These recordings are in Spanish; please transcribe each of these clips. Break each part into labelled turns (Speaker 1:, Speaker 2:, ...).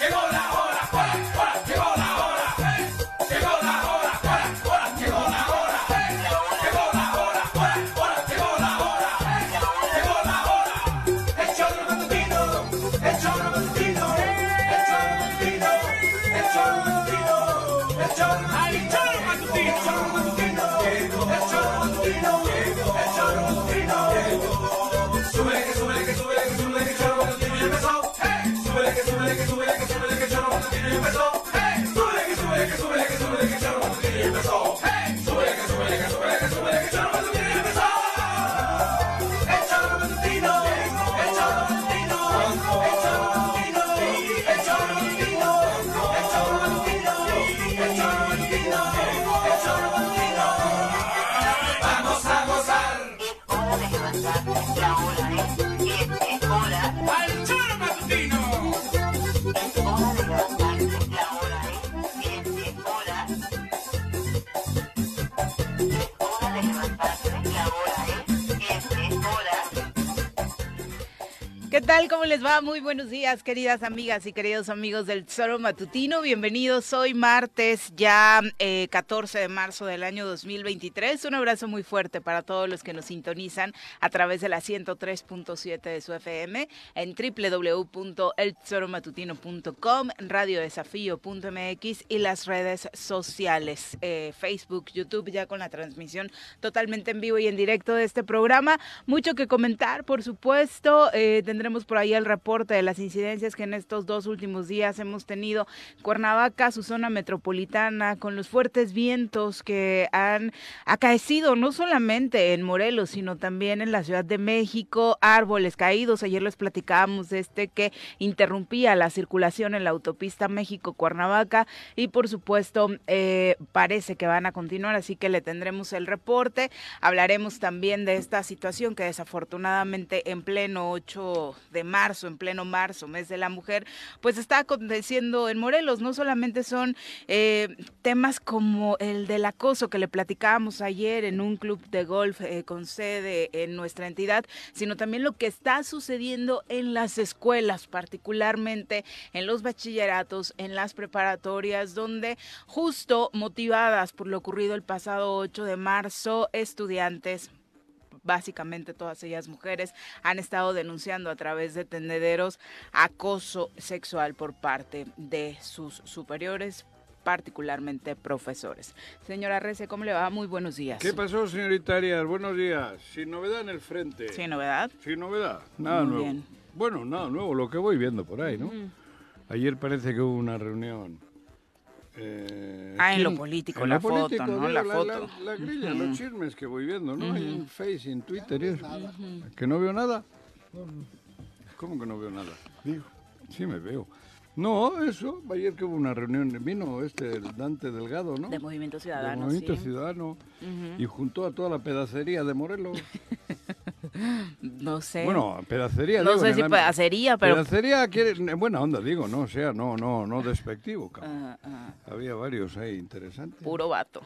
Speaker 1: Llegó la hora, hora, hora, llegó la hora, eh. llegó la hora, hora, hora, llegó la hora, eh. llegó la hora, hora, hora, llegó la hora, eh. llegó la hora, el chorro matutino, el chorro matutino, el chorro matutino, el chorro matutino, el chorro matutino, el chorro matutino, el chorro matutino, el chorro matutino, súbele que súbele que súbele que súbele que el chorro matutino ya empezó, eh. súbele que súbele que súbele que súbele que el chorro matutino ya empezó, eh. súbele que súbele que súbele que súbele que el chorro matutino ya empezó, eh. súbele que súbele que súbele que súbele que el chorro matutino ya empezó. El chorro matutino, el chorro matutino, el chorro matutino, el chorro matutino, el chorro matutino, el chorro matutino, el chorro matutino. Vamos a gozar. Al chorro matutino.
Speaker 2: ¿Qué tal? ¿Cómo les va? Muy buenos días, queridas amigas y queridos amigos del Tesoro Matutino. Bienvenidos hoy martes, ya eh, 14 de marzo del año 2023. Un abrazo muy fuerte para todos los que nos sintonizan a través de la 103.7 de su FM en www.eltesoromatutino.com, radiodesafío.mx y las redes sociales, eh, Facebook, YouTube, ya con la transmisión totalmente en vivo y en directo de este programa. Mucho que comentar, por supuesto. eh, tendremos por ahí el reporte de las incidencias que en estos dos últimos días hemos tenido. Cuernavaca, su zona metropolitana, con los fuertes vientos que han acaecido no solamente en Morelos, sino también en la Ciudad de México, árboles caídos. Ayer les platicábamos de este que interrumpía la circulación en la autopista México-Cuernavaca y por supuesto eh, parece que van a continuar, así que le tendremos el reporte. Hablaremos también de esta situación que desafortunadamente en pleno 8 de marzo, en pleno marzo, mes de la mujer, pues está aconteciendo en Morelos. No solamente son eh, temas como el del acoso que le platicábamos ayer en un club de golf eh, con sede en nuestra entidad, sino también lo que está sucediendo en las escuelas, particularmente en los bachilleratos, en las preparatorias, donde justo motivadas por lo ocurrido el pasado 8 de marzo, estudiantes básicamente todas ellas mujeres, han estado denunciando a través de tendederos acoso sexual por parte de sus superiores particularmente profesores. Señora Rece, ¿cómo le va? Muy buenos días.
Speaker 3: ¿Qué pasó, señorita Arias? Buenos días. Sin novedad en el frente.
Speaker 2: Sin novedad.
Speaker 3: Sin novedad. Nada
Speaker 2: Muy
Speaker 3: nuevo.
Speaker 2: bien.
Speaker 3: Bueno, nada nuevo, lo que voy viendo por ahí, ¿no?
Speaker 2: Mm.
Speaker 3: Ayer parece que hubo una reunión. eh,
Speaker 2: Ah, en lo
Speaker 3: ¿quién?
Speaker 2: político,
Speaker 3: En
Speaker 2: la
Speaker 3: lo político,
Speaker 2: foto, ¿no?
Speaker 3: digo,
Speaker 2: La
Speaker 3: la,
Speaker 2: foto.
Speaker 3: la grilla,
Speaker 2: Ujú.
Speaker 3: los chismes que voy viendo, ¿no?
Speaker 2: Ujú.
Speaker 3: Ahí En Face, en Twitter. y eso. ¿Que no veo nada? ¿Cómo que no veo nada? Digo, sí me veo. No, eso, ayer que hubo una reunión, vino este el Dante Delgado, ¿no?
Speaker 2: De Movimiento
Speaker 3: De
Speaker 2: Ciudadano,
Speaker 3: Movimiento
Speaker 2: sí.
Speaker 3: Ciudadano.
Speaker 2: Ujú.
Speaker 3: Y juntó a toda la pedacería de Morelos.
Speaker 2: No sé.
Speaker 3: Bueno, pedacería.
Speaker 2: No
Speaker 3: digo,
Speaker 2: sé
Speaker 3: en
Speaker 2: si
Speaker 3: el-
Speaker 2: pedacería, pero-
Speaker 3: Pedacería quiere, en buena onda, digo, no, o sea, no, no, no despectivo. cabrón.
Speaker 2: Ah, ah,
Speaker 3: Había varios ahí interesantes.
Speaker 2: puro vato.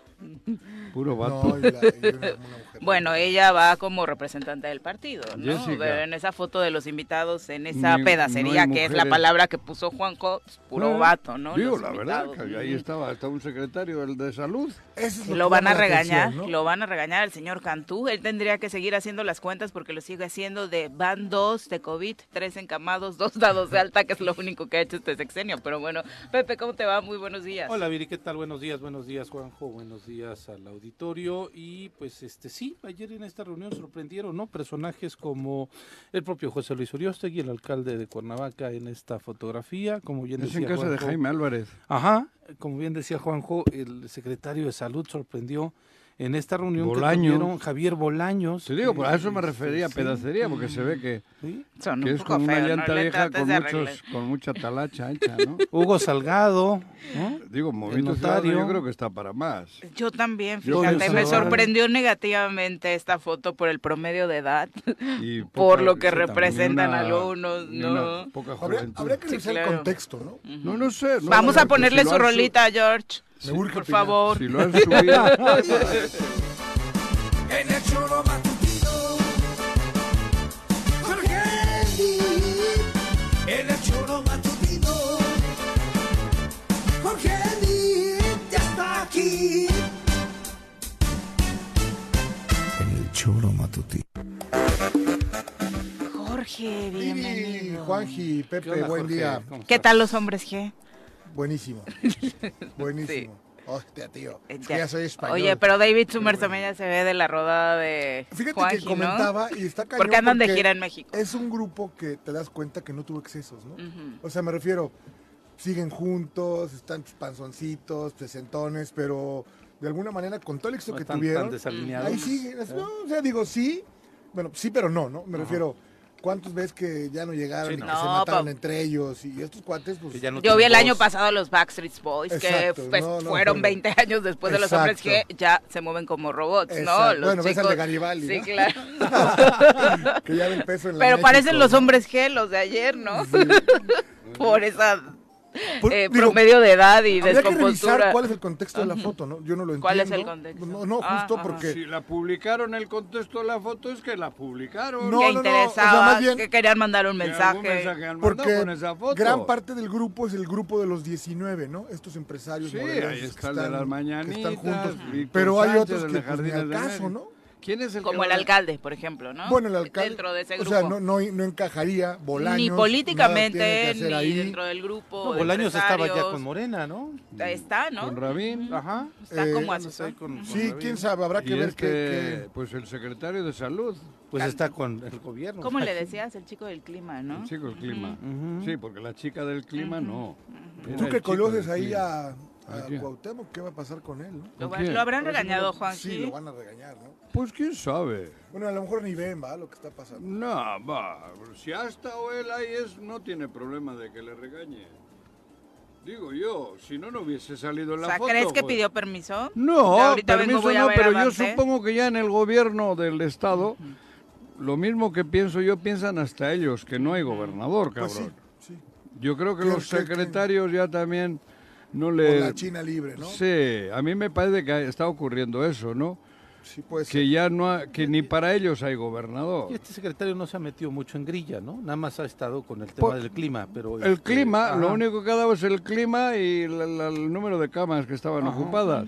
Speaker 3: Puro vato.
Speaker 4: No, y la- y una- una mujer.
Speaker 2: Bueno, ella va como representante del partido, ¿no?
Speaker 3: Jessica.
Speaker 2: Pero en esa foto de los invitados, en esa
Speaker 3: Ni- no
Speaker 2: pedacería,
Speaker 3: hay
Speaker 2: que es la
Speaker 3: mujeres.
Speaker 2: palabra que puso Juanjo, pues, puro
Speaker 3: Eh,
Speaker 2: vato, ¿no?
Speaker 3: Digo,
Speaker 2: Los
Speaker 3: la verdad,
Speaker 2: invitados.
Speaker 3: que ahí
Speaker 2: Ujú.
Speaker 3: estaba hasta un secretario, el de salud.
Speaker 4: Eso es
Speaker 2: Lo,
Speaker 4: que
Speaker 2: van a
Speaker 4: llama la
Speaker 2: regañar,
Speaker 4: atención, ¿no?
Speaker 2: lo van a regañar al señor Cantú. Él tendría que seguir haciendo las cuentas porque lo sigue haciendo de van dos de COVID, tres encamados, dos dados de alta, que es lo único que ha hecho este sexenio. Pero bueno, Pepe, ¿cómo te va? Muy buenos días.
Speaker 5: Hola Viri, ¿qué tal? Buenos días, buenos días Juanjo, buenos días al auditorio y pues este sí, ayer en esta reunión sorprendieron, ¿no? Personajes como el propio José Luis Uriostegui, el alcalde de Cuernavaca en esta fotografía, como bien
Speaker 3: Es
Speaker 5: decía
Speaker 3: en casa de
Speaker 5: Juanjo.
Speaker 3: Jaime Álvarez.
Speaker 5: Ajá, como bien decía Juanjo, el secretario de Salud sorprendió en esta reunión
Speaker 3: Bolaño.
Speaker 5: que tuvieron Javier Bolaños.
Speaker 3: Te digo,
Speaker 5: que-
Speaker 3: por eso me refería a
Speaker 5: sí,
Speaker 3: pedacería, porque se ve que, que es
Speaker 2: poco
Speaker 3: como una
Speaker 2: feos, no
Speaker 3: llanta
Speaker 2: le
Speaker 3: vieja
Speaker 2: trates
Speaker 3: con,
Speaker 2: de
Speaker 3: muchos,
Speaker 2: arreglar.
Speaker 3: con mucha talacha hecha, ¿no?
Speaker 5: Hugo Salgado, ¿no?
Speaker 3: Digo, Movimiento
Speaker 5: El
Speaker 3: Ciudadano
Speaker 5: notario.
Speaker 3: yo creo que está para más.
Speaker 2: Yo también,
Speaker 3: Yo
Speaker 2: fíjate, me
Speaker 3: pensaba-
Speaker 2: sorprendió negativamente esta foto por el promedio de edad,
Speaker 3: Y
Speaker 4: Pues,
Speaker 2: por
Speaker 3: poca-
Speaker 2: lo
Speaker 3: sí,
Speaker 2: que
Speaker 3: también
Speaker 2: representan
Speaker 3: una-
Speaker 2: algunos,
Speaker 3: ni una
Speaker 2: ¿no?
Speaker 3: Poca
Speaker 4: Habría,
Speaker 3: juventud.
Speaker 4: habría que
Speaker 2: Sí,
Speaker 4: revisar
Speaker 2: claro.
Speaker 4: el contexto, ¿no? pues,
Speaker 3: No, no sé. no,
Speaker 2: Vamos
Speaker 3: pero
Speaker 2: a
Speaker 3: que
Speaker 2: ponerle
Speaker 3: si lo
Speaker 2: su
Speaker 3: han su-
Speaker 2: rolita, George.
Speaker 4: Me urge
Speaker 2: Por
Speaker 4: opinar.
Speaker 2: favor.
Speaker 3: Si lo han subido.
Speaker 1: En el choro matutino. Jorge Luis. En el choro matutino. Jorge Luis ya está aquí. En el choro matutino.
Speaker 2: Jorge,
Speaker 4: Vivi,
Speaker 2: bienvenido.
Speaker 4: Juanji,
Speaker 5: ¿Qué
Speaker 4: Pepe,
Speaker 5: onda,
Speaker 4: buen
Speaker 5: Jorge?
Speaker 4: día.
Speaker 5: ¿Cómo
Speaker 2: ¿Qué
Speaker 5: estás?
Speaker 2: tal los hombres G?
Speaker 4: Buenísimo. Buenísimo. Hostia, tío.
Speaker 2: Eh,
Speaker 4: Es que
Speaker 2: ya.
Speaker 4: ya soy español.
Speaker 2: Oye, pero David
Speaker 4: Qué bueno.
Speaker 2: Summers también ya se ve de la rodada de
Speaker 4: Fíjate
Speaker 2: Juanji,
Speaker 4: que
Speaker 2: ¿no?
Speaker 4: comentaba y está cañón.
Speaker 2: Porque andan de
Speaker 4: porque
Speaker 2: gira en México.
Speaker 4: Es un grupo que te das cuenta que no tuvo excesos, ¿no?
Speaker 2: Ujú.
Speaker 4: O sea, me refiero, siguen juntos, están panzoncitos, presentones, pero de alguna manera con todo el éxito
Speaker 5: No
Speaker 4: que
Speaker 5: están tan
Speaker 4: tuvieron,
Speaker 5: desalineados. Ah.
Speaker 4: ahí siguen. así, no, o sea, digo, sí, bueno, sí, pero no, ¿no? Me refiero, ¿cuántos ves que ya no llegaron
Speaker 5: Sí,
Speaker 4: y que
Speaker 5: no.
Speaker 4: se
Speaker 2: No,
Speaker 4: mataron
Speaker 2: pa-
Speaker 4: entre ellos? Y estos cuates, pues...
Speaker 5: Que ya no
Speaker 2: Yo vi el
Speaker 5: tienen
Speaker 2: año
Speaker 5: voz.
Speaker 2: pasado los Backstreet Boys,
Speaker 4: Exacto,
Speaker 2: que pues,
Speaker 4: no, no,
Speaker 2: fueron
Speaker 4: pero-
Speaker 2: 20 años después de los
Speaker 4: Exacto.
Speaker 2: hombres que ya se mueven como robots, ¿no?
Speaker 4: Exacto.
Speaker 2: Los
Speaker 4: Bueno, ves al
Speaker 2: chicos-
Speaker 4: de Garibaldi,
Speaker 2: Sí,
Speaker 4: ¿no?
Speaker 2: claro.
Speaker 4: que ya ven peso en la
Speaker 2: Pero parecen
Speaker 4: México,
Speaker 2: los
Speaker 4: ¿no?
Speaker 2: hombres G, los de ayer, ¿no? Por esa
Speaker 4: Por-
Speaker 2: eh,
Speaker 4: digo,
Speaker 2: promedio de edad y
Speaker 4: Habría que revisar
Speaker 2: descompostura.
Speaker 4: cuál es el contexto de la foto, ¿no? Yo no lo entiendo.
Speaker 2: ¿Cuál es el contexto?
Speaker 4: No, no,
Speaker 2: Ah,
Speaker 4: justo
Speaker 2: ajá.
Speaker 4: porque...
Speaker 3: Si la publicaron, el contexto de la foto es que la publicaron.
Speaker 4: No, no,
Speaker 2: que
Speaker 4: no, o sea,
Speaker 2: interesaba,
Speaker 4: más bien-
Speaker 2: que querían mandar un
Speaker 3: Que
Speaker 2: mensaje.
Speaker 3: algún mensaje han mandado
Speaker 4: Porque
Speaker 3: con esa foto.
Speaker 4: gran parte del grupo es el grupo de los 19, ¿no? Estos empresarios
Speaker 3: Sí,
Speaker 4: morelenses
Speaker 3: ahí
Speaker 4: que
Speaker 3: está el de
Speaker 4: están,
Speaker 3: las
Speaker 4: que
Speaker 3: mañanitas.
Speaker 4: están juntos.
Speaker 3: Víctor
Speaker 4: Pero hay
Speaker 3: Sánchez,
Speaker 4: otros
Speaker 3: el
Speaker 4: que
Speaker 3: de
Speaker 4: pues, ni
Speaker 3: Jardines
Speaker 4: al
Speaker 3: de
Speaker 4: caso,
Speaker 3: México.
Speaker 4: ¿no?
Speaker 3: ¿Quién es el que
Speaker 2: Como
Speaker 3: va-
Speaker 2: el alcalde, por ejemplo, ¿no?
Speaker 4: Bueno, el alcalde.
Speaker 2: Dentro Ah, de ese
Speaker 4: O
Speaker 2: grupo.
Speaker 4: sea, no, no, no encajaría Bolaños.
Speaker 2: ni
Speaker 4: nada tiene que
Speaker 2: políticamente,
Speaker 4: hacer
Speaker 2: ni
Speaker 4: ahí.
Speaker 2: dentro del grupo.
Speaker 5: No,
Speaker 2: de
Speaker 5: Bolaños estaba ya con
Speaker 2: empresarios.
Speaker 5: Morena, ¿no?
Speaker 2: Está, ¿no?
Speaker 3: Con Rabín.
Speaker 5: Ajá.
Speaker 2: Está
Speaker 4: Eh,
Speaker 2: como
Speaker 4: no sé,
Speaker 2: asesor.
Speaker 5: Ahí con- con
Speaker 4: Sí,
Speaker 5: Rabín.
Speaker 4: quién sabe, habrá
Speaker 3: Habrá
Speaker 4: que ver
Speaker 3: que,
Speaker 4: qué...
Speaker 3: pues el secretario de salud,
Speaker 5: Pues está con el gobierno.
Speaker 2: ¿Cómo le decías? El chico del clima, ¿no?
Speaker 3: el chico del clima.
Speaker 5: Ujú.
Speaker 3: Sí, porque la chica del clima no.
Speaker 4: qué-
Speaker 3: Era
Speaker 4: Tú
Speaker 3: el
Speaker 4: que
Speaker 3: chico del
Speaker 4: conoces ahí
Speaker 3: clima.
Speaker 4: a, a
Speaker 3: ¿A quién?
Speaker 4: Cuauhtémoc, ¿qué va a pasar con él? no?
Speaker 2: Lo, va-
Speaker 3: ¿Con quién?
Speaker 2: lo habrán regañado, Juanji.
Speaker 4: Sí, lo van a regañar, ¿no?
Speaker 3: Pues quién sabe.
Speaker 4: Bueno, a lo mejor ni ven, ¿va? Lo que está pasando.
Speaker 3: No, va. Si ha estado él ahí, es, no tiene problema de que le regañe. Digo yo, si no, no hubiese salido en
Speaker 2: O
Speaker 3: la
Speaker 2: sea,
Speaker 3: foto.
Speaker 2: ¿crees que
Speaker 3: pues.
Speaker 2: pidió permiso?
Speaker 3: No,
Speaker 2: De ahorita vengo,
Speaker 3: permiso
Speaker 2: voy a
Speaker 3: no,
Speaker 2: ver a
Speaker 3: pero yo
Speaker 2: Dante.
Speaker 3: supongo que ya en el gobierno del Estado, lo mismo que pienso yo, piensan hasta ellos, que no hay gobernador, cabrón.
Speaker 4: Pues sí, sí.
Speaker 3: Yo creo que
Speaker 4: Creo
Speaker 3: los
Speaker 4: que-
Speaker 3: secretarios ya también no
Speaker 4: Por
Speaker 3: le...
Speaker 4: la China libre, ¿no?
Speaker 3: Sí, a mí me parece que está ocurriendo eso, ¿no?
Speaker 4: Sí, puede ser.
Speaker 3: Que ya no, ha- que ni para ellos hay
Speaker 5: Y
Speaker 3: gobernador.
Speaker 5: este secretario no se ha metido mucho en grilla, ¿no? Nada más ha estado con el tema
Speaker 3: Por-
Speaker 5: del clima, pero...
Speaker 3: El
Speaker 5: este,
Speaker 3: clima,
Speaker 5: ajá.
Speaker 3: lo único que ha dado es el clima y la- la- el número de camas que estaban ocupadas.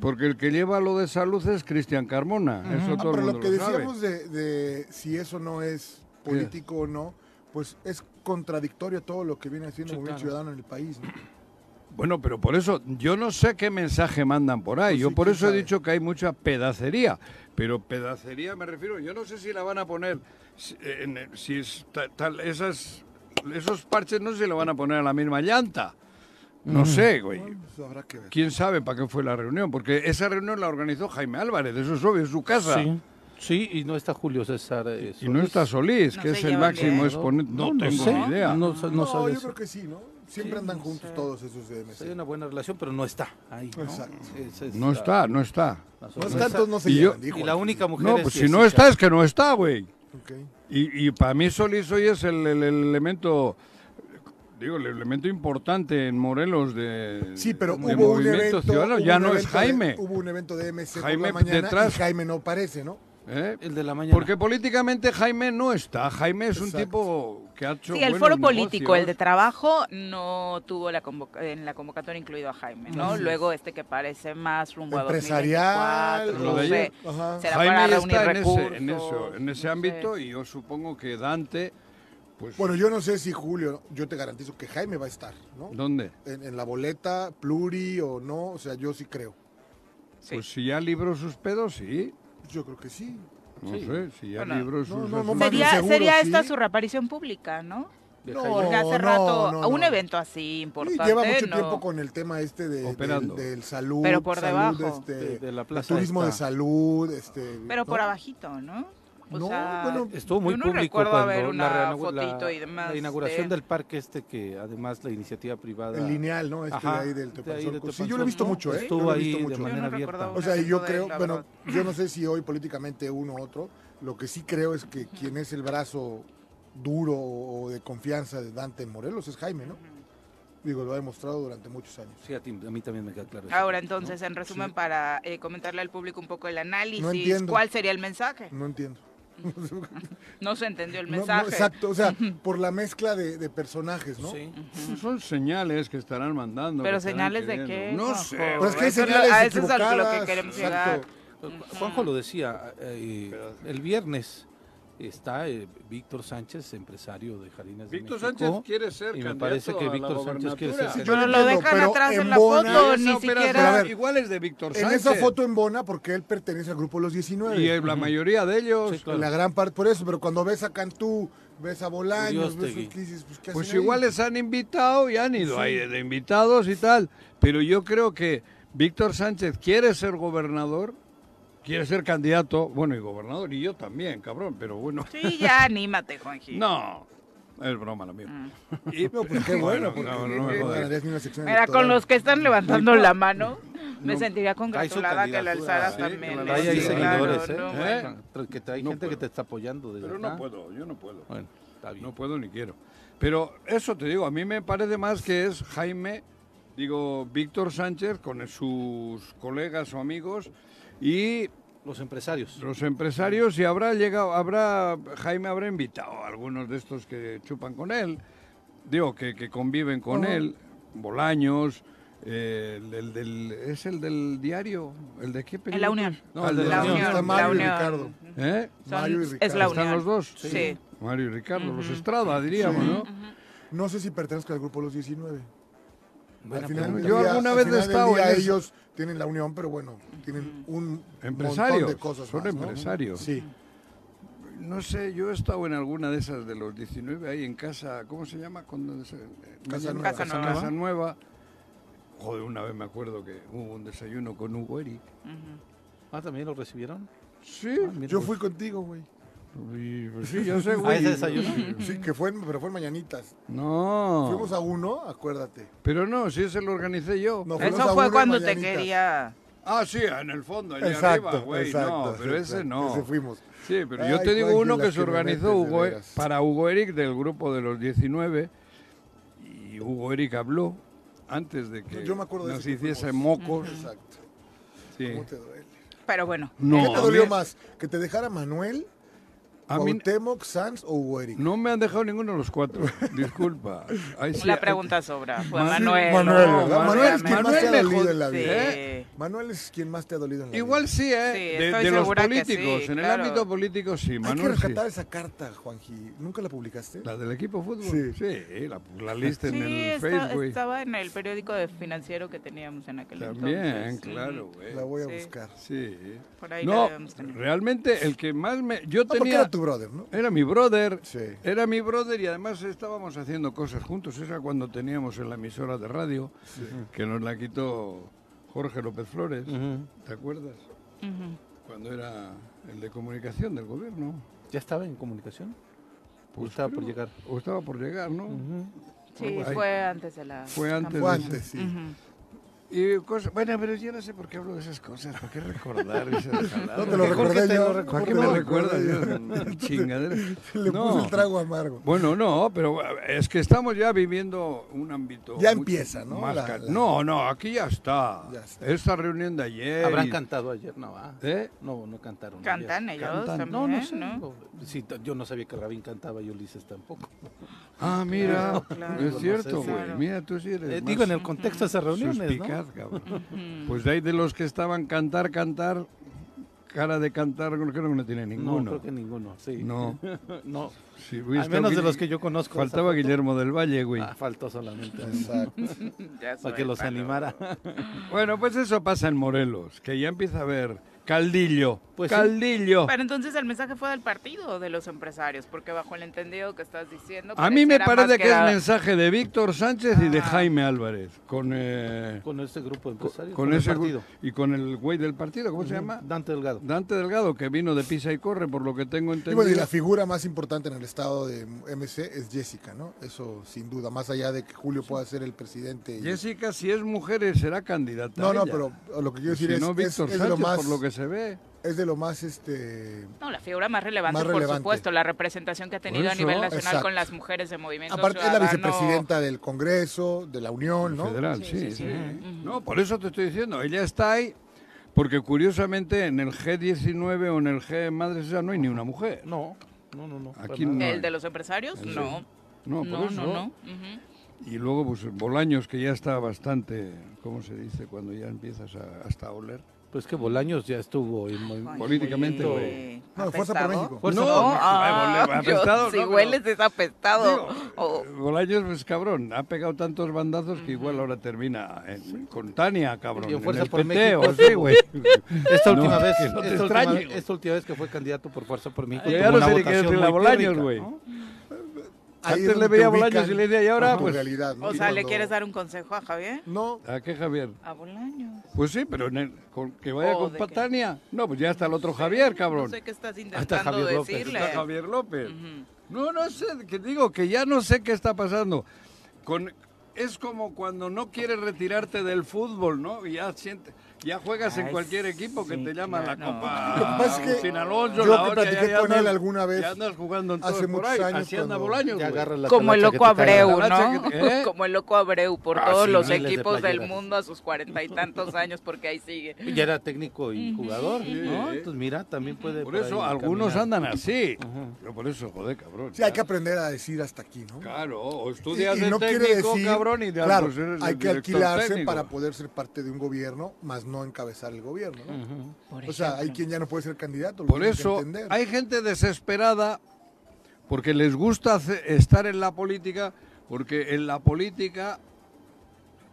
Speaker 3: Porque el que lleva lo de salud es Cristian Carmona. Eso
Speaker 4: Ah,
Speaker 3: todo el
Speaker 4: pero
Speaker 3: mundo
Speaker 4: lo que
Speaker 3: lo sabe.
Speaker 4: decíamos de, de si eso no es político o no, pues es contradictorio a todo lo que viene haciendo
Speaker 5: Sí,
Speaker 4: el Movimiento
Speaker 5: claro.
Speaker 4: Ciudadano en el país. ¿no?
Speaker 3: Bueno, pero por eso, yo no sé qué mensaje mandan por ahí.
Speaker 4: Pues
Speaker 3: yo
Speaker 4: sí,
Speaker 3: por
Speaker 4: quién
Speaker 3: eso
Speaker 4: sabe.
Speaker 3: he dicho que hay mucha pedacería. Pero pedacería me refiero, yo no sé si la van a poner, si, en- si es ta- tal- esas, esos parches no se lo van a poner a la misma llanta. No sé, güey.
Speaker 4: Bueno, pues habrá que ver.
Speaker 3: ¿Quién sabe para qué fue la reunión? Porque esa reunión la organizó Jaime Álvarez, eso es obvio, es su casa.
Speaker 5: Sí, sí, y no está Julio César eh,
Speaker 3: Y no
Speaker 5: Solís.
Speaker 3: está Solís,
Speaker 2: No
Speaker 3: que
Speaker 2: se
Speaker 3: es el
Speaker 2: llevan
Speaker 3: máximo
Speaker 2: bien.
Speaker 3: exponente. No, tengo
Speaker 5: sé,
Speaker 3: ni idea.
Speaker 5: No, sa- no
Speaker 4: No,
Speaker 5: sabes.
Speaker 4: yo creo que sí, ¿no? Siempre andan juntos todos esos de MC.
Speaker 5: Hay una buena relación, pero no está ahí. ¿no?
Speaker 4: Exacto.
Speaker 5: Esa es
Speaker 3: No
Speaker 5: la-
Speaker 3: está, no está.
Speaker 5: la
Speaker 4: No
Speaker 5: sorpresa.
Speaker 4: están, todos Pues no se
Speaker 3: Y yo-
Speaker 4: llevan, dijo.
Speaker 5: Y la única mujer
Speaker 3: No,
Speaker 5: es
Speaker 3: pues si no
Speaker 5: Jessica.
Speaker 3: está es que no está, güey.
Speaker 4: Ok.
Speaker 3: Y, y para mí Solís hoy es el, el- el elemento, digo, el elemento importante en Morelos de,
Speaker 4: Sí, pero
Speaker 3: de
Speaker 4: hubo un
Speaker 3: Movimiento
Speaker 4: evento.
Speaker 3: Ciudadano.
Speaker 4: hubo
Speaker 3: Ya
Speaker 4: un
Speaker 3: no es
Speaker 4: evento de-
Speaker 3: Jaime,
Speaker 4: hubo un evento de MC por
Speaker 3: Jaime
Speaker 4: la mañana
Speaker 3: detrás.
Speaker 4: y Jaime no parece, ¿no?
Speaker 3: ¿eh?
Speaker 5: El de la mañana.
Speaker 3: porque políticamente Jaime no está. Jaime es un
Speaker 4: Exacto.
Speaker 3: tipo que ha hecho
Speaker 2: Sí, el
Speaker 3: buenos
Speaker 2: foro político, el de
Speaker 3: negocios.
Speaker 2: trabajo, no tuvo la convoc- en la convocatoria incluido a Jaime, ¿no? Luego este que parece más rumbo a
Speaker 4: Empresarial,
Speaker 2: 2024,
Speaker 3: lo
Speaker 2: no
Speaker 3: de
Speaker 2: sé,
Speaker 3: ayer.
Speaker 4: Ajá.
Speaker 2: será
Speaker 3: Jaime
Speaker 2: para
Speaker 3: ya
Speaker 2: reunir
Speaker 3: está en
Speaker 2: recursos.
Speaker 3: ese, en eso, en ese
Speaker 2: no
Speaker 3: ámbito
Speaker 2: sé.
Speaker 3: y yo supongo que Dante, pues,
Speaker 4: Bueno, yo no sé si Julio, yo te garantizo que Jaime va a estar, ¿no?
Speaker 3: ¿dónde?
Speaker 4: En, en la boleta, pluri o no, o sea, yo sí creo.
Speaker 2: Sí.
Speaker 3: Pues si ya libró sus pedos, sí.
Speaker 4: Yo creo que sí.
Speaker 3: No sé, si ya
Speaker 2: Bueno,
Speaker 3: libró sus
Speaker 4: no, no, no,
Speaker 3: asuntos.
Speaker 4: más
Speaker 2: Sería,
Speaker 4: seguro,
Speaker 2: sería
Speaker 4: sí.
Speaker 2: esta su reaparición pública, ¿no?
Speaker 5: de
Speaker 4: No,
Speaker 5: Jaime.
Speaker 2: Porque hace
Speaker 4: no,
Speaker 2: rato,
Speaker 4: no,
Speaker 2: un
Speaker 4: no.
Speaker 2: evento así
Speaker 4: Sí,
Speaker 2: importante,
Speaker 4: lleva mucho
Speaker 2: no.
Speaker 4: tiempo con el tema este de,
Speaker 3: Operando.
Speaker 4: del, del salud,
Speaker 2: Pero por
Speaker 4: salud,
Speaker 2: debajo.
Speaker 4: este,
Speaker 5: De- de la
Speaker 4: el
Speaker 5: plaza
Speaker 4: turismo de
Speaker 5: está.
Speaker 4: salud, este,
Speaker 2: Pero por
Speaker 4: ¿no?
Speaker 2: abajito, ¿no? O
Speaker 4: No,
Speaker 2: sea,
Speaker 4: bueno,
Speaker 5: Estuvo muy
Speaker 2: Yo no
Speaker 5: público
Speaker 2: recuerdo
Speaker 5: cuando
Speaker 2: haber
Speaker 5: la,
Speaker 2: una
Speaker 5: reanau- la-
Speaker 2: fotito y demás
Speaker 5: la inauguración
Speaker 2: de-
Speaker 5: del parque este que además la iniciativa privada
Speaker 4: El lineal, ¿no? Este
Speaker 5: Ajá,
Speaker 4: de ahí del
Speaker 5: de ahí
Speaker 4: Teopanzonco.
Speaker 5: del
Speaker 4: Sí, yo lo he visto
Speaker 5: Teopanzonco.
Speaker 4: mucho, ¿eh?
Speaker 5: Estuvo
Speaker 4: yo lo he
Speaker 5: ahí
Speaker 4: visto
Speaker 5: de
Speaker 4: mucho.
Speaker 5: manera
Speaker 2: Yo no
Speaker 5: abierta.
Speaker 2: recordaba.
Speaker 4: O sea, y yo
Speaker 2: Evento de
Speaker 4: creo,
Speaker 2: él, la
Speaker 4: bueno,
Speaker 2: verdad.
Speaker 4: yo no sé si hoy políticamente uno u otro, lo que sí creo es que quien es el brazo duro o de confianza de Dante Morelos es Jaime, ¿no? Digo, lo ha demostrado durante muchos años.
Speaker 5: Sí, a, ti- a mí también me queda claro. eso.
Speaker 2: Ahora entonces, en resumen, para eh, comentarle al público un poco el análisis,
Speaker 4: entiendo.
Speaker 2: ¿cuál sería el mensaje?
Speaker 4: No entiendo.
Speaker 2: No se entendió el
Speaker 4: No, no,
Speaker 2: mensaje.
Speaker 4: exacto, o sea, por la mezcla de, de personajes, ¿no?
Speaker 5: Sí.
Speaker 3: Pues Son señales que estarán mandando.
Speaker 2: Pero
Speaker 3: que estarán
Speaker 2: señales de
Speaker 3: queriendo.
Speaker 2: qué?
Speaker 3: No
Speaker 2: Juanjo?
Speaker 3: sé.
Speaker 4: Pero es que hay
Speaker 2: Eso es lo-
Speaker 4: señales
Speaker 2: a eso es a lo
Speaker 4: equivocadas,
Speaker 2: que queremos
Speaker 4: exacto.
Speaker 2: llegar.
Speaker 5: Juanjo lo decía, eh, el viernes está eh, Víctor Sánchez, empresario de Jardines de
Speaker 3: Víctor
Speaker 5: México,
Speaker 3: Sánchez quiere ser
Speaker 5: y me
Speaker 3: candidato
Speaker 5: parece que
Speaker 3: a la
Speaker 5: Víctor Sánchez quiere ser
Speaker 3: gobernatura.
Speaker 4: Yo
Speaker 2: Pero
Speaker 4: no
Speaker 5: senador.
Speaker 2: lo
Speaker 4: entiendo,
Speaker 2: dejan
Speaker 4: pero
Speaker 2: atrás en
Speaker 4: en
Speaker 2: la
Speaker 4: Bona-
Speaker 2: foto,
Speaker 3: Esa
Speaker 2: ni
Speaker 3: operación
Speaker 4: Pero a
Speaker 2: siquiera.
Speaker 4: ver,
Speaker 3: igual es de Víctor
Speaker 4: En
Speaker 3: Sánchez.
Speaker 4: esa foto en Bona, porque él pertenece al grupo Los 19.
Speaker 3: Y la mayoría de ellos.
Speaker 5: Sí, claro.
Speaker 4: La gran parte por eso, pero cuando ves a Cantú, ves a Bolaños, ves
Speaker 5: Uriostegui.
Speaker 4: a- ¿qué dices? Pues, ¿qué
Speaker 3: Pues
Speaker 4: hacen ahí?
Speaker 3: igual les han invitado y han ido ahí de invitados y tal. Pero yo creo que Víctor Sánchez quiere ser gobernador, quiere ser candidato, bueno, y gobernador, y yo también, cabrón, pero bueno.
Speaker 2: Sí, ya anímate, Juanji.
Speaker 3: No, es broma lo mío.
Speaker 2: Ah.
Speaker 3: Y-
Speaker 4: No, pues qué bueno, porque
Speaker 3: no, no me
Speaker 4: no
Speaker 3: jodas.
Speaker 4: ganarías ni una sección
Speaker 2: Mira, con
Speaker 4: electoral.
Speaker 2: los que están levantando la mano, me
Speaker 3: No.
Speaker 2: sentiría congratulada que la
Speaker 5: candidatura,
Speaker 2: alzaras
Speaker 3: sí,
Speaker 2: también.
Speaker 3: que la
Speaker 2: ¿eh?
Speaker 5: Ahí hay
Speaker 2: Sí,
Speaker 5: seguidores,
Speaker 2: claro, no,
Speaker 5: ¿eh?
Speaker 2: bueno.
Speaker 3: bueno.
Speaker 5: Tra- que te- hay
Speaker 3: No
Speaker 5: gente que
Speaker 3: puedo.
Speaker 5: te está apoyando desde
Speaker 3: Pero no
Speaker 5: acá.
Speaker 3: puedo, yo no puedo.
Speaker 5: ¿ah? Bueno, está bien.
Speaker 3: No puedo ni quiero. Pero eso te digo, a mí me parece más que es Jaime, digo, Víctor Sánchez con sus colegas o amigos y
Speaker 5: Los empresarios.
Speaker 3: los empresarios y habrá llegado, habrá, Jaime habrá invitado a algunos de estos que chupan con él, digo, que, que conviven con él, Bolaños, eh, el, el del, es el del diario, el de qué
Speaker 2: En la
Speaker 3: periódico
Speaker 2: Unión.
Speaker 3: es? No, el de
Speaker 4: La
Speaker 3: la, Unión.
Speaker 4: Unión. Está
Speaker 2: la
Speaker 4: Mario y
Speaker 2: Unión.
Speaker 4: Ricardo.
Speaker 3: ¿Eh?
Speaker 2: Son-
Speaker 4: Mario y
Speaker 2: es
Speaker 4: Ricardo.
Speaker 2: la
Speaker 3: ¿Están
Speaker 2: unión.
Speaker 3: los dos?
Speaker 2: Sí.
Speaker 3: Mario y Ricardo, los Estrada, diríamos, ¿no?
Speaker 4: No sé si pertenezco al grupo Los 19.
Speaker 5: Buena
Speaker 4: al final
Speaker 5: pregunta.
Speaker 4: del
Speaker 3: Yo
Speaker 4: día-
Speaker 3: alguna
Speaker 4: al
Speaker 3: vez he
Speaker 4: final del
Speaker 3: estado
Speaker 4: día
Speaker 3: en eso.
Speaker 4: ellos tienen la unión, pero bueno, tienen un
Speaker 3: Empresarios,
Speaker 4: montón de cosas
Speaker 3: son
Speaker 4: más, ¿no?
Speaker 3: empresarios.
Speaker 4: Sí.
Speaker 3: No sé, yo he estado en alguna de esas de los 19 ahí en casa, ¿cómo se llama? Cuando se- eh,
Speaker 4: Casa
Speaker 3: Nueva.
Speaker 4: Nueva.
Speaker 3: Casa
Speaker 2: Casa Nueva.
Speaker 3: Nueva. Joder, una vez me acuerdo que hubo un desayuno con Hugo Eric.
Speaker 5: Ah, también lo recibieron.
Speaker 3: Sí,
Speaker 5: Ah, mira,
Speaker 4: Yo
Speaker 5: pues.
Speaker 4: fui contigo, güey.
Speaker 3: y- pues sí, yo sé,
Speaker 5: ¿A
Speaker 3: güey.
Speaker 5: ese desayuno?
Speaker 4: Sí, que fue, en- pero fue en Mañanitas.
Speaker 3: No,
Speaker 4: Fuimos a uno, acuérdate.
Speaker 3: pero no, sí se lo organicé yo.
Speaker 4: No, fuimos a
Speaker 2: Eso
Speaker 4: uno
Speaker 2: fue
Speaker 4: en
Speaker 2: cuando te
Speaker 4: Mañanitas.
Speaker 2: quería.
Speaker 3: Ah, sí, en el fondo, allá arriba, güey. No, pero ese
Speaker 4: exacto,
Speaker 3: no.
Speaker 4: Ese fuimos.
Speaker 3: Sí, pero yo
Speaker 4: Ay,
Speaker 3: te digo
Speaker 4: Juanji,
Speaker 3: uno
Speaker 4: las
Speaker 3: que se
Speaker 4: me metes,
Speaker 3: organizó
Speaker 4: de
Speaker 3: Hugo, eh,
Speaker 4: veras.
Speaker 3: para Hugo Eric del grupo de los 19 y Hugo Eric habló antes de que
Speaker 4: Yo me acuerdo de
Speaker 3: nos
Speaker 4: ese que
Speaker 3: hiciese
Speaker 4: fuimos.
Speaker 3: mocos.
Speaker 4: Exacto.
Speaker 3: Sí.
Speaker 4: ¿Cómo te duele?
Speaker 2: Pero bueno,
Speaker 3: No,
Speaker 4: ¿Qué te
Speaker 3: a
Speaker 4: dolió
Speaker 3: mí-
Speaker 4: más? ¿Que te dejara Manuel,
Speaker 3: A mí
Speaker 4: Cuauhtémoc, Sanz o Hugo Eric?
Speaker 3: no me han dejado ninguno de los cuatro, disculpa. Ahí sí-
Speaker 2: la pregunta sobra. Fue
Speaker 3: Ma-
Speaker 2: Manuel.
Speaker 4: Manuel,
Speaker 2: ¿no?
Speaker 4: ¿verdad? Manuel es quien más te ha
Speaker 3: Manuel me
Speaker 4: dolido
Speaker 3: jod-
Speaker 4: en la vida.
Speaker 3: ¿eh?
Speaker 2: Sí.
Speaker 4: Manuel es quien más te ha dolido en la
Speaker 3: Igual
Speaker 4: vida.
Speaker 3: sí, ¿eh?
Speaker 2: Sí,
Speaker 3: de,
Speaker 2: estoy
Speaker 3: de los
Speaker 2: segura que sí,
Speaker 3: políticos, en el
Speaker 2: claro.
Speaker 3: ámbito político sí,
Speaker 4: Hay
Speaker 3: Manuel
Speaker 4: que
Speaker 3: sí.
Speaker 4: rescatar esa carta, Juanji. ¿Nunca la publicaste?
Speaker 3: La del equipo de fútbol, sí,
Speaker 4: Sí.
Speaker 3: la, la lista en
Speaker 2: Sí,
Speaker 3: el
Speaker 2: esta-
Speaker 3: Facebook.
Speaker 2: estaba en el periódico de financiero que teníamos en aquel
Speaker 3: También,
Speaker 2: entonces.
Speaker 3: claro, güey.
Speaker 4: La voy a
Speaker 2: Sí.
Speaker 4: buscar.
Speaker 3: Sí.
Speaker 2: Por ahí la
Speaker 3: no,
Speaker 2: debemos tener.
Speaker 3: realmente el que más me... Yo
Speaker 4: Ah, porque
Speaker 3: tenía...
Speaker 4: era tu brother, ¿no?
Speaker 3: Era mi brother.
Speaker 4: Sí.
Speaker 3: Era mi brother y además estábamos haciendo cosas juntos. Era cuando teníamos en la emisora de radio, que nos la quitó Jorge López Flores. ¿Te acuerdas? Cuando era el de comunicación del gobierno.
Speaker 5: ¿Ya estaba en comunicación?
Speaker 3: Pues
Speaker 5: estaba por
Speaker 3: creo-
Speaker 5: llegar.
Speaker 3: O estaba por llegar, ¿no?
Speaker 2: Sí,
Speaker 3: Ay.
Speaker 2: fue antes de la.
Speaker 3: Fue antes.
Speaker 4: Fue antes, sí.
Speaker 3: Y cosa- bueno, pero yo no sé por qué hablo de esas cosas, ¿por qué recordar esas jaladas?
Speaker 4: No te lo
Speaker 3: Mejor que
Speaker 4: recordé
Speaker 3: te
Speaker 4: yo.
Speaker 3: lo ¿Para qué
Speaker 4: Te
Speaker 3: me
Speaker 4: lo
Speaker 3: recuerdas?
Speaker 4: recordé
Speaker 3: yo? Chingadera.
Speaker 4: Le
Speaker 3: No.
Speaker 4: puse el trago amargo.
Speaker 3: Bueno, no, pero eh, es que estamos ya viviendo un ámbito.
Speaker 4: Ya
Speaker 3: mucho
Speaker 4: empieza, ¿no?
Speaker 3: más
Speaker 4: La-
Speaker 3: ca-
Speaker 4: la-
Speaker 3: No, no, aquí ya está.
Speaker 4: Ya está.
Speaker 3: Esta reunión de ayer.
Speaker 5: ¿Habrán
Speaker 3: y-
Speaker 5: cantado ayer? No, ah.
Speaker 3: ¿Eh?
Speaker 5: No, no cantaron.
Speaker 2: Cantan
Speaker 5: ayer.
Speaker 2: ellos también,
Speaker 5: No, no sé.
Speaker 2: ¿no?
Speaker 5: no. Sí, t- yo no sabía que Rabín cantaba y Ulises tampoco.
Speaker 3: Ah, mira,
Speaker 2: Claro,
Speaker 3: es
Speaker 5: claro.
Speaker 3: cierto, güey.
Speaker 2: Claro.
Speaker 3: Mira, tú sí eres.
Speaker 5: Eh,
Speaker 3: más
Speaker 5: digo, en el contexto de esas reuniones, ¿no?
Speaker 3: suspicaz, cabrón. Pues de ahí de los que estaban cantar, cantar, cara de cantar, creo que no tiene
Speaker 5: No,
Speaker 3: ninguno.
Speaker 5: creo que ninguno, sí.
Speaker 3: No.
Speaker 5: no.
Speaker 3: Sí, güey,
Speaker 5: Al
Speaker 3: estaba
Speaker 5: menos de
Speaker 3: Guille-
Speaker 5: los que yo conozco.
Speaker 3: Faltaba
Speaker 5: Esa foto.
Speaker 3: Guillermo del Valle, güey.
Speaker 5: Ah, faltó solamente.
Speaker 4: Exacto.
Speaker 5: Para que los animara.
Speaker 3: Bueno, pues eso pasa en Morelos, que ya empieza a haber caldillo.
Speaker 5: Pues sí.
Speaker 3: caldillo.
Speaker 2: Pero entonces el mensaje fue del partido o de los empresarios, porque bajo el entendido que estás diciendo.
Speaker 3: A mí me
Speaker 2: pareciera más Ah.
Speaker 3: parece que es
Speaker 2: la-
Speaker 3: mensaje de Víctor Sánchez y de Jaime Álvarez, con, eh,
Speaker 5: Con ese grupo de
Speaker 3: con,
Speaker 5: empresarios.
Speaker 3: con
Speaker 5: el
Speaker 3: ese
Speaker 5: partido.
Speaker 3: gu- y con el güey del partido, ¿cómo se llama?
Speaker 5: Dante Delgado.
Speaker 3: Dante Delgado, que vino de Pisa y Corre, por lo que tengo
Speaker 4: Y
Speaker 3: entendido.
Speaker 4: bueno, y la figura más importante en el estado de MC es Jessica, ¿no? Eso sin duda, más allá de que Julio pueda ser el presidente. y-
Speaker 3: Jessica, si es mujer, será candidata.
Speaker 4: No, no,
Speaker 3: ella.
Speaker 4: pero lo que quiero
Speaker 3: Si
Speaker 4: decir es,
Speaker 3: no,
Speaker 4: es-
Speaker 3: Víctor
Speaker 4: es de lo
Speaker 3: Sánchez,
Speaker 4: más,
Speaker 3: por lo que se ve.
Speaker 4: es de lo más, este,
Speaker 2: No, la figura más relevante,
Speaker 4: Más
Speaker 2: por
Speaker 4: relevante.
Speaker 2: supuesto, la representación que ha tenido a
Speaker 3: Por eso,
Speaker 2: nivel nacional
Speaker 4: exacto.
Speaker 2: con las mujeres de Movimiento
Speaker 4: aparte es la
Speaker 2: Ciudadano.
Speaker 4: vicepresidenta del Congreso, de la Unión, ¿no?
Speaker 3: Federal,
Speaker 2: Sí,
Speaker 3: sí.
Speaker 2: sí, sí.
Speaker 3: sí.
Speaker 2: Ujú.
Speaker 3: No, por eso te estoy diciendo, ella está ahí, porque curiosamente en el G19 o en el G Madre César no hay ni una mujer.
Speaker 5: No, no, no. no
Speaker 4: Pues
Speaker 5: para
Speaker 3: Aquí
Speaker 5: nada.
Speaker 3: no.
Speaker 2: ¿El de los empresarios?
Speaker 3: Sí.
Speaker 2: No.
Speaker 3: No,
Speaker 2: No,
Speaker 3: por
Speaker 2: no,
Speaker 3: eso.
Speaker 2: no. Ujú.
Speaker 3: Y luego, pues Bolaños, que ya está bastante, ¿cómo se dice? Cuando ya empiezas a, hasta a oler.
Speaker 5: Pues que Bolaños ya estuvo en movi-
Speaker 3: Políticamente,
Speaker 2: Ay,
Speaker 3: güey.
Speaker 4: No, Fuerza por
Speaker 2: ¿Apestado?
Speaker 4: México.
Speaker 5: Fuerza
Speaker 3: No,
Speaker 5: por México.
Speaker 2: Ah,
Speaker 3: Apestado,
Speaker 2: yo-
Speaker 3: apestado,
Speaker 2: si
Speaker 3: no, pero-
Speaker 2: hueles es apestado.
Speaker 3: Digo,
Speaker 2: O-
Speaker 3: Bolaños, pues cabrón, ha pegado tantos bandazos que igual ahora termina en- con Tania, cabrón.
Speaker 5: Y en
Speaker 3: en
Speaker 5: Fuerza
Speaker 3: el
Speaker 5: por
Speaker 3: PT,
Speaker 5: México.
Speaker 3: o sí, güey.
Speaker 5: Esta
Speaker 3: No,
Speaker 5: última vez,
Speaker 3: que no te
Speaker 5: esta, última,
Speaker 3: extrañe, güey.
Speaker 5: esta última vez que fue candidato por Fuerza por México.
Speaker 3: Ya
Speaker 5: tuvo
Speaker 3: no
Speaker 5: una
Speaker 3: sé ni qué
Speaker 5: votación
Speaker 3: decirle a
Speaker 5: muy
Speaker 3: Bolaños,
Speaker 5: pírrica,
Speaker 3: güey.
Speaker 5: ¿no?
Speaker 4: Ahí
Speaker 3: Antes
Speaker 4: es
Speaker 3: le
Speaker 4: donde
Speaker 3: veía
Speaker 4: te
Speaker 3: Bolaños
Speaker 4: ubican
Speaker 3: y le decía, y
Speaker 4: a
Speaker 3: ahora,
Speaker 4: tu
Speaker 3: pues.
Speaker 4: realidad, ¿no?
Speaker 2: o
Speaker 4: Y
Speaker 2: sea, ¿le
Speaker 4: cuando-
Speaker 2: quieres dar un consejo a Javier?
Speaker 4: No,
Speaker 3: ¿A qué, Javier?
Speaker 2: A Bolaños.
Speaker 3: Pues sí, pero en el- con- que vaya
Speaker 2: ¿O
Speaker 3: con
Speaker 2: Oh, de
Speaker 3: pa-
Speaker 2: qué?
Speaker 3: Tania. No, pues ya está el otro Javier, cabrón.
Speaker 2: No sé qué estás
Speaker 5: Hasta
Speaker 2: intentando
Speaker 5: Javier López.
Speaker 2: decirle.
Speaker 3: Está Javier López. No, no sé, que digo que ya no sé qué está pasando. Con, es como cuando no quieres retirarte del fútbol, ¿no? Y ya siente, ya juegas en
Speaker 2: Ay,
Speaker 3: cualquier equipo que
Speaker 2: sí,
Speaker 3: te llama
Speaker 2: claro.
Speaker 3: la Copa.
Speaker 4: Lo que pasa es que
Speaker 3: Agustín Alonso,
Speaker 4: yo
Speaker 3: la
Speaker 4: que
Speaker 3: otra, ya-
Speaker 4: platiqué
Speaker 3: ya
Speaker 4: con él
Speaker 3: andas-
Speaker 4: alguna vez,
Speaker 3: Ya andas jugando en
Speaker 4: hace
Speaker 3: todos por
Speaker 4: muchos
Speaker 3: ahí.
Speaker 4: años
Speaker 3: Así anda
Speaker 4: cuando-
Speaker 3: Bolaños,
Speaker 5: Ya
Speaker 3: güey.
Speaker 5: agarras la
Speaker 2: Como el
Speaker 5: talacha que
Speaker 2: loco
Speaker 5: te caiga.
Speaker 2: Abreu,
Speaker 3: La lancha
Speaker 2: ¿no?
Speaker 3: que te- ¿eh?
Speaker 2: Como el loco Abreu por
Speaker 5: Ah,
Speaker 2: todos
Speaker 5: sí,
Speaker 2: los
Speaker 5: miles de
Speaker 2: equipos del
Speaker 5: playeras.
Speaker 2: mundo a sus cuarenta y tantos años, porque ahí sigue.
Speaker 5: Ya era técnico y jugador, ¿no?
Speaker 3: Sí.
Speaker 5: Entonces mira, también puede...
Speaker 3: Por eso
Speaker 5: ahí
Speaker 3: algunos
Speaker 5: caminar.
Speaker 3: andan así. Pero por eso, joder, cabrón.
Speaker 4: sí, hay que aprender a decir hasta aquí, ¿no?
Speaker 3: Claro, o
Speaker 4: Y-
Speaker 3: estudias
Speaker 4: y
Speaker 3: de
Speaker 4: no quiere
Speaker 3: técnico,
Speaker 4: decir-
Speaker 3: cabrón, y de
Speaker 4: claro,
Speaker 3: pues, eres
Speaker 4: hay
Speaker 3: el
Speaker 4: que
Speaker 3: director
Speaker 4: alquilarse
Speaker 3: técnico.
Speaker 4: para poder ser parte de un gobierno, más no encabezar el gobierno. ¿no?
Speaker 2: Por
Speaker 4: O sea, hay
Speaker 2: ejemplo.
Speaker 4: quien ya no puede ser candidato. lo
Speaker 3: Por
Speaker 4: tienen que
Speaker 3: eso
Speaker 4: entender.
Speaker 3: hay gente desesperada porque les gusta hace- estar en la política, porque en la política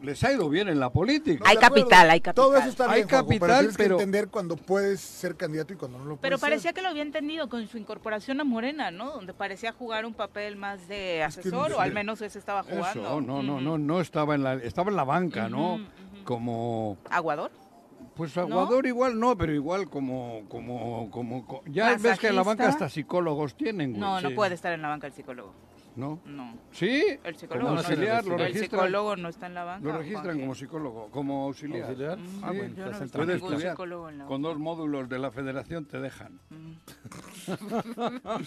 Speaker 3: les ha ido bien en la política.
Speaker 4: No,
Speaker 2: Hay
Speaker 4: de acuerdo.
Speaker 2: capital, hay capital.
Speaker 4: Todo eso está bien,
Speaker 3: Hay
Speaker 4: Juanjo, pero
Speaker 3: capital,
Speaker 4: tienes que
Speaker 3: pero-
Speaker 4: entender cuando puedes ser candidato y cuando no lo puedes
Speaker 2: Pero parecía
Speaker 4: ser.
Speaker 2: que lo había entendido con su incorporación a Morena, ¿no? Donde parecía jugar un papel más de
Speaker 4: que
Speaker 2: asesor,
Speaker 4: no
Speaker 2: o al
Speaker 4: sé.
Speaker 2: menos ese estaba jugando.
Speaker 3: Eso, no, no,
Speaker 2: Ujú.
Speaker 3: no, no estaba en la, estaba en la banca, ¿no?
Speaker 2: Ujú,
Speaker 3: Como,
Speaker 2: ¿Aguador?
Speaker 3: pues Aguador igual no, pero igual como, como, como, co- ya ves que en la banca
Speaker 2: Masajista.
Speaker 3: hasta psicólogos tienen, güey.
Speaker 2: No, no
Speaker 3: Sí.
Speaker 2: puede estar en la banca el psicólogo.
Speaker 3: ¿no,
Speaker 2: No.
Speaker 3: sí,
Speaker 2: El psicólogo,
Speaker 3: como
Speaker 2: no,
Speaker 3: auxiliar, lo
Speaker 5: el
Speaker 2: El
Speaker 3: registran,
Speaker 2: psicólogo no está en la banca.
Speaker 3: lo registran
Speaker 2: Juanji.
Speaker 3: como psicólogo, como auxiliar.
Speaker 5: ¿Auxiliar?
Speaker 2: Mm,
Speaker 5: Ah,
Speaker 3: Sí,
Speaker 5: bueno,
Speaker 2: yo no
Speaker 5: estás
Speaker 2: he
Speaker 5: en
Speaker 2: visto
Speaker 3: Puedes
Speaker 5: trámite.
Speaker 2: ningún
Speaker 3: estudiar.
Speaker 2: psicólogo en la
Speaker 3: Con dos módulos de la Federación te dejan.
Speaker 4: ¿Pero
Speaker 3: Bueno, eh,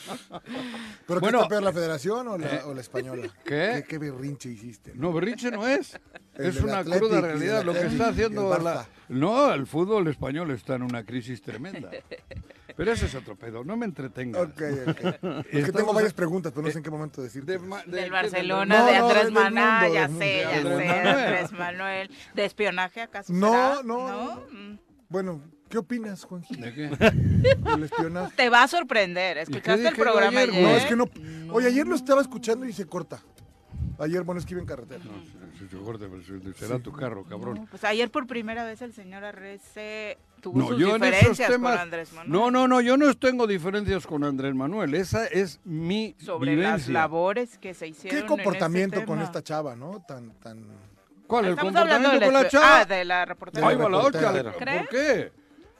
Speaker 4: qué está peor, la federación o la, o la española?
Speaker 3: ¿qué?
Speaker 4: ¿Qué berrinche hiciste?
Speaker 3: No, berrinche no es.
Speaker 4: El
Speaker 3: es
Speaker 4: del
Speaker 3: una
Speaker 4: Athletic y
Speaker 3: cruda
Speaker 4: el
Speaker 3: realidad. Lo que
Speaker 4: Athletic
Speaker 3: está
Speaker 4: y el
Speaker 3: haciendo la...
Speaker 4: Barça.
Speaker 3: No, el fútbol español está en una crisis tremenda. Pero ese es otro pedo. No me entretengas.
Speaker 4: Ok, ok. Es que
Speaker 3: Estamos
Speaker 4: tengo
Speaker 3: a-
Speaker 4: varias preguntas,
Speaker 3: Eh,
Speaker 4: pero no sé en qué momento decirte.
Speaker 3: De ma- de-
Speaker 2: Del
Speaker 4: No,
Speaker 2: Barcelona,
Speaker 4: no,
Speaker 2: de
Speaker 4: del
Speaker 2: Andrés
Speaker 4: mundo,
Speaker 2: Maná, ya
Speaker 4: del
Speaker 2: sé,
Speaker 4: mundo.
Speaker 2: ya
Speaker 3: Andrés
Speaker 2: sé, de
Speaker 3: Manuel.
Speaker 2: Andrés Manuel. ¿De espionaje acaso?
Speaker 4: No,
Speaker 2: será?
Speaker 4: no, no.
Speaker 2: Mm.
Speaker 4: Bueno, ¿qué opinas, Juanji?
Speaker 3: ¿De qué?
Speaker 4: del espionaje?
Speaker 2: Te va a sorprender. ¿Escuchaste
Speaker 3: dije
Speaker 2: el
Speaker 3: yo
Speaker 2: programa
Speaker 3: ayer,
Speaker 2: ayer?
Speaker 3: güey?
Speaker 4: No, es que no. Oye, ayer lo estaba escuchando y se corta. Ayer, bueno, es que iba en carretera.
Speaker 3: Sí, sí, Jorge, pero pues, Será tu carro, cabrón.
Speaker 2: Pues ayer por primera vez el señor Arrece tuvo
Speaker 3: No,
Speaker 2: sus
Speaker 3: yo en esos
Speaker 2: diferencias con
Speaker 3: temas.
Speaker 2: Andrés Manuel.
Speaker 3: No, no, no, yo no tengo diferencias con Andrés Manuel. Esa es mi
Speaker 2: Sobre las
Speaker 3: vivencia.
Speaker 2: labores que se hicieron.
Speaker 4: ¿Qué
Speaker 2: en
Speaker 4: comportamiento
Speaker 2: ese
Speaker 4: con
Speaker 2: tema?
Speaker 4: esta chava, no? Tan, tan.
Speaker 3: ¿Cuál? ¿El
Speaker 2: Estamos hablando
Speaker 3: comportamiento
Speaker 2: de la,
Speaker 3: con la
Speaker 2: espe-
Speaker 3: chava?
Speaker 2: Ah, de la reportera.
Speaker 3: Ahí va la
Speaker 4: reportera.
Speaker 3: otra.
Speaker 2: ¿Cree?
Speaker 3: ¿Por qué?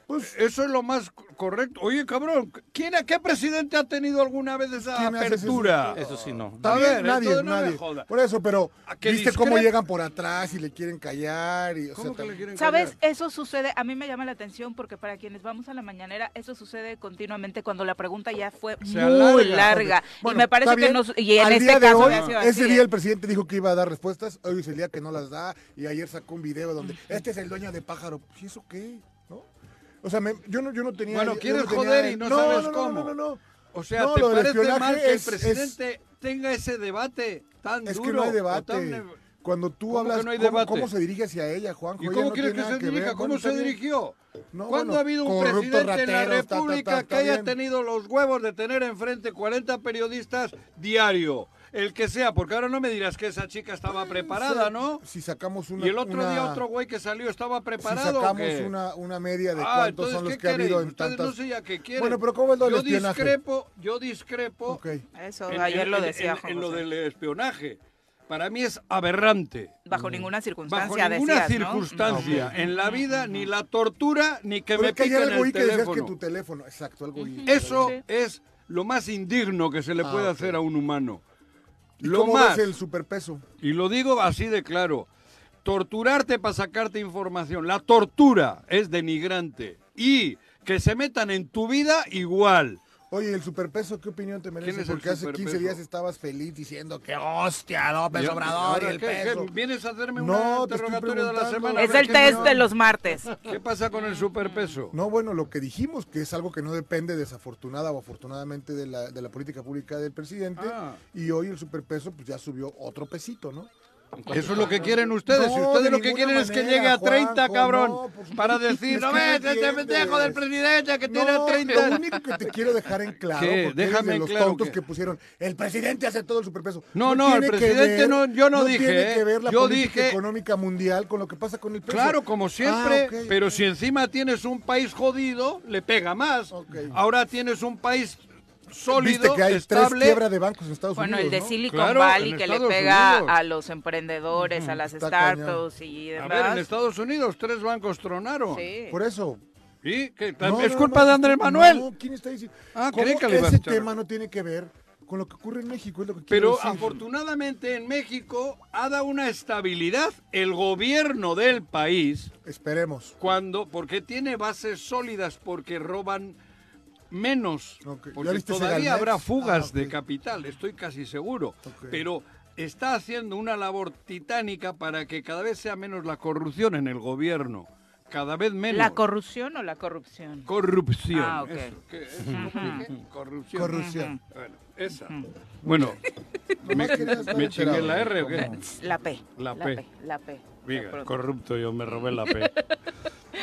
Speaker 3: Pues eso es lo más co- correcto. Oye, cabrón, ¿quién, ¿qué presidente ha tenido alguna vez esa
Speaker 4: ¿Quién hace ese
Speaker 3: apertura?
Speaker 5: Eso sí, no.
Speaker 3: A
Speaker 4: Nadie,
Speaker 3: ver,
Speaker 4: nadie,
Speaker 3: entonces no me
Speaker 4: nadie.
Speaker 3: joda.
Speaker 4: Por eso, pero
Speaker 3: ¿A qué
Speaker 4: viste cómo
Speaker 3: discre-
Speaker 4: llegan por atrás y le quieren callar y o sea,
Speaker 3: ¿Cómo que le
Speaker 4: también-
Speaker 3: quieren
Speaker 2: ¿Sabes?
Speaker 3: callar?
Speaker 2: Eso sucede, a mí me llama la atención porque para quienes vamos a la mañanera, eso sucede continuamente cuando la pregunta ya fue
Speaker 3: Se
Speaker 2: muy
Speaker 3: alarga,
Speaker 2: larga.
Speaker 4: Bueno,
Speaker 2: y me parece
Speaker 4: está bien.
Speaker 2: que no, y en
Speaker 4: Al
Speaker 2: este
Speaker 4: día de
Speaker 2: caso
Speaker 4: hoy,
Speaker 2: había sido así,
Speaker 4: ese
Speaker 2: ¿eh?
Speaker 4: día el presidente dijo que iba a dar respuestas, hoy es el día que no las da y ayer sacó un video donde este es el dueño de pájaro, Pues, ¿y eso qué? ¿No? O sea, me- yo no yo no tenía
Speaker 3: Bueno,
Speaker 4: yo
Speaker 3: quieres
Speaker 4: no tenía-
Speaker 3: joder y no sabes cómo.
Speaker 4: No, no, no, no.
Speaker 3: O sea,
Speaker 4: No,
Speaker 3: ¿te
Speaker 4: lo del
Speaker 3: parece
Speaker 4: espionaje
Speaker 3: mal que
Speaker 4: es-
Speaker 3: el presidente tenga ese debate tan
Speaker 4: Es que
Speaker 3: duro?
Speaker 4: no hay
Speaker 3: o
Speaker 4: debate.
Speaker 3: tan-
Speaker 4: Cuando tú
Speaker 3: ¿Cómo
Speaker 4: hablas,
Speaker 3: que no hay
Speaker 4: ¿cómo,
Speaker 3: debate?
Speaker 4: cómo se dirige hacia ella, Juanjo?
Speaker 3: ¿Y
Speaker 4: Ella
Speaker 3: cómo
Speaker 4: no
Speaker 3: quieres
Speaker 4: tiene
Speaker 3: que
Speaker 4: nada
Speaker 3: se dirija?
Speaker 4: ver.
Speaker 3: ¿Cómo
Speaker 4: Bueno,
Speaker 3: se
Speaker 4: está bien.
Speaker 3: dirigió?
Speaker 4: No,
Speaker 3: ¿Cuándo
Speaker 4: bueno,
Speaker 3: ha habido un
Speaker 4: corrupto,
Speaker 3: presidente en la
Speaker 4: ratero, ta, ta,
Speaker 3: República
Speaker 4: ta,
Speaker 3: que
Speaker 4: está
Speaker 3: haya
Speaker 4: bien.
Speaker 3: tenido los huevos de tener enfrente 40 periodistas diario? El que sea, porque ahora no me dirás que esa chica estaba preparada,
Speaker 4: Sí,
Speaker 3: ¿no?
Speaker 4: Si sacamos una.
Speaker 3: Y el otro
Speaker 4: una-
Speaker 3: día otro güey que salió estaba
Speaker 4: Si
Speaker 3: preparado. o
Speaker 4: sacamos
Speaker 3: qué?
Speaker 4: una, una media de
Speaker 3: Ah,
Speaker 4: cuántos
Speaker 3: entonces,
Speaker 4: son los
Speaker 3: ¿qué
Speaker 4: que ha habido
Speaker 3: quieren?
Speaker 4: en
Speaker 3: Ustedes
Speaker 4: tantas.
Speaker 3: no sé ya qué quieren.
Speaker 4: Bueno, pero ¿cómo es lo del
Speaker 3: yo
Speaker 4: espionaje?
Speaker 3: discrepo, yo discrepo
Speaker 4: Ok.
Speaker 2: Eso,
Speaker 3: en-
Speaker 2: ayer
Speaker 3: en-
Speaker 2: lo
Speaker 3: en-
Speaker 2: decía
Speaker 3: en-
Speaker 2: Juan
Speaker 3: en lo
Speaker 2: José.
Speaker 3: del espionaje. Para mí es aberrante.
Speaker 4: Mm.
Speaker 2: Bajo ninguna circunstancia,
Speaker 3: Bajo ninguna
Speaker 2: decías, ¿no? Mm.
Speaker 3: circunstancia en la vida, ni la tortura, ni que
Speaker 4: Pero
Speaker 3: me
Speaker 4: es que ayer
Speaker 3: piquen
Speaker 4: algo oí
Speaker 3: el
Speaker 4: que decías que
Speaker 3: teléfono.
Speaker 4: tu teléfono. Exacto, algo oí.
Speaker 3: Eso
Speaker 2: Sí.
Speaker 3: es lo más indigno que se le
Speaker 4: Ah,
Speaker 3: puede
Speaker 4: ok.
Speaker 3: hacer a un humano.
Speaker 4: ¿Y
Speaker 3: Lo
Speaker 4: cómo
Speaker 3: más,
Speaker 4: ves el superpeso?
Speaker 3: y lo digo así de claro, torturarte para sacarte información. La tortura es denigrante. Y que se metan en tu vida igual.
Speaker 4: Oye, el superpeso, ¿qué opinión te merece?
Speaker 3: ¿Quién es el
Speaker 4: Porque hace 15
Speaker 3: superpeso?
Speaker 4: días estabas feliz diciendo que hostia, López
Speaker 3: Y-
Speaker 4: Obrador y
Speaker 3: ahora,
Speaker 4: el
Speaker 3: ¿qué- qué?
Speaker 4: peso.
Speaker 3: ¿Vienes a hacerme
Speaker 4: No,
Speaker 3: una
Speaker 4: te estoy
Speaker 3: interrogatoria de la
Speaker 4: preguntando.
Speaker 3: semana? A
Speaker 2: Es
Speaker 3: ver
Speaker 2: el
Speaker 3: qué
Speaker 2: test
Speaker 3: opinión.
Speaker 2: de los martes.
Speaker 3: ¿Qué pasa con el superpeso?
Speaker 4: No, bueno, lo que dijimos, que es algo que no depende desafortunada o afortunadamente de la, de la política pública del presidente.
Speaker 3: Ah.
Speaker 4: Y hoy el superpeso pues ya subió otro pesito, ¿no?
Speaker 3: Eso es lo que quieren ustedes.
Speaker 4: No,
Speaker 3: si ustedes
Speaker 4: de
Speaker 3: lo que
Speaker 4: ninguna
Speaker 3: quieren es que
Speaker 4: manera,
Speaker 3: llegue a 30,
Speaker 4: Juanjo,
Speaker 3: cabrón.
Speaker 4: no, pues,
Speaker 3: para decir,
Speaker 4: es
Speaker 3: no
Speaker 4: que no
Speaker 3: ves, este
Speaker 4: entiendes.
Speaker 3: pendejo del presidente que tiene
Speaker 4: No,
Speaker 3: 30.
Speaker 4: Lo único que te quiero dejar en claro,
Speaker 3: ¿Qué?
Speaker 4: porque eres
Speaker 3: Déjame
Speaker 4: de
Speaker 3: en
Speaker 4: los
Speaker 3: claro
Speaker 4: tontos
Speaker 3: que-
Speaker 4: que... pusieron, el presidente hace todo el superpeso.
Speaker 3: No, no, el
Speaker 4: tiene que
Speaker 3: presidente
Speaker 4: ver-
Speaker 3: no- yo no dije,
Speaker 4: tiene
Speaker 3: ¿eh?
Speaker 4: que ver la
Speaker 3: Yo
Speaker 4: política
Speaker 3: dije-
Speaker 4: económica mundial con lo que pasa con el peso.
Speaker 3: Claro, como siempre,
Speaker 4: Ah, ok.
Speaker 3: pero si encima tienes un país jodido, le pega más.
Speaker 4: Ok.
Speaker 3: Ahora tienes un país sólido,
Speaker 4: Viste que hay
Speaker 3: estable.
Speaker 4: tres quiebras de bancos en Estados
Speaker 2: Bueno, el
Speaker 4: Unidos,
Speaker 2: de
Speaker 4: ¿no?
Speaker 2: Silicon
Speaker 3: Claro,
Speaker 2: Valley
Speaker 3: en
Speaker 2: que le
Speaker 3: Estados
Speaker 2: pega
Speaker 3: Unidos.
Speaker 2: a los emprendedores, a las
Speaker 4: está cañón.
Speaker 2: startups y
Speaker 3: A ver, en
Speaker 2: demás.
Speaker 3: Estados Unidos tres bancos tronaron.
Speaker 2: Sí.
Speaker 4: Por eso.
Speaker 3: ¿Y qué?
Speaker 4: No,
Speaker 3: Ah, ¿Es
Speaker 4: no,
Speaker 3: culpa
Speaker 4: no,
Speaker 3: de Andrés
Speaker 4: no,
Speaker 3: Manuel?
Speaker 4: no, ¿quién está diciendo?
Speaker 3: Ah,
Speaker 4: ¿Cómo
Speaker 3: creí que le ibas a
Speaker 4: ese
Speaker 3: echar-
Speaker 4: tema no tiene que ver con lo que ocurre en México, es lo que quiero
Speaker 3: Pero
Speaker 4: decir.
Speaker 3: afortunadamente en México ha dado una estabilidad el gobierno del país
Speaker 4: Esperemos.
Speaker 3: cuando porque tiene bases sólidas porque roban menos
Speaker 4: Ok. ¿Ya
Speaker 3: porque
Speaker 4: viste ese
Speaker 3: todavía
Speaker 4: Galmex?
Speaker 3: habrá fugas
Speaker 4: Ah, ok.
Speaker 3: de capital estoy casi seguro
Speaker 4: Ok.
Speaker 3: pero está haciendo una labor titánica para que cada vez sea menos la corrupción en el gobierno cada vez menos
Speaker 2: ¿La corrupción o la corrupción?
Speaker 3: corrupción
Speaker 2: Ah, ok.
Speaker 3: Eso, ¿qué es? ¿Cómo dije? corrupción
Speaker 4: Corrupción.
Speaker 3: bueno esa ¿Eh? bueno me,
Speaker 4: Nomás quería estar
Speaker 3: me chingué
Speaker 4: enterado.
Speaker 3: la R o qué
Speaker 4: ¿Cómo?
Speaker 2: La P.
Speaker 3: La
Speaker 2: La
Speaker 3: P.
Speaker 2: P. La P.
Speaker 3: Venga,
Speaker 2: Pero-
Speaker 3: corrupto, yo me robé la P.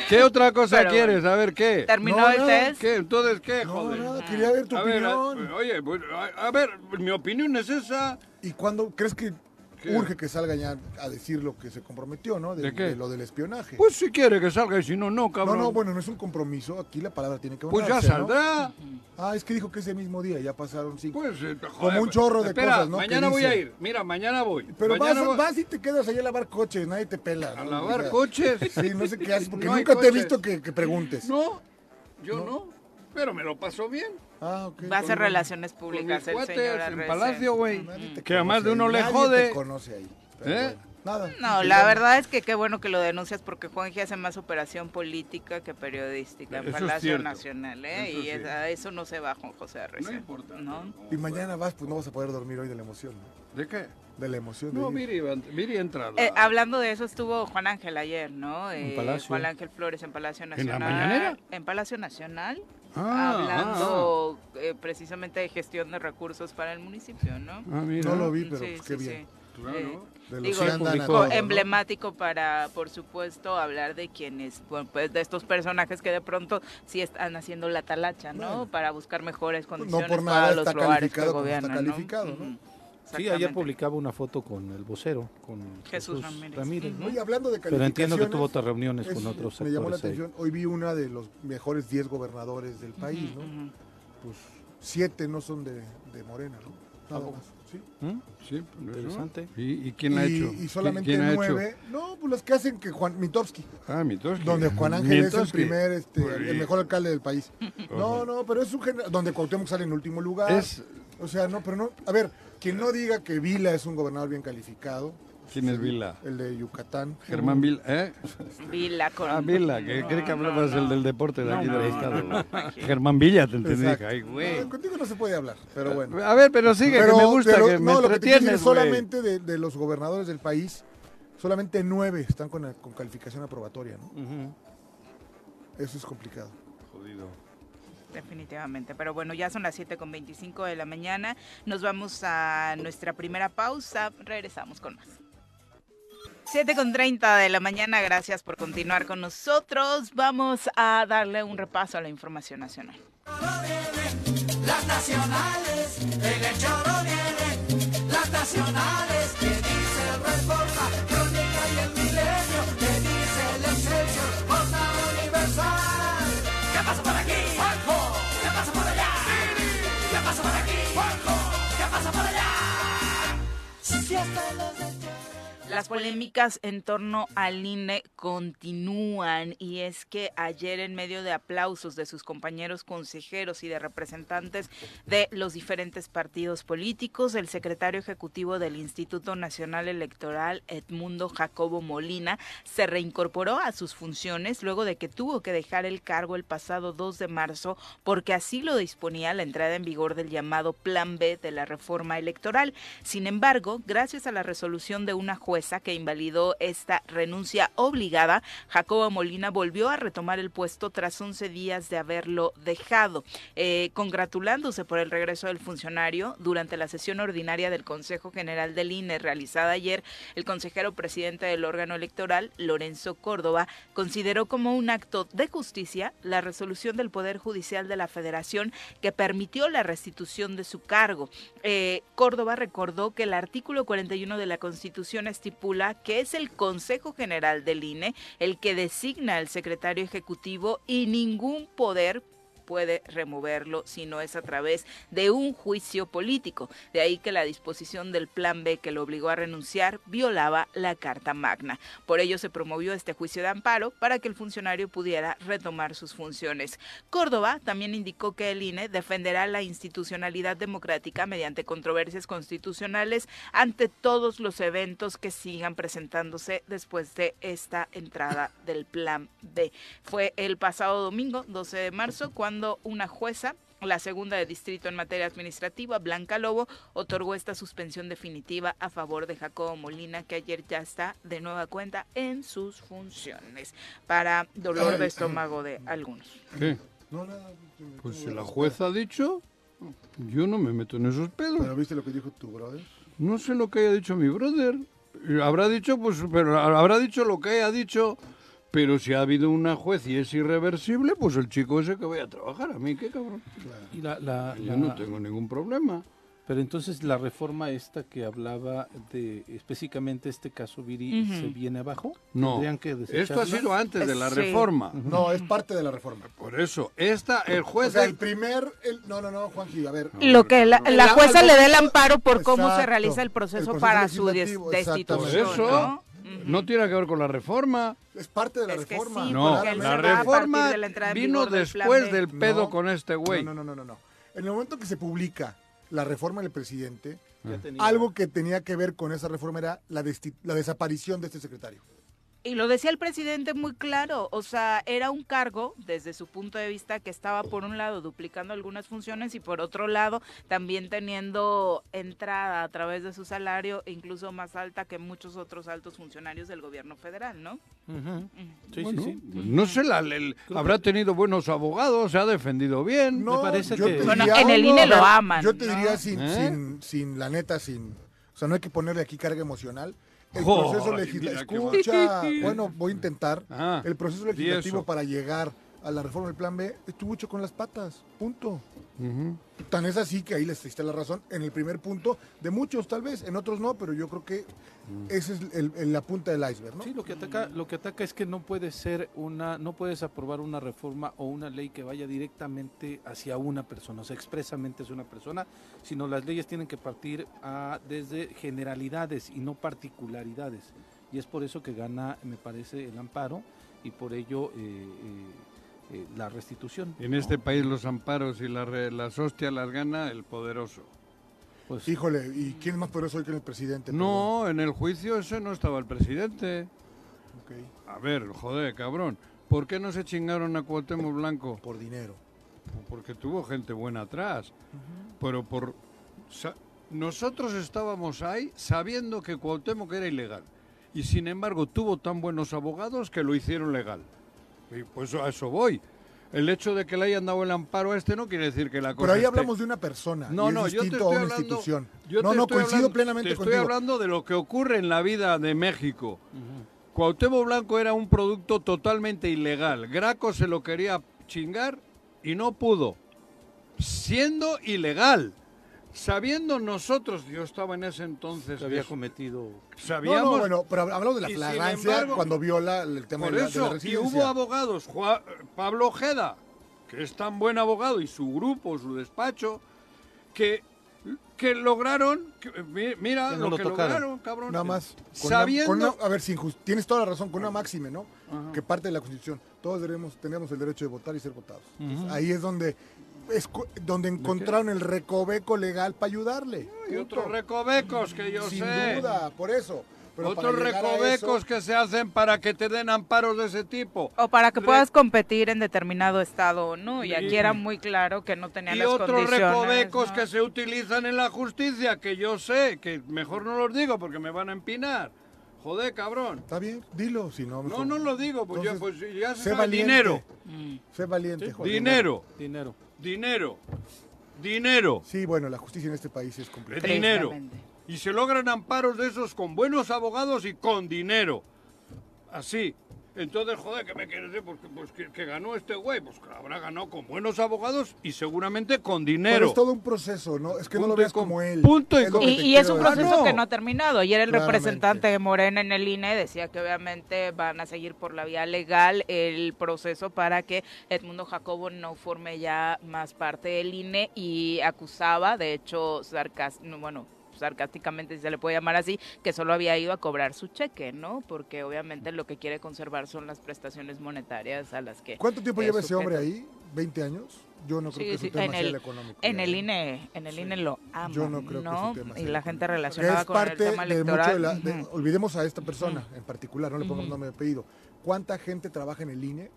Speaker 3: ¿Qué otra cosa
Speaker 2: Pero bueno.
Speaker 3: quieres? A ver, ¿qué?
Speaker 2: ¿Terminó
Speaker 4: No,
Speaker 2: el
Speaker 4: no,
Speaker 2: test?
Speaker 3: ¿Qué? Entonces, ¿qué,
Speaker 4: No,
Speaker 3: joder?
Speaker 4: nada, quería ver tu
Speaker 3: a ver, a-
Speaker 4: opinión.
Speaker 3: oye, pues, a, a ver, mi opinión es esa.
Speaker 4: ¿Y cuándo crees que
Speaker 3: ¿Qué?
Speaker 4: urge que salga ya a decir lo que se comprometió, ¿no? De,
Speaker 3: ¿De qué?
Speaker 4: de lo del espionaje.
Speaker 3: Pues si quiere que salga y si no, no,
Speaker 4: no,
Speaker 3: cabrón.
Speaker 4: no, bueno, no es un compromiso. Aquí la palabra tiene que
Speaker 3: Pues ya
Speaker 4: honrarse, ¿no?
Speaker 3: saldrá.
Speaker 4: Ah, es que dijo que ese mismo día, ya pasaron cinco.
Speaker 3: Pues, eh, joder,
Speaker 4: un chorro de
Speaker 3: espera,
Speaker 4: cosas, ¿no?
Speaker 3: mañana
Speaker 4: que
Speaker 3: voy
Speaker 4: dice.
Speaker 3: a ir. Mira, mañana voy.
Speaker 4: Pero vas,
Speaker 3: mañana voy
Speaker 4: vas y te quedas allá a lavar coches, nadie te pela.
Speaker 3: a
Speaker 4: ¿no?
Speaker 3: lavar
Speaker 4: Ya.
Speaker 3: coches.
Speaker 4: Sí, no sé qué haces, porque
Speaker 3: No hay
Speaker 4: nunca te he
Speaker 3: coches.
Speaker 4: visto que, que preguntes.
Speaker 3: No, yo no. Pero me lo paso bien.
Speaker 4: Ah, ok.
Speaker 2: Va a hacer
Speaker 4: Con-
Speaker 2: relaciones
Speaker 3: Con mis
Speaker 2: públicas el
Speaker 3: cuates
Speaker 2: señor
Speaker 3: en
Speaker 2: Arrece. Mm.
Speaker 3: Palacio, güey.
Speaker 4: Nadie te
Speaker 3: Que a más
Speaker 4: conoce
Speaker 3: de uno
Speaker 4: ahí,
Speaker 3: le
Speaker 4: nadie
Speaker 3: jode.
Speaker 4: te conoce ahí. pero
Speaker 3: ¿Eh?
Speaker 4: bueno, nada.
Speaker 2: No, la verdad es que qué bueno que lo denuncias porque Juanji hace más operación política que periodística en
Speaker 3: Eso es
Speaker 2: Palacio
Speaker 3: cierto.
Speaker 2: Nacional, ¿eh?
Speaker 3: Eso
Speaker 2: y
Speaker 3: sí.
Speaker 2: es- a eso no se va Juan José Arrece.
Speaker 3: No importa.
Speaker 2: ¿no?
Speaker 4: Y mañana vas, pues no vas a poder dormir hoy de la emoción. ¿no?
Speaker 3: ¿De qué?
Speaker 4: De la emoción. de
Speaker 3: No,
Speaker 4: ir.
Speaker 3: Miri, va- Miri entra. a la-
Speaker 2: Eh, hablando de eso estuvo Juan Ángel ayer, ¿no? Eh,
Speaker 5: Palacio.
Speaker 2: Juan Ángel Flores en Palacio
Speaker 3: la
Speaker 2: Nacional.
Speaker 3: mañanera?
Speaker 2: En Palacio Nacional,
Speaker 3: Ah,
Speaker 2: hablando eh, precisamente de gestión de recursos para el municipio, ¿no?
Speaker 3: Ah, mira.
Speaker 4: No lo vi, pero
Speaker 2: Sí,
Speaker 4: pues, qué
Speaker 2: sí,
Speaker 4: bien.
Speaker 2: sí.
Speaker 3: Claro.
Speaker 2: Eh,
Speaker 4: De los
Speaker 2: Digo,
Speaker 4: que andan a
Speaker 5: público
Speaker 4: todo,
Speaker 2: O
Speaker 4: ¿no?
Speaker 2: emblemático para, por supuesto, hablar de quienes, bueno, pues de estos personajes que de pronto sí están haciendo la talacha, ¿no?
Speaker 4: Bueno.
Speaker 2: para buscar mejores
Speaker 4: por
Speaker 2: condiciones
Speaker 4: nada
Speaker 2: para los
Speaker 4: está
Speaker 2: lugares que
Speaker 4: calificado como está
Speaker 2: gobiernan.
Speaker 4: calificado, ¿no?
Speaker 2: Ujú.
Speaker 5: Sí, ayer
Speaker 2: Exactamente.
Speaker 5: publicaba una foto con el vocero, con
Speaker 2: Jesús
Speaker 5: Jesús,
Speaker 2: Ramírez.
Speaker 5: Ramírez.
Speaker 2: Ujú.
Speaker 5: ¿no?
Speaker 4: Oye, hablando de
Speaker 5: Pero entiendo que tuvo
Speaker 4: calificaciones,
Speaker 5: otras reuniones con
Speaker 4: eso
Speaker 5: otros
Speaker 4: Me llamó la
Speaker 5: actores ahí.
Speaker 4: atención. Hoy vi una de los mejores 10 gobernadores del país, ¿no?
Speaker 2: Ujú.
Speaker 4: Pues 7 no son de, de Morena, ¿no? Nada más. ¿sí?
Speaker 5: ¿Mm?
Speaker 3: Sí, pues,
Speaker 5: Interesante.
Speaker 3: ¿no? ¿Y, y quién la ha
Speaker 4: y,
Speaker 3: hecho?
Speaker 4: y solamente
Speaker 3: ¿Quién ha hecho?
Speaker 4: 9. No, pues las que hacen que Juan Mitofsky.
Speaker 3: Ah, Pues Mitoski.
Speaker 4: Donde Juan Ángel es el
Speaker 3: Mitoski.
Speaker 4: primer, este,
Speaker 3: Uy.
Speaker 4: el mejor alcalde del país. No, no, pero es un general. Donde Cuauhtémoc sale en último lugar.
Speaker 3: Es-
Speaker 4: O sea, no, pero no. A ver, quien no diga que Vila es un gobernador bien calificado.
Speaker 3: ¿Quién es Vila?
Speaker 4: El de Yucatán.
Speaker 3: Germán Vila, ¿eh?
Speaker 2: Vila con...
Speaker 3: Ah, Vila, que cree que hablabas el del deporte de aquí del estado.
Speaker 2: imagínate.
Speaker 3: Germán Villa, te entendí.
Speaker 4: Exacto.
Speaker 3: Ay, güey.
Speaker 4: No, contigo no se puede hablar, pero bueno.
Speaker 3: A ver, pero sigue,
Speaker 4: Pero
Speaker 3: que me
Speaker 4: de
Speaker 3: gusta,
Speaker 4: lo-
Speaker 3: que me
Speaker 4: no, lo que te quiero decir
Speaker 3: entretienes,
Speaker 4: es
Speaker 3: güey.
Speaker 4: solamente de, de los gobernadores del país, solamente nueve están con, con calificación aprobatoria, ¿no?
Speaker 3: Ujú.
Speaker 4: Eso es complicado.
Speaker 3: Jodido.
Speaker 2: Definitivamente, pero bueno, ya son las 7.25 de la mañana. Nos vamos a nuestra primera pausa. Regresamos con más. 7 con 30 de la mañana, gracias por continuar con nosotros. Vamos a darle un repaso a la información nacional.
Speaker 1: Las nacionales, en el choro vienen las nacionales, que dice Reforma, Crónica y el Milenio, que dice el Excelsior, Jornada Universal. ¿Qué pasa por aquí, Juanjo? ¿Qué pasa por allá? ¿Qué pasa por aquí, Juanjo? ¿Qué pasa por allá? Si hasta los del
Speaker 2: Las polémicas en torno al INE continúan y es que ayer en medio de aplausos de sus compañeros consejeros y de representantes de los diferentes partidos políticos, el secretario ejecutivo del Instituto Nacional Electoral, Edmundo Jacobo Molina, se reincorporó a sus funciones luego de que tuvo que dejar el cargo el pasado 2 de marzo porque así lo disponía la entrada en vigor del llamado Plan B de la reforma electoral. Sin embargo, gracias a la resolución de una jueza que invalidó esta renuncia obligada, Jacobo Molina volvió a retomar el puesto tras 11 días de haberlo dejado. Eh, congratulándose por el regreso del funcionario, durante la sesión ordinaria del Consejo General del INE realizada ayer, el consejero presidente del órgano electoral, Lorenzo Córdoba, consideró como un acto de justicia la resolución del Poder Judicial de la Federación que permitió la restitución de su cargo. Eh, Córdoba recordó que el artículo 41 de la Constitución estipula que es el Consejo General del INE el que designa al secretario ejecutivo y ningún poder puede removerlo si no es a través de un juicio político. De ahí que la disposición del Plan B que lo obligó a renunciar violaba la Carta Magna. Por ello se promovió este juicio de amparo para que el funcionario pudiera retomar sus funciones. Córdoba también indicó que el INE defenderá la institucionalidad democrática mediante controversias constitucionales ante todos los eventos que sigan presentándose después de esta entrada del Plan B. Fue el pasado domingo, 12 de marzo, cuando una jueza, la segunda de distrito en materia administrativa, Blanca Lobo, otorgó esta suspensión definitiva a favor de Jacobo Molina, que ayer ya está de nueva cuenta en sus funciones, para dolor de estómago de algunos.
Speaker 3: ¿Qué?
Speaker 4: No, nada.
Speaker 3: Pues si la jueza ha dicho, yo no me meto en esos pedos.
Speaker 4: ¿Pero viste lo que dijo tu brother?
Speaker 3: No sé lo que haya dicho mi brother. Y Habrá dicho, pues, pero habrá dicho lo que haya dicho. Pero si ha habido una juez y es irreversible, pues el chico ese que vaya a trabajar a mí, qué cabrón.
Speaker 5: Y la- la-
Speaker 3: Yo
Speaker 5: la-
Speaker 3: no tengo ningún problema.
Speaker 5: Pero entonces la reforma esta que hablaba de específicamente este caso Viri
Speaker 2: Ujú.
Speaker 5: se viene abajo.
Speaker 3: No.
Speaker 5: Tendrían que
Speaker 3: Esto
Speaker 5: desecharla?
Speaker 3: ha sido antes de la
Speaker 2: Sí.
Speaker 3: reforma.
Speaker 4: No, es parte de la reforma.
Speaker 3: Por eso, esta, el
Speaker 4: O
Speaker 3: juez
Speaker 4: sea,
Speaker 3: ha-
Speaker 4: el primer. el- no, no, no, Juanji, a ver.
Speaker 2: Lo que la, la
Speaker 4: El-
Speaker 2: jueza
Speaker 4: al-
Speaker 2: le da el amparo por cómo se
Speaker 4: Exacto.
Speaker 2: realiza el
Speaker 4: El
Speaker 2: proceso,
Speaker 4: proceso
Speaker 2: para su des-
Speaker 4: legislativo,
Speaker 3: Por
Speaker 4: exactamente.
Speaker 2: destitución.
Speaker 3: eso,
Speaker 2: ¿no?
Speaker 3: ¿no? tiene que ver con la reforma.
Speaker 4: Es parte de la
Speaker 2: Es que
Speaker 4: reforma.
Speaker 2: sí,
Speaker 3: No,
Speaker 2: porque él se
Speaker 3: la
Speaker 2: va a partir
Speaker 3: reforma
Speaker 2: de la entrada en
Speaker 3: vino
Speaker 2: vigor del plan
Speaker 3: después
Speaker 2: B.
Speaker 3: del pedo
Speaker 4: No.
Speaker 3: con este güey.
Speaker 4: No, no, no, no, no. En el momento que se publica la reforma del presidente,
Speaker 3: Ah.
Speaker 5: Ya tenía-
Speaker 4: algo que tenía que ver con esa reforma era la, desti- la desaparición de este secretario.
Speaker 2: Y lo decía el presidente muy claro, o sea, era un cargo desde su punto de vista que estaba por un lado duplicando algunas funciones y por otro lado también teniendo entrada a través de su salario incluso más alta que muchos otros altos funcionarios del gobierno federal, ¿no?
Speaker 5: Ujú. Sí, sí,
Speaker 3: Bueno, pues
Speaker 5: sí.
Speaker 3: no sé, la- el- habrá tenido buenos abogados, se ha defendido bien.
Speaker 4: No,
Speaker 5: parece
Speaker 4: yo
Speaker 5: que-
Speaker 4: te
Speaker 2: Bueno,
Speaker 4: diría-
Speaker 2: en el INE lo
Speaker 4: A ver,
Speaker 2: aman,
Speaker 4: Yo te
Speaker 2: ¿no?
Speaker 4: diría sin,
Speaker 3: ¿Eh?
Speaker 4: sin, sin la neta, sin. O sea, no hay que ponerle aquí carga emocional. El
Speaker 3: Joder,
Speaker 4: proceso
Speaker 3: Oh, mira
Speaker 4: legislativo.
Speaker 3: qué mal.
Speaker 4: Escucha, bueno, voy a intentar.
Speaker 3: Ah,
Speaker 4: el proceso
Speaker 3: di
Speaker 4: legislativo
Speaker 3: eso.
Speaker 4: para llegar a la reforma del plan B estuvo hecho con las patas. Punto. Tan es así que ahí les diste la razón en el primer punto de muchos, tal vez, en otros no, pero yo creo que
Speaker 3: Mm.
Speaker 4: esa es el- el- la punta del iceberg, ¿no?
Speaker 5: Sí, lo que ataca, lo que ataca es que no puede ser una, no puedes aprobar una reforma o una ley que vaya directamente hacia una persona, o sea, expresamente es una persona, sino las leyes tienen que partir a- desde generalidades y no particularidades. Y es por eso que gana, me parece, el amparo y por ello eh, eh, eh, la restitución.
Speaker 3: En
Speaker 5: ¿no?
Speaker 3: este país los amparos y la re- las hostias las gana el poderoso.
Speaker 5: Pues,
Speaker 4: Híjole, ¿y quién es más poderoso hoy que el presidente?
Speaker 3: Mm. No, en el juicio ese no estaba el presidente.
Speaker 4: Perdón.
Speaker 3: Pues
Speaker 4: Ok.
Speaker 3: A ver, joder, cabrón. ¿Por qué no se chingaron a Cuauhtémoc Blanco?
Speaker 4: Por dinero.
Speaker 3: Porque tuvo gente buena atrás. Pero por... sa- Nosotros estábamos ahí sabiendo que Cuauhtémoc era ilegal. Y sin embargo tuvo tan buenos abogados que lo hicieron legal. Y pues a eso voy. El hecho de que le hayan dado el amparo a este no quiere decir que la cosa
Speaker 4: Pero ahí
Speaker 3: esté-
Speaker 4: hablamos de una persona.
Speaker 3: este No,
Speaker 4: y es
Speaker 3: no, yo te
Speaker 4: distinto
Speaker 3: estoy
Speaker 4: a una
Speaker 3: hablando-
Speaker 4: institución.
Speaker 3: yo
Speaker 4: no,
Speaker 3: te
Speaker 4: no,
Speaker 3: estoy
Speaker 4: coincido
Speaker 3: hablando-
Speaker 4: plenamente
Speaker 3: te
Speaker 4: contigo.
Speaker 3: Estoy hablando de lo que ocurre en la vida de México. Cuauhtémoc Blanco era un producto totalmente ilegal. Graco se lo quería chingar y no pudo. Siendo ilegal. Sabiendo nosotros, yo estaba en ese entonces.
Speaker 5: que había
Speaker 3: viejo,
Speaker 5: cometido.
Speaker 3: Sabíamos.
Speaker 4: No, no, bueno, pero hablamos de la
Speaker 3: Y sin
Speaker 4: flagrancia
Speaker 3: embargo-
Speaker 4: cuando viola el tema
Speaker 3: Por
Speaker 4: de la, de la
Speaker 3: eso, y
Speaker 4: residencia.
Speaker 3: hubo abogados, Jua- Pablo Ojeda, que es tan buen abogado, y su grupo, su despacho, que, que lograron, que- eh, mi- mira
Speaker 5: Que no
Speaker 3: lo,
Speaker 5: lo
Speaker 3: que
Speaker 5: tocaron.
Speaker 3: lograron, cabrón.
Speaker 4: Nada más. con una-
Speaker 3: Sabiendo,
Speaker 4: con una- a ver, sin jus- tienes toda la razón, con una máxime, ¿no? Que parte de la Constitución. Todos debemos, tenemos el derecho de votar y ser votados. Entonces, ahí es donde, es cu- donde encontraron el recoveco legal para ayudarle.
Speaker 3: y
Speaker 4: Punto.
Speaker 3: otros recovecos que yo
Speaker 4: Sin
Speaker 3: sé.
Speaker 4: duda, por eso. Pero
Speaker 3: Otros
Speaker 4: para llegar a
Speaker 3: recovecos
Speaker 4: eso-
Speaker 3: que se hacen para que te den amparos de ese tipo.
Speaker 2: O para que
Speaker 3: Re-
Speaker 2: puedas competir en determinado estado o no. Y aquí
Speaker 3: Y-
Speaker 2: era muy claro que no tenían
Speaker 3: Y
Speaker 2: las
Speaker 3: otros
Speaker 2: condiciones.
Speaker 3: recovecos
Speaker 2: ¿no?
Speaker 3: que se utilizan en la justicia, que yo sé, que mejor no los digo porque me van a empinar. Joder, cabrón.
Speaker 4: Está bien, dilo, si no.
Speaker 3: No,
Speaker 4: mejor.
Speaker 3: no lo digo, pues, ya-
Speaker 4: Entonces,
Speaker 3: pues ya se
Speaker 4: sé
Speaker 3: sabe.
Speaker 4: valiente.
Speaker 3: Dinero,
Speaker 4: Sé valiente,
Speaker 5: Sí,
Speaker 4: Jorge.
Speaker 3: dinero,
Speaker 5: Dinero.
Speaker 3: dinero, dinero,
Speaker 4: Sí, bueno, la justicia en este país es completa.
Speaker 2: Tres.
Speaker 3: dinero.
Speaker 2: Precisamente.
Speaker 3: Y se logran amparos de esos con buenos abogados y con dinero. Así. Entonces, joder, ¿qué me quieres decir? Pues, que- pues que, que ganó este güey. Pues que habrá ganado con buenos abogados y seguramente con
Speaker 4: Pero
Speaker 3: dinero.
Speaker 4: es todo un proceso, ¿no? Es que no lo
Speaker 3: Punto y
Speaker 4: veas
Speaker 3: com-
Speaker 4: como él.
Speaker 3: punto y
Speaker 4: Es lo que
Speaker 3: com- Ah,
Speaker 2: Y,
Speaker 4: te
Speaker 2: y es
Speaker 4: quiero
Speaker 2: un
Speaker 4: decir.
Speaker 2: proceso
Speaker 3: no.
Speaker 2: que no ha terminado. Ayer el
Speaker 4: Claramente.
Speaker 2: representante de Morena en el INE decía que obviamente van a seguir por la vía legal el proceso para que Edmundo Jacobo no forme ya más parte del INE y acusaba, de hecho, sarcas no, bueno sarcásticamente, si se le puede llamar así, que solo había ido a cobrar su cheque, ¿no? Porque obviamente lo que quiere conservar son las prestaciones monetarias a las que...
Speaker 4: ¿Cuánto tiempo
Speaker 2: eh,
Speaker 4: lleva ese
Speaker 2: sujeto.
Speaker 4: hombre ahí? ¿20 años? Yo no creo
Speaker 2: Sí,
Speaker 4: que
Speaker 2: sí,
Speaker 4: su tema
Speaker 2: en
Speaker 4: sea
Speaker 2: el-
Speaker 4: el económico.
Speaker 2: En
Speaker 4: ya,
Speaker 2: el
Speaker 4: ¿eh?
Speaker 2: INE, en el INE lo aman,
Speaker 4: Yo no creo que
Speaker 2: ¿no?
Speaker 4: ese tema
Speaker 2: y
Speaker 4: sea
Speaker 2: la
Speaker 4: el
Speaker 2: gente
Speaker 4: tema.
Speaker 2: relacionada
Speaker 4: es
Speaker 2: con el
Speaker 4: parte
Speaker 2: tema
Speaker 4: de mucho de
Speaker 2: electoral.
Speaker 4: la- de-
Speaker 2: ujú.
Speaker 4: olvidemos a esta persona en particular, no le pongamos nombre de apellido. ¿Cuánta gente trabaja en el INE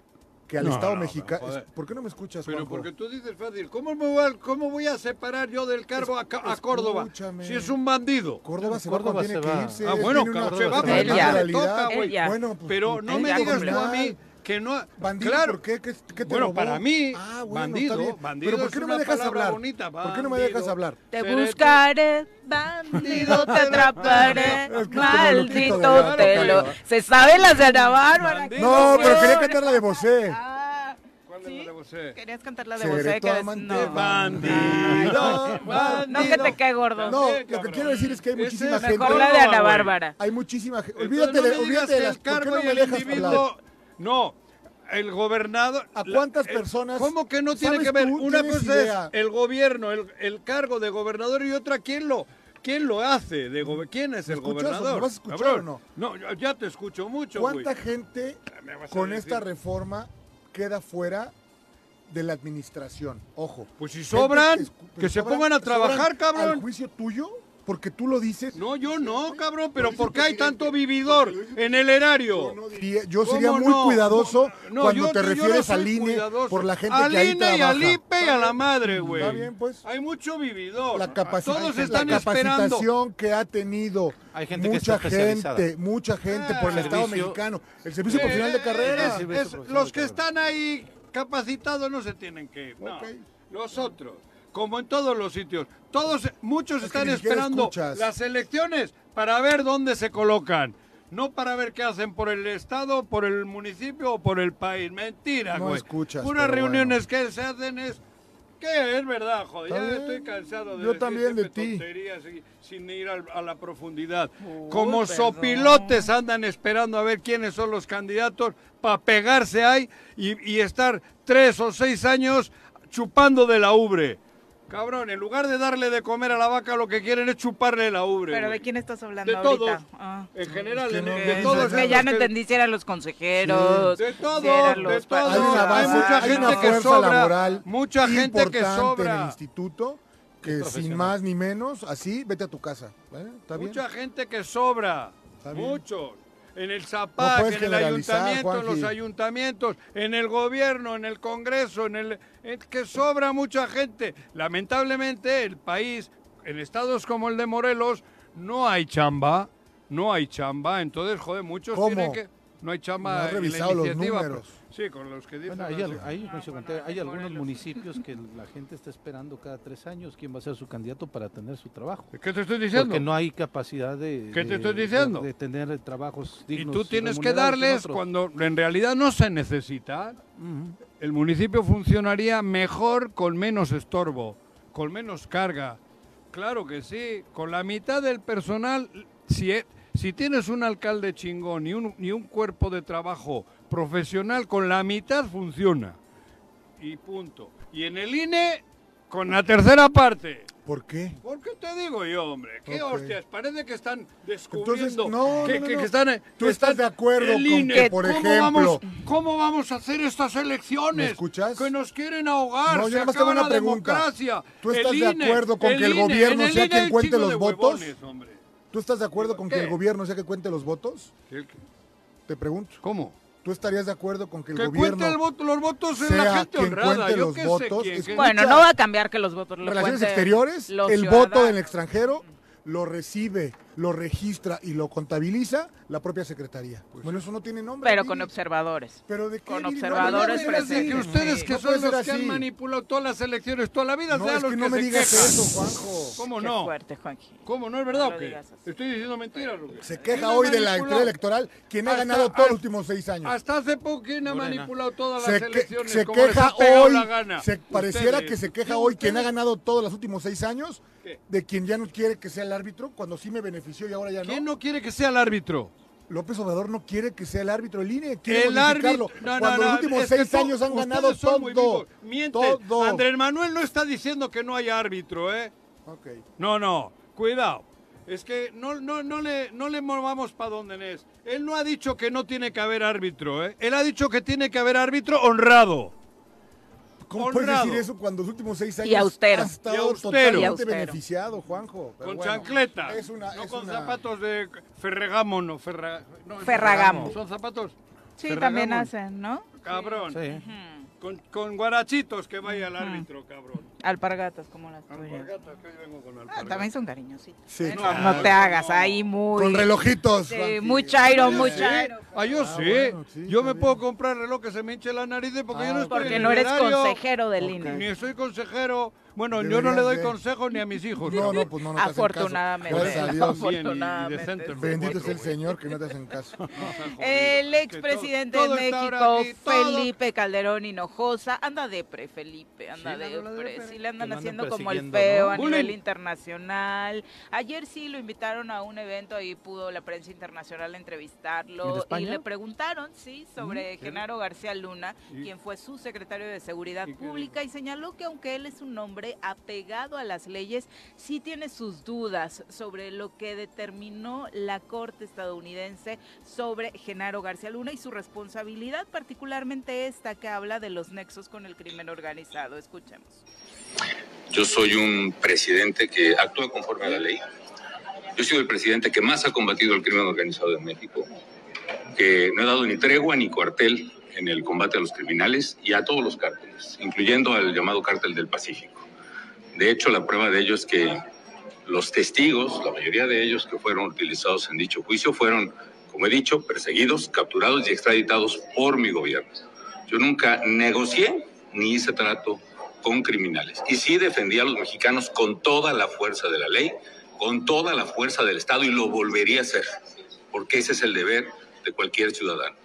Speaker 4: que al
Speaker 3: No,
Speaker 4: Estado
Speaker 3: no,
Speaker 4: mexicano...
Speaker 3: pero joder.
Speaker 4: ¿Por qué no me escuchas,
Speaker 3: Pero
Speaker 4: Juanjo?
Speaker 3: porque tú dices fácil, ¿cómo, me voy a, cómo voy a separar yo del cargo a, Ca- a Córdoba?
Speaker 4: Escúchame.
Speaker 3: Si es un bandido.
Speaker 4: Córdoba se
Speaker 5: Córdoba
Speaker 4: va cuando
Speaker 5: se
Speaker 4: tiene
Speaker 5: va.
Speaker 4: que irse.
Speaker 3: Ah, bueno,
Speaker 4: tiene
Speaker 3: cabrón,
Speaker 4: una
Speaker 3: se va
Speaker 2: porque Él ya.
Speaker 3: le
Speaker 4: realidad.
Speaker 3: toca,
Speaker 2: Él
Speaker 3: güey.
Speaker 2: ya.
Speaker 4: Bueno, pues,
Speaker 3: Pero no me
Speaker 2: ya
Speaker 3: digas tú
Speaker 2: cumplió.
Speaker 3: a mí que no...
Speaker 4: Bandido,
Speaker 3: claro,
Speaker 4: ¿por qué? ¿Qué, qué te
Speaker 3: Bueno,
Speaker 4: robó?
Speaker 3: para mí,
Speaker 4: Ah,
Speaker 3: bandido,
Speaker 4: está bien.
Speaker 3: bandido
Speaker 4: Pero ¿por
Speaker 3: es
Speaker 4: qué no
Speaker 3: una
Speaker 4: me dejas
Speaker 3: palabra
Speaker 4: hablar?
Speaker 3: bonita,
Speaker 4: ¿Por qué no me dejas
Speaker 3: bandido.
Speaker 4: hablar?
Speaker 2: Te
Speaker 3: Seré tú.
Speaker 2: buscaré, bandido, te atraparé,
Speaker 4: Es que como loquito de
Speaker 2: maldito
Speaker 4: Ana
Speaker 2: te lo...
Speaker 4: Bárbara.
Speaker 2: Se sabe las de Ana Bárbara. qué
Speaker 4: No, pero quería
Speaker 2: emoción.
Speaker 4: cantar la de Bosé.
Speaker 2: Ah,
Speaker 3: ¿Cuál
Speaker 2: ¿sí?
Speaker 3: es la de José?
Speaker 2: Querías cantar la de
Speaker 4: Seré
Speaker 2: Bosé,
Speaker 4: tu
Speaker 2: que es...
Speaker 4: amante,
Speaker 2: Pues No.
Speaker 3: Bandido,
Speaker 2: No, no, que te cae gordo.
Speaker 4: No,
Speaker 3: Sí,
Speaker 4: lo que
Speaker 3: cabrón.
Speaker 4: quiero decir es que hay
Speaker 3: Ese
Speaker 4: muchísima
Speaker 3: es
Speaker 4: gente.
Speaker 2: Mejor la de Ana
Speaker 3: güey.
Speaker 2: Bárbara.
Speaker 4: Hay muchísima gente.
Speaker 3: Entonces,
Speaker 4: Olvídate de,
Speaker 3: no me digas
Speaker 4: olvídate de
Speaker 3: que
Speaker 4: las.
Speaker 3: el
Speaker 4: ¿Por qué
Speaker 3: cargo
Speaker 4: no
Speaker 3: y
Speaker 4: me
Speaker 3: el
Speaker 4: dejas hablar?
Speaker 3: individuo... No, el gobernador...
Speaker 4: ¿A
Speaker 3: la-
Speaker 4: cuántas
Speaker 3: el-
Speaker 4: personas-
Speaker 3: ¿Cómo que no tiene
Speaker 4: sabes
Speaker 3: que ver?
Speaker 4: tú,
Speaker 3: Una
Speaker 4: tienes
Speaker 3: cosa
Speaker 4: idea?
Speaker 3: es el gobierno, el, el cargo de gobernador y otra, ¿quién lo...? ¿Quién lo hace? De gobe- ¿Quién es
Speaker 4: ¿Me
Speaker 3: el
Speaker 4: escuchas o
Speaker 3: gobernador?
Speaker 4: me vas a escuchar
Speaker 3: Cabrón,
Speaker 4: o no?
Speaker 3: yo- ya te escucho mucho, güey.
Speaker 4: ¿Cuánta gente
Speaker 3: Me vas a
Speaker 4: con
Speaker 3: decir.
Speaker 4: esta reforma queda fuera de la administración? Ojo.
Speaker 3: Pues si
Speaker 4: Gente
Speaker 3: sobran,
Speaker 4: escu-
Speaker 3: que
Speaker 4: pero
Speaker 3: se
Speaker 4: sobran-
Speaker 3: pongan a
Speaker 4: sobran
Speaker 3: trabajar,
Speaker 4: ¿Al
Speaker 3: cabrón.
Speaker 4: juicio tuyo? Porque tú lo dices.
Speaker 3: No, yo no, cabrón, pero ¿por qué hay tanto vividor en el erario?
Speaker 4: Yo no diría- yo sería
Speaker 3: ¿Cómo
Speaker 4: muy
Speaker 3: no?
Speaker 4: cuidadoso
Speaker 3: No,
Speaker 4: cuando
Speaker 3: yo-
Speaker 4: te
Speaker 3: yo no
Speaker 4: refieres
Speaker 3: soy
Speaker 4: al INE
Speaker 3: cuidadoso.
Speaker 4: por la gente
Speaker 3: Al
Speaker 4: que ahí
Speaker 3: INE
Speaker 4: trabaja.
Speaker 3: y al IPE y a la madre, güey.
Speaker 4: Está bien, pues.
Speaker 3: Hay mucho vividor.
Speaker 4: La, capaci-
Speaker 3: Todos
Speaker 4: la
Speaker 3: están
Speaker 4: capacitación
Speaker 3: esperando.
Speaker 4: que ha tenido
Speaker 5: Hay gente que
Speaker 4: mucha
Speaker 5: está especializada.
Speaker 4: gente, mucha gente por el
Speaker 5: Ah,
Speaker 4: Estado
Speaker 5: servicio.
Speaker 4: mexicano, el servicio
Speaker 3: Eh,
Speaker 4: profesional de carrera.
Speaker 3: es-
Speaker 5: Sí, sí,
Speaker 3: es-
Speaker 5: sí, sí,
Speaker 3: los
Speaker 5: sí,
Speaker 3: que
Speaker 5: sí.
Speaker 3: están ahí capacitados no se tienen que ir. no.
Speaker 4: Ok.
Speaker 3: Los otros, como en todos los sitios, todos, muchos
Speaker 4: que
Speaker 3: están
Speaker 4: ni siquiera
Speaker 3: esperando
Speaker 4: escuchas.
Speaker 3: las elecciones para ver dónde se colocan. No para ver qué hacen por el Estado, por el municipio o por el país. Mentira,
Speaker 4: No
Speaker 3: güey.
Speaker 4: escuchas,
Speaker 3: Unas
Speaker 4: pero
Speaker 3: reuniones que se hacen es... Que es verdad, joder,
Speaker 4: Está
Speaker 3: ya
Speaker 4: bien.
Speaker 3: estoy cansado de
Speaker 4: Yo
Speaker 3: decir
Speaker 4: también de
Speaker 3: siempre
Speaker 4: ti.
Speaker 3: tonterías y- sin ir al- a la profundidad.
Speaker 2: Uy,
Speaker 3: Como
Speaker 2: perdón.
Speaker 3: sopilotes andan esperando a ver quiénes son los candidatos para pegarse ahí y, y estar tres o seis años chupando de la ubre. Cabrón, en lugar de darle de comer a la vaca, lo que quieren es chuparle la ubre.
Speaker 2: Pero
Speaker 3: güey.
Speaker 2: ¿de quién estás hablando
Speaker 3: De
Speaker 2: ahorita?
Speaker 3: todos.
Speaker 2: Ah.
Speaker 3: En general,
Speaker 4: que
Speaker 3: en-
Speaker 4: no-
Speaker 3: de,
Speaker 4: que
Speaker 3: todos.
Speaker 2: Es que ya no
Speaker 3: los que-
Speaker 2: entendí si eran los consejeros,
Speaker 3: de todo,
Speaker 2: si eran
Speaker 3: de
Speaker 2: los
Speaker 3: todo.
Speaker 4: Hay un
Speaker 3: No, hay
Speaker 4: avance,
Speaker 3: mucha
Speaker 4: hay una
Speaker 3: gente que
Speaker 4: fuerza
Speaker 3: sobra,
Speaker 4: laboral
Speaker 3: mucha gente
Speaker 4: importante
Speaker 3: que
Speaker 4: en
Speaker 3: sobra.
Speaker 4: el instituto que sin más ni menos, así vete a tu casa, ¿eh? ¿Está bien?
Speaker 3: Mucha gente que sobra,
Speaker 4: Está bien.
Speaker 3: muchos. En el Zapac,
Speaker 4: puedes
Speaker 3: en el
Speaker 4: generalizar,
Speaker 3: ayuntamiento, en los
Speaker 4: Juanji.
Speaker 3: ayuntamientos, en el gobierno, en el Congreso, en el en que sobra mucha gente. Lamentablemente, el país, en estados como el de Morelos, no hay chamba, no hay chamba. Entonces, joder, muchos
Speaker 4: ¿Cómo?
Speaker 3: tienen que no hay chamba
Speaker 4: No ha
Speaker 3: en la
Speaker 4: revisado los
Speaker 3: iniciativa.
Speaker 4: números.
Speaker 3: pero- Sí, con los que dicen.
Speaker 5: Bueno, hay,
Speaker 3: así.
Speaker 5: al- hay, me conté, hay algunos municipios que la gente está esperando cada tres años quién va a ser su candidato para tener su trabajo.
Speaker 3: ¿Qué te estoy diciendo?
Speaker 5: Porque no hay capacidad de,
Speaker 3: ¿Qué te
Speaker 5: de-
Speaker 3: estoy
Speaker 5: de-
Speaker 3: diciendo?
Speaker 5: de tener trabajos
Speaker 3: Y
Speaker 5: dignos.
Speaker 3: tú tienes que
Speaker 5: remunerados en
Speaker 3: darles
Speaker 5: otros.
Speaker 3: cuando en realidad no se necesita.
Speaker 5: Ujú.
Speaker 3: El municipio funcionaría mejor con menos estorbo, con menos carga. Claro que sí, con la mitad del personal, si, e- si tienes un alcalde chingón y un, y un cuerpo de trabajo profesional, con la mitad funciona. Y punto. Y en el INE, con la tercera parte.
Speaker 4: ¿Por qué?
Speaker 3: ¿Por qué te digo yo, hombre? ¿Qué
Speaker 4: Ok.
Speaker 3: hostias? Parece que están
Speaker 4: Entonces,
Speaker 3: descubriendo
Speaker 4: no, no,
Speaker 3: que,
Speaker 4: no,
Speaker 3: que-
Speaker 4: no.
Speaker 3: que están... eh,
Speaker 4: Tú
Speaker 3: que
Speaker 4: estás
Speaker 3: están
Speaker 4: de acuerdo
Speaker 3: el
Speaker 4: con que,
Speaker 3: INE.
Speaker 4: por
Speaker 3: ¿Cómo
Speaker 4: ejemplo-
Speaker 3: vamos- ¿Cómo vamos a hacer estas elecciones?
Speaker 4: ¿Me escuchas?
Speaker 3: Que nos quieren ahogar,
Speaker 4: No, yo
Speaker 3: se
Speaker 4: nada más te
Speaker 3: acaba
Speaker 4: hago una
Speaker 3: la
Speaker 4: pregunta.
Speaker 3: democracia.
Speaker 4: ¿Tú
Speaker 3: el
Speaker 4: estás de
Speaker 3: INE,
Speaker 4: acuerdo con
Speaker 3: el
Speaker 4: que el
Speaker 3: INE,
Speaker 4: gobierno
Speaker 3: en el
Speaker 4: sea
Speaker 3: INE
Speaker 4: quien
Speaker 3: hay
Speaker 4: cuente
Speaker 3: chingo
Speaker 4: los
Speaker 3: de
Speaker 4: votos?
Speaker 3: huevones, hombre.
Speaker 4: ¿Tú estás de acuerdo con que el
Speaker 3: ¿Qué?
Speaker 4: gobierno sea que cuente los votos?
Speaker 3: El-
Speaker 4: Te pregunto.
Speaker 3: ¿Cómo?
Speaker 4: ¿Tú estarías de acuerdo con que el
Speaker 3: Que cuente
Speaker 4: gobierno...
Speaker 3: el voto, los votos en
Speaker 4: sea
Speaker 3: la gente
Speaker 4: quien
Speaker 3: honrada.
Speaker 4: cuente
Speaker 3: Yo
Speaker 4: los
Speaker 3: qué sé
Speaker 4: votos,
Speaker 3: quién,
Speaker 4: es-
Speaker 3: qué-
Speaker 2: Bueno, no va a cambiar que los votos los
Speaker 4: Relaciones
Speaker 2: cuenten
Speaker 4: exteriores,
Speaker 2: los
Speaker 4: el voto
Speaker 2: ciudadanos.
Speaker 4: en el extranjero lo recibe, lo registra y lo contabiliza la propia secretaría.
Speaker 3: Pues
Speaker 4: bueno, eso no tiene nombre.
Speaker 2: Pero
Speaker 4: Viri.
Speaker 2: con observadores.
Speaker 4: Pero de qué,
Speaker 2: con
Speaker 4: Viri? No,
Speaker 2: observadores
Speaker 4: no me digas
Speaker 3: Fíjate que
Speaker 2: presentes.
Speaker 4: así.
Speaker 3: ustedes que
Speaker 4: No puede
Speaker 3: son
Speaker 4: ser
Speaker 3: los que han
Speaker 4: así.
Speaker 3: manipulado todas las elecciones toda la vida,
Speaker 4: No,
Speaker 3: sean
Speaker 4: es
Speaker 3: los
Speaker 4: que
Speaker 3: que,
Speaker 4: no me
Speaker 3: se
Speaker 4: digas
Speaker 3: quejan.
Speaker 4: eso, Juanjo.
Speaker 3: ¿Cómo
Speaker 2: Qué
Speaker 3: no?
Speaker 2: fuerte, Juanji.
Speaker 3: ¿Cómo no es verdad
Speaker 2: No
Speaker 3: o qué?
Speaker 2: digas así.
Speaker 3: Estoy diciendo mentiras, Rubén.
Speaker 4: Se queja
Speaker 3: ¿Quién
Speaker 4: hoy
Speaker 3: ha
Speaker 4: de la
Speaker 3: manipulado?
Speaker 4: entrega electoral quien ha
Speaker 3: Hasta-
Speaker 4: ganado todos
Speaker 3: hasta-
Speaker 4: los últimos seis años.
Speaker 3: Hasta hace poco, ¿quién ha
Speaker 5: Morena.
Speaker 3: manipulado todas
Speaker 4: Se,
Speaker 3: las
Speaker 4: que-
Speaker 3: elecciones?
Speaker 4: se
Speaker 3: como les
Speaker 4: queja
Speaker 3: ha pegado
Speaker 4: hoy,
Speaker 3: la gana?
Speaker 4: se pareciera
Speaker 3: Ustedes.
Speaker 4: que se queja
Speaker 3: Sí,
Speaker 4: hoy quien ha
Speaker 3: ustedes.
Speaker 4: ganado todos los últimos seis años
Speaker 3: ¿Qué?
Speaker 4: de quien ya no quiere que sea el árbitro cuando sí me benefició y ahora ya
Speaker 3: ¿Quién
Speaker 4: no.
Speaker 3: no quiere que sea el árbitro?
Speaker 4: López Obrador no quiere que sea el árbitro del INE, quiere
Speaker 3: el
Speaker 4: modificarlo.
Speaker 3: árbitro. No,
Speaker 4: cuando
Speaker 3: no, no,
Speaker 4: los últimos
Speaker 3: es que
Speaker 4: seis
Speaker 3: tú-
Speaker 4: años han
Speaker 3: ustedes
Speaker 4: ganado
Speaker 3: son muy
Speaker 4: todo.
Speaker 3: vivos. Mienten.
Speaker 4: Todo.
Speaker 3: Andrés Manuel no está diciendo que no hay árbitro, ¿eh?
Speaker 4: Ok.
Speaker 3: No, no, cuidado. Es que no, no, no, le, no le movamos para donde es. Él no ha dicho que no tiene que haber árbitro, ¿eh? Él ha dicho que tiene que haber árbitro honrado.
Speaker 4: ¿Cómo
Speaker 3: Honrado.
Speaker 4: puedes decir eso cuando los últimos seis años
Speaker 2: Y austero.
Speaker 4: has
Speaker 3: Y
Speaker 4: estado
Speaker 3: austero.
Speaker 2: Y
Speaker 4: totalmente
Speaker 2: austero.
Speaker 4: beneficiado, Juanjo? Pero
Speaker 3: con
Speaker 4: bueno,
Speaker 3: chancleta.
Speaker 4: Es una,
Speaker 3: no
Speaker 4: es
Speaker 3: con
Speaker 4: una-
Speaker 3: zapatos de ferregamo, no, ferra- no, es
Speaker 2: Ferragamo.
Speaker 3: Son zapatos.
Speaker 2: Sí,
Speaker 3: Ferragamo.
Speaker 2: también hacen, ¿no?
Speaker 3: Cabrón.
Speaker 5: Sí.
Speaker 3: Con, con guarachitos que vaya el árbitro, cabrón.
Speaker 2: Alpargatas como las tuyas.
Speaker 3: Alpargatas, que hoy vengo con
Speaker 2: Ah,
Speaker 3: alpargatas.
Speaker 2: también son cariñositos.
Speaker 4: Sí, Ah,
Speaker 2: Bueno,
Speaker 3: claro.
Speaker 2: no, te hagas ahí muy...
Speaker 4: Con relojitos.
Speaker 2: Sí,
Speaker 4: Juanji.
Speaker 2: muy chairo,
Speaker 3: Sí.
Speaker 2: muy chairo.
Speaker 3: Ah, yo sí.
Speaker 4: bueno, sí,
Speaker 3: yo
Speaker 4: está
Speaker 3: me
Speaker 4: bien.
Speaker 3: puedo comprar reloj que se me hinche la nariz de- porque
Speaker 4: Ah,
Speaker 3: yo no estoy
Speaker 4: porque
Speaker 3: en el
Speaker 2: no eres
Speaker 3: erario,
Speaker 2: consejero del
Speaker 3: porque
Speaker 2: INE.
Speaker 3: Ni soy consejero. Bueno, yo no
Speaker 4: Deberías
Speaker 3: le doy
Speaker 4: de.
Speaker 3: consejos ni a mis hijos.
Speaker 4: No,
Speaker 3: cabrón.
Speaker 4: no, pues no, no te hacen caso.
Speaker 2: Afortunadamente.
Speaker 4: Gracias a Dios.
Speaker 3: Bien, y- y
Speaker 2: Afortunadamente,
Speaker 3: decente,
Speaker 2: sí.
Speaker 3: los
Speaker 4: Bendito es
Speaker 3: cuatro,
Speaker 4: el
Speaker 3: güey.
Speaker 4: Señor que no te hacen caso.
Speaker 2: El expresidente de
Speaker 3: Todo está ahora
Speaker 2: México,
Speaker 3: aquí, todo.
Speaker 2: Felipe Calderón Hinojosa, anda depre, Felipe, anda
Speaker 3: Sí, anda la
Speaker 2: depre.
Speaker 3: depre.
Speaker 2: Sí, le
Speaker 5: Que
Speaker 2: andan
Speaker 5: lo andan
Speaker 2: haciendo como el
Speaker 5: persiguiendo,
Speaker 2: feo
Speaker 5: ¿no?
Speaker 2: a
Speaker 3: Bullying.
Speaker 2: nivel internacional. Ayer sí lo invitaron a un evento, ahí pudo la prensa internacional
Speaker 5: ¿En
Speaker 2: entrevistarlo. Y
Speaker 5: España?
Speaker 2: le preguntaron, sí, sobre Genaro García Luna,
Speaker 3: ¿Y?
Speaker 2: quien fue su secretario de Seguridad
Speaker 3: ¿Y qué
Speaker 2: Pública, y señaló que aunque él es un hombre apegado a las leyes, sí tiene sus dudas sobre lo que determinó la Corte estadounidense sobre Genaro García Luna y su responsabilidad, particularmente esta que habla de los nexos con el crimen organizado. Escuchemos.
Speaker 6: Yo soy un presidente que actúa conforme a la ley. Yo he sido el presidente que más ha combatido el crimen organizado en México, que no he dado ni tregua ni cuartel en el combate a los criminales y a todos los cárteles, incluyendo al llamado cártel del Pacífico. De hecho, la prueba de ello es que los testigos, la mayoría de ellos que fueron utilizados en dicho juicio, fueron, como he dicho, perseguidos, capturados y extraditados por mi gobierno. Yo nunca negocié ni hice trato con criminales. Y sí defendí a los mexicanos con toda la fuerza de la ley, con toda la fuerza del Estado y lo volvería a hacer, porque ese es el deber de cualquier ciudadano.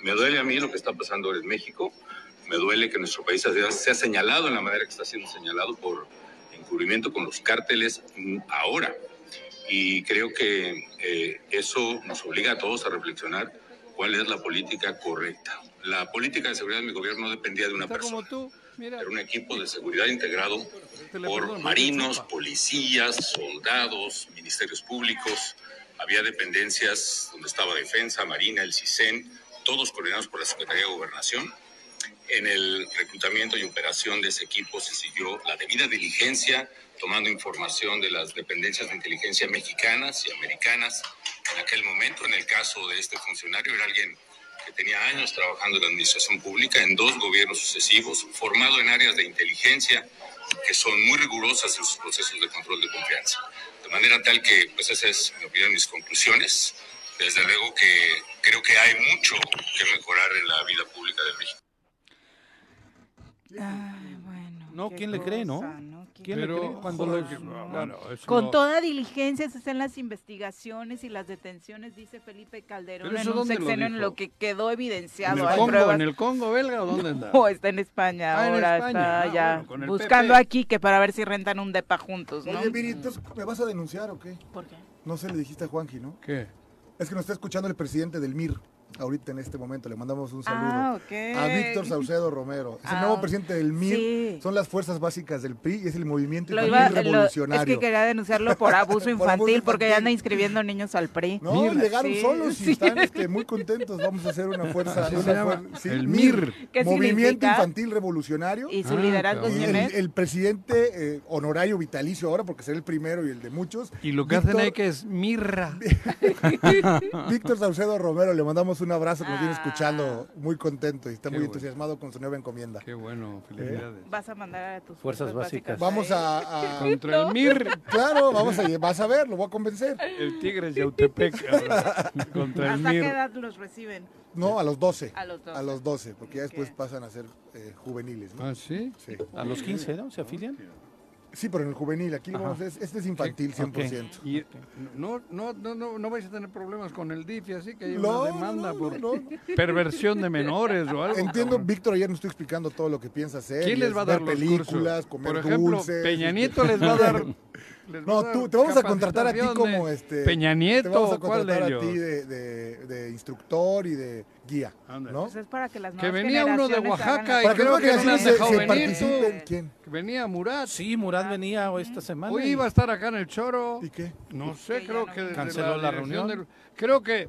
Speaker 6: Me duele a mí lo que está pasando ahora en México, me duele que nuestro país ha- sea señalado en la manera que está siendo señalado por encubrimiento con los cárteles mm, ahora. Y creo que eh, eso nos obliga a todos a reflexionar cuál es la política correcta. La política de seguridad de mi gobierno no dependía de una
Speaker 3: Está como
Speaker 6: persona.
Speaker 3: tú. Mira,
Speaker 6: Era un equipo de seguridad integrado
Speaker 3: te le perdono,
Speaker 6: por
Speaker 3: te
Speaker 6: marinos,
Speaker 3: chupa.
Speaker 6: policías, soldados, ministerios públicos. Había dependencias donde estaba Defensa, Marina, el CISEN, todos coordinados por la Secretaría de Gobernación. En el reclutamiento y operación de ese equipo se siguió la debida diligencia, tomando información de las dependencias de inteligencia mexicanas y americanas. En aquel momento, en el caso de este funcionario, era alguien que tenía años trabajando en la administración pública en dos gobiernos sucesivos, formado en áreas de inteligencia que son muy rigurosas en sus procesos de control de confianza. De manera tal que, pues esa es mi opinión, mis conclusiones. Desde luego que creo que hay mucho que mejorar en la vida pública de México.
Speaker 2: Ay, bueno.
Speaker 5: No,
Speaker 2: qué
Speaker 5: ¿quién le cree, no?
Speaker 2: cosa, ¿Quién-
Speaker 5: ¿Quién
Speaker 3: Pero,
Speaker 5: le cree cuando
Speaker 3: joder,
Speaker 5: los-
Speaker 3: que-
Speaker 5: la-
Speaker 3: bueno, eso
Speaker 2: Con
Speaker 3: Pues no-
Speaker 2: toda diligencia se hacen las investigaciones y las detenciones, dice Felipe Calderón,
Speaker 3: ¿Pero
Speaker 2: en
Speaker 3: eso
Speaker 2: un
Speaker 3: dónde lo
Speaker 2: sexenio en
Speaker 3: dijo?
Speaker 2: lo que quedó
Speaker 3: ¿En
Speaker 2: evidenciado.
Speaker 3: el
Speaker 2: Hay
Speaker 3: Congo,
Speaker 2: pruebas.
Speaker 3: en el Congo belga o dónde anda?
Speaker 2: No, está en España
Speaker 3: Ah, en
Speaker 2: ahora,
Speaker 3: España.
Speaker 2: está
Speaker 3: Ah,
Speaker 2: ya
Speaker 3: bueno, con el
Speaker 2: buscando
Speaker 3: PP.
Speaker 2: aquí que para ver si rentan un depa juntos, ¿no?
Speaker 4: Oye, Viri, entonces, ¿me vas a denunciar o qué?
Speaker 2: ¿Por qué?
Speaker 4: No se le dijiste a Juanji, ¿no?
Speaker 3: ¿Qué?
Speaker 4: Es que nos está escuchando el presidente del MIR ahorita en este momento. Le mandamos un saludo.
Speaker 2: Ah, ok.
Speaker 4: A Víctor Saucedo Romero. Es
Speaker 2: Ah,
Speaker 4: el nuevo presidente del MIR.
Speaker 2: sí.
Speaker 4: Son las fuerzas básicas del PRI y es el movimiento
Speaker 2: Lo
Speaker 4: infantil
Speaker 2: iba- lo- es
Speaker 4: revolucionario.
Speaker 2: que quería denunciarlo por abuso
Speaker 4: Por abuso
Speaker 2: infantil porque ya
Speaker 4: infantil.
Speaker 2: anda inscribiendo niños al PRI.
Speaker 4: No,
Speaker 3: Mira,
Speaker 4: llegaron
Speaker 2: sí,
Speaker 4: solos y
Speaker 2: sí.
Speaker 4: están este, muy contentos. Vamos a hacer una fuerza.
Speaker 3: Así
Speaker 4: una
Speaker 3: se llama,
Speaker 4: fuer- sí,
Speaker 3: el MIR.
Speaker 2: ¿Qué
Speaker 4: Movimiento
Speaker 2: significa?
Speaker 4: Infantil Revolucionario.
Speaker 2: Y su
Speaker 3: Ah,
Speaker 2: liderazgo es
Speaker 4: Y
Speaker 2: quién
Speaker 4: el,
Speaker 2: es?
Speaker 4: el presidente eh, honorario vitalicio ahora, porque será el primero y el de muchos.
Speaker 3: Y lo que hacen
Speaker 4: Víctor-
Speaker 3: ahí que es mirra.
Speaker 4: Víctor Saucedo Romero, le mandamos un abrazo que nos viene
Speaker 2: Ah.
Speaker 4: escuchando muy contento y está
Speaker 3: Qué
Speaker 4: muy
Speaker 3: bueno.
Speaker 4: entusiasmado con su nueva encomienda. ¿Eh?
Speaker 3: Qué bueno, felicidades.
Speaker 2: Vas a mandar a tus
Speaker 5: Fuerzas básicas.
Speaker 4: Vamos
Speaker 2: ahí.
Speaker 4: a, a-
Speaker 3: Contra el MIR,
Speaker 4: Claro, vamos a, vas a ver, lo voy a convencer.
Speaker 3: el Tigres de Autepec. ahora. Contra el
Speaker 2: ¿Hasta qué
Speaker 3: MIR.
Speaker 2: edad los reciben?
Speaker 4: No, a los 12.
Speaker 2: A los 12.
Speaker 4: A los 12, porque ya después
Speaker 2: Ok.
Speaker 4: pasan a ser eh, juveniles, ¿no?
Speaker 3: ¿Ah, sí?
Speaker 4: Sí.
Speaker 5: A los 15, ¿no? ¿Se afilian?
Speaker 4: Sí, pero en el juvenil, aquí lo
Speaker 5: Ajá.
Speaker 4: vamos a hacer- este es infantil 100%.
Speaker 3: Y no, no, no, no, no vais a tener problemas con el DIF y así que hay
Speaker 4: No,
Speaker 3: una demanda
Speaker 4: no,
Speaker 3: por
Speaker 4: no, no.
Speaker 3: perversión de menores o algo.
Speaker 4: Entiendo,
Speaker 3: cabrón.
Speaker 4: Víctor ayer nos estoy explicando todo lo que piensa hacer.
Speaker 3: ¿Quién
Speaker 4: y
Speaker 3: les
Speaker 4: es
Speaker 3: va a dar
Speaker 4: ver
Speaker 3: los
Speaker 4: películas,
Speaker 3: cursos?
Speaker 4: comer
Speaker 3: Por ejemplo,
Speaker 4: dulces,
Speaker 3: Peña
Speaker 4: este-
Speaker 3: Nieto les va a dar. les va a
Speaker 4: No,
Speaker 3: dar
Speaker 4: tú, te vamos a contratar a ti
Speaker 3: capacitaciones.
Speaker 4: como este. Te
Speaker 3: Peña
Speaker 4: vamos
Speaker 3: Nieto,
Speaker 4: a
Speaker 3: ¿cuál de
Speaker 4: contratar a
Speaker 3: ellos?
Speaker 4: ti de, de- de instructor y de guía,
Speaker 3: Ándale.
Speaker 4: ¿no?
Speaker 2: Pues es para que las
Speaker 3: Que
Speaker 2: nuevas
Speaker 3: venía uno de
Speaker 2: generaciones hagan
Speaker 3: Oaxaca
Speaker 2: las
Speaker 3: y
Speaker 4: Para que
Speaker 3: creo
Speaker 4: no
Speaker 2: cosas
Speaker 3: que no
Speaker 4: crean
Speaker 3: me han
Speaker 4: se,
Speaker 3: dejado
Speaker 4: se
Speaker 3: venir.
Speaker 4: participen. ¿Quién?
Speaker 3: Venía Murat.
Speaker 5: Sí, Murat venía esta semana.
Speaker 3: Hoy
Speaker 5: y-
Speaker 3: iba a estar acá en el Choro.
Speaker 4: ¿Y qué?
Speaker 3: No sé,
Speaker 2: Que ya
Speaker 3: creo
Speaker 2: no
Speaker 3: que desde
Speaker 5: Canceló la
Speaker 3: dirección
Speaker 5: reunión.
Speaker 3: del- creo que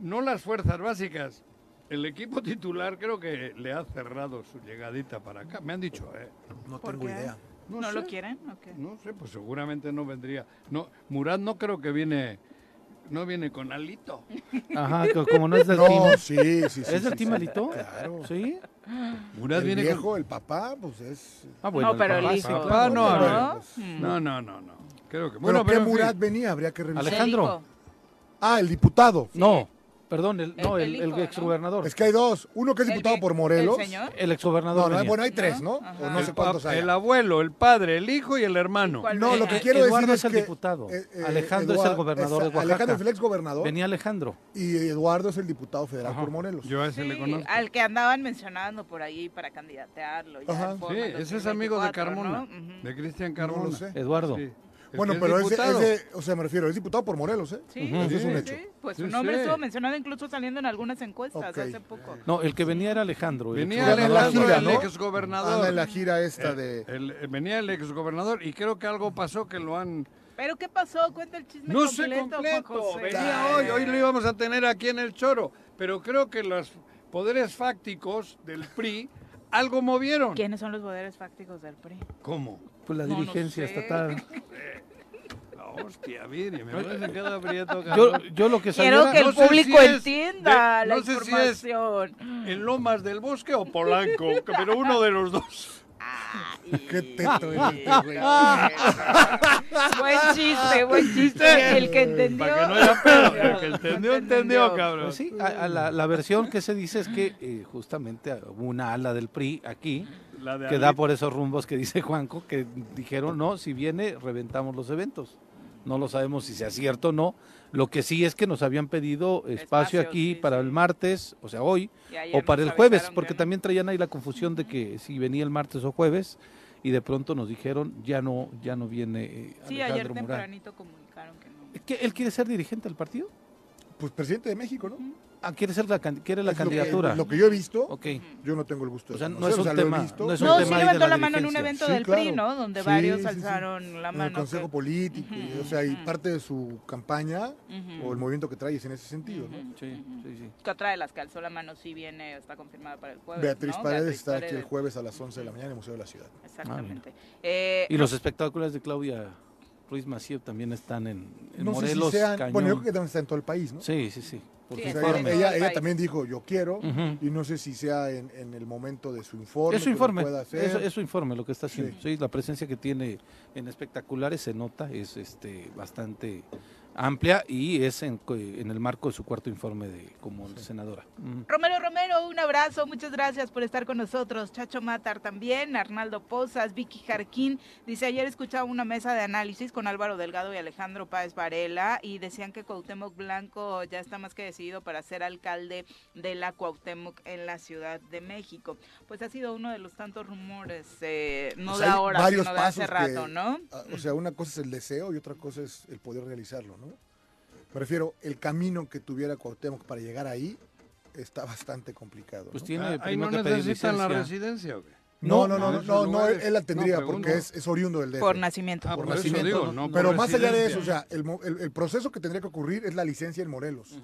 Speaker 3: no las fuerzas básicas. El equipo titular creo que le ha cerrado su llegadita para acá. Me han dicho, ¿eh?
Speaker 4: No
Speaker 2: ¿Por
Speaker 4: tengo
Speaker 2: qué?
Speaker 4: idea.
Speaker 2: ¿No,
Speaker 3: sé.
Speaker 2: lo quieren? Ok.
Speaker 3: No sé, pues seguramente no vendría. No, Murat no creo que viene, no viene con alito.
Speaker 5: Ajá, co- como no es del team.
Speaker 4: No, sí, sí, sí.
Speaker 5: ¿Es
Speaker 4: sí,
Speaker 5: del
Speaker 4: sí.
Speaker 5: team Alito?
Speaker 4: Claro.
Speaker 5: Sí.
Speaker 3: Murat
Speaker 4: El
Speaker 3: viene
Speaker 4: viejo, el papá, pues es.
Speaker 5: Ah,
Speaker 2: no, pero el hijo.
Speaker 3: sí, claro.
Speaker 5: no,
Speaker 3: a
Speaker 2: ¿no?
Speaker 3: con...
Speaker 2: Mm.
Speaker 3: No, no, no, no. Creo que...
Speaker 4: Bueno, ¿qué
Speaker 3: en fin.
Speaker 4: Murat venía? Habría que revisar.
Speaker 5: Alej- Alejandro.
Speaker 2: Federico.
Speaker 4: Ah, el diputado.
Speaker 5: No, perdón, el,
Speaker 2: El-
Speaker 5: no,
Speaker 2: el
Speaker 5: el, el
Speaker 2: hijo, ¿no?
Speaker 5: exgobernador.
Speaker 4: Es que hay dos. Uno que es
Speaker 2: El
Speaker 4: diputado
Speaker 2: vi-
Speaker 4: por Morelos.
Speaker 2: ¿El señor?
Speaker 5: El
Speaker 4: No,
Speaker 5: exgobernador.
Speaker 4: no,
Speaker 5: venía.
Speaker 4: bueno, hay tres, ¿no?
Speaker 2: Ajá.
Speaker 4: O no
Speaker 3: El
Speaker 4: sé
Speaker 3: pa-
Speaker 4: cuántos hay.
Speaker 3: el abuelo, el padre, el hijo y el hermano.
Speaker 2: ¿Cuál
Speaker 4: No, lo
Speaker 2: venía?
Speaker 4: que quiero decir
Speaker 5: Eduardo
Speaker 4: es,
Speaker 5: es el
Speaker 4: que,
Speaker 5: diputado. Alejandro es el gobernador de
Speaker 4: esa-
Speaker 5: Oaxaca.
Speaker 4: Alejandro es el ex gobernador
Speaker 5: Venía Alejandro.
Speaker 4: y Eduardo es el diputado federal por Morelos.
Speaker 3: Yo a ese le
Speaker 2: Sí,
Speaker 3: conozco.
Speaker 2: al que andaban mencionando por ahí para candidatearlo. ya
Speaker 4: Ajá.
Speaker 2: en
Speaker 3: Sí,
Speaker 2: forma en
Speaker 3: ese es amigo de
Speaker 2: 2024,
Speaker 3: Carmona,
Speaker 2: ¿no? Ujú.
Speaker 3: de Cristian
Speaker 4: No lo
Speaker 3: Carmona.
Speaker 4: sé.
Speaker 5: Eduardo.
Speaker 3: Sí.
Speaker 4: bueno,
Speaker 3: El que
Speaker 4: pero
Speaker 3: es
Speaker 4: ese,
Speaker 3: diputado.
Speaker 4: ese- o sea, me refiero, es diputado por Morelos, ¿eh?
Speaker 2: Sí,
Speaker 5: Ujú.
Speaker 4: Eso es
Speaker 2: sí,
Speaker 4: un
Speaker 2: sí,
Speaker 4: hecho.
Speaker 2: sí. Pues
Speaker 3: Sí,
Speaker 2: su nombre
Speaker 3: sí.
Speaker 2: estuvo mencionado incluso saliendo en algunas encuestas
Speaker 4: Ok.
Speaker 2: hace poco.
Speaker 5: No, el que venía era Alejandro. el
Speaker 3: Venía
Speaker 4: Ganó la
Speaker 3: Alejandro,
Speaker 4: gira,
Speaker 3: el
Speaker 4: ¿no?
Speaker 3: exgobernador. Eh,
Speaker 4: Anda en la gira esta de...
Speaker 3: El- el- venía el exgobernador y creo que algo pasó que lo han...
Speaker 2: Pero ¿qué pasó? Cuenta el chisme
Speaker 3: No
Speaker 2: completo.
Speaker 3: sé
Speaker 2: Juan
Speaker 3: completo,
Speaker 2: José.
Speaker 3: venía hoy, hoy lo íbamos a tener aquí en el Choro, pero creo que los poderes fácticos del PRI algo movieron.
Speaker 2: ¿Quiénes son los poderes fácticos del PRI?
Speaker 3: ¿Cómo?
Speaker 5: Pues la
Speaker 2: No, no
Speaker 5: dirigencia
Speaker 2: sé.
Speaker 5: estatal.
Speaker 3: La hostia, Viri, me pones en cada aprieto,
Speaker 5: Yo,
Speaker 3: cabrón.
Speaker 5: yo lo que sabía
Speaker 2: Quiero
Speaker 5: era-
Speaker 2: que el
Speaker 3: no sé
Speaker 2: público
Speaker 3: si es
Speaker 2: entienda
Speaker 3: de-
Speaker 2: la
Speaker 3: no sé si es-
Speaker 2: información.
Speaker 3: ¿En Lomas del Bosque o Polanco? Pero uno de los dos.
Speaker 4: Qué teto eres, este güey.
Speaker 2: Buen chiste, buen chiste. El que entendió.
Speaker 3: Para que no haya pedo. El que entendió, entendió, cabrón.
Speaker 5: Pues sí, a- a la, la versión que se dice es que eh, justamente hubo una ala del PRI aquí
Speaker 3: La de
Speaker 5: que da
Speaker 3: Alito.
Speaker 5: por esos rumbos que dice Juanco, que dijeron, no, si viene, reventamos los eventos. No lo sabemos si sea cierto o no. Lo que sí es que nos habían pedido espacio,
Speaker 2: Espacio,
Speaker 5: aquí
Speaker 2: sí,
Speaker 5: para
Speaker 2: sí.
Speaker 5: el martes, o sea, hoy,
Speaker 2: Y ayer
Speaker 5: o para el
Speaker 2: nos
Speaker 5: jueves,
Speaker 2: avisaron
Speaker 5: porque
Speaker 2: que no.
Speaker 5: también traían ahí la confusión de que si venía el martes o jueves, y de pronto nos dijeron, ya no, ya no viene eh,
Speaker 2: Sí, ayer
Speaker 5: Alejandro Murán.
Speaker 2: tempranito comunicaron que no.
Speaker 5: ¿Qué, ¿Él quiere ser dirigente del partido?
Speaker 4: Pues presidente de México, ¿no?
Speaker 5: Ah, quiere ser la, can- quiere la
Speaker 4: Es lo que-
Speaker 5: candidatura.
Speaker 4: Lo que, yo he visto,
Speaker 5: Ok.
Speaker 4: yo no tengo el gusto de
Speaker 5: O sea, no
Speaker 4: conocer,
Speaker 5: es un
Speaker 4: lo he
Speaker 5: tema-
Speaker 4: visto.
Speaker 5: no es un
Speaker 2: No, sí
Speaker 5: tema ahí de
Speaker 2: levantó
Speaker 5: la
Speaker 2: la mano en un
Speaker 5: dirigencia.
Speaker 2: evento
Speaker 4: Sí,
Speaker 2: del
Speaker 4: claro.
Speaker 2: PRI, ¿no? Donde
Speaker 4: Sí,
Speaker 2: varios
Speaker 4: sí, sí.
Speaker 2: alzaron la
Speaker 4: En el
Speaker 2: mano.
Speaker 4: Consejo
Speaker 2: que-
Speaker 4: Político, y, o sea, y parte de su campaña
Speaker 2: Ujú.
Speaker 4: o el movimiento que traes en ese sentido, ¿no?
Speaker 5: Sí, sí, sí.
Speaker 2: Que otra de las que alzó la mano sí viene, está confirmada para el jueves.
Speaker 4: Beatriz
Speaker 2: ¿no?
Speaker 4: Paredes
Speaker 2: Beatriz
Speaker 4: estará aquí el
Speaker 2: Paredes.
Speaker 4: jueves a las 11 de la mañana en el Museo de la Ciudad.
Speaker 2: Exactamente. Eh,
Speaker 5: Y los espectáculos de Claudia Ruiz Macié también están en, en
Speaker 4: no
Speaker 5: Morelos,
Speaker 4: sé si sean,
Speaker 5: Cañón.
Speaker 4: bueno, yo creo que también está en todo el país, ¿no?
Speaker 5: Sí, sí, sí. Por
Speaker 2: Sí,
Speaker 5: su
Speaker 4: O sea,
Speaker 2: está en
Speaker 5: informe.
Speaker 2: todo
Speaker 4: ella
Speaker 2: el
Speaker 4: ella
Speaker 2: país.
Speaker 4: también dijo, yo quiero,
Speaker 5: Ujú.
Speaker 4: y no sé si sea en, en el momento de su informe.
Speaker 5: Es su
Speaker 4: que lo
Speaker 5: informe,
Speaker 4: pueda
Speaker 5: es,
Speaker 4: hacer.
Speaker 5: es su informe lo que está haciendo.
Speaker 4: Sí.
Speaker 5: Sí. la presencia que tiene en espectaculares se nota, es este bastante amplia y es en, co- en el marco de su cuarto informe de como senadora. Mm.
Speaker 2: Romero Romero, un abrazo, muchas gracias por estar con nosotros. Chacho Matar también, Arnaldo Pozas, Vicky Jarquín. Dice, ayer escuchaba una mesa de análisis con Álvaro Delgado y Alejandro Páez Varela y decían que Cuauhtémoc Blanco ya está más que decidido para ser alcalde de la Cuauhtémoc en la Ciudad de México. Pues ha sido uno de los tantos rumores, eh, no
Speaker 4: Pues
Speaker 2: de
Speaker 4: hay
Speaker 2: ahora,
Speaker 4: varios
Speaker 2: sino de hace
Speaker 4: pasos
Speaker 2: rato,
Speaker 4: que-
Speaker 2: ¿no?
Speaker 4: ah, O sea, una cosa es el deseo y otra cosa es el poder realizarlo, ¿no? Me refiero, el camino que tuviera Cuauhtémoc para llegar ahí está bastante complicado.
Speaker 5: Pues
Speaker 4: ¿no?
Speaker 5: tiene
Speaker 3: Ah, ahí
Speaker 5: primero
Speaker 3: no
Speaker 5: que pedir
Speaker 3: necesitan la
Speaker 5: licencia.
Speaker 3: residencia, güey.
Speaker 4: No, no, no,
Speaker 3: no,
Speaker 4: no,
Speaker 3: esos
Speaker 4: no, no, él,
Speaker 3: lugares-
Speaker 4: él la tendría
Speaker 3: no,
Speaker 4: porque
Speaker 3: pregunto.
Speaker 4: es, es oriundo del DF.
Speaker 2: Por nacimiento.
Speaker 5: Ah,
Speaker 3: Por,
Speaker 5: por
Speaker 3: eso
Speaker 5: nacimiento,
Speaker 3: digo,
Speaker 5: no-
Speaker 3: no
Speaker 4: Pero
Speaker 3: por
Speaker 4: más allá de eso, o
Speaker 3: residencia.
Speaker 4: sea, el, mo- el- el proceso que tendría que ocurrir es la licencia en Morelos.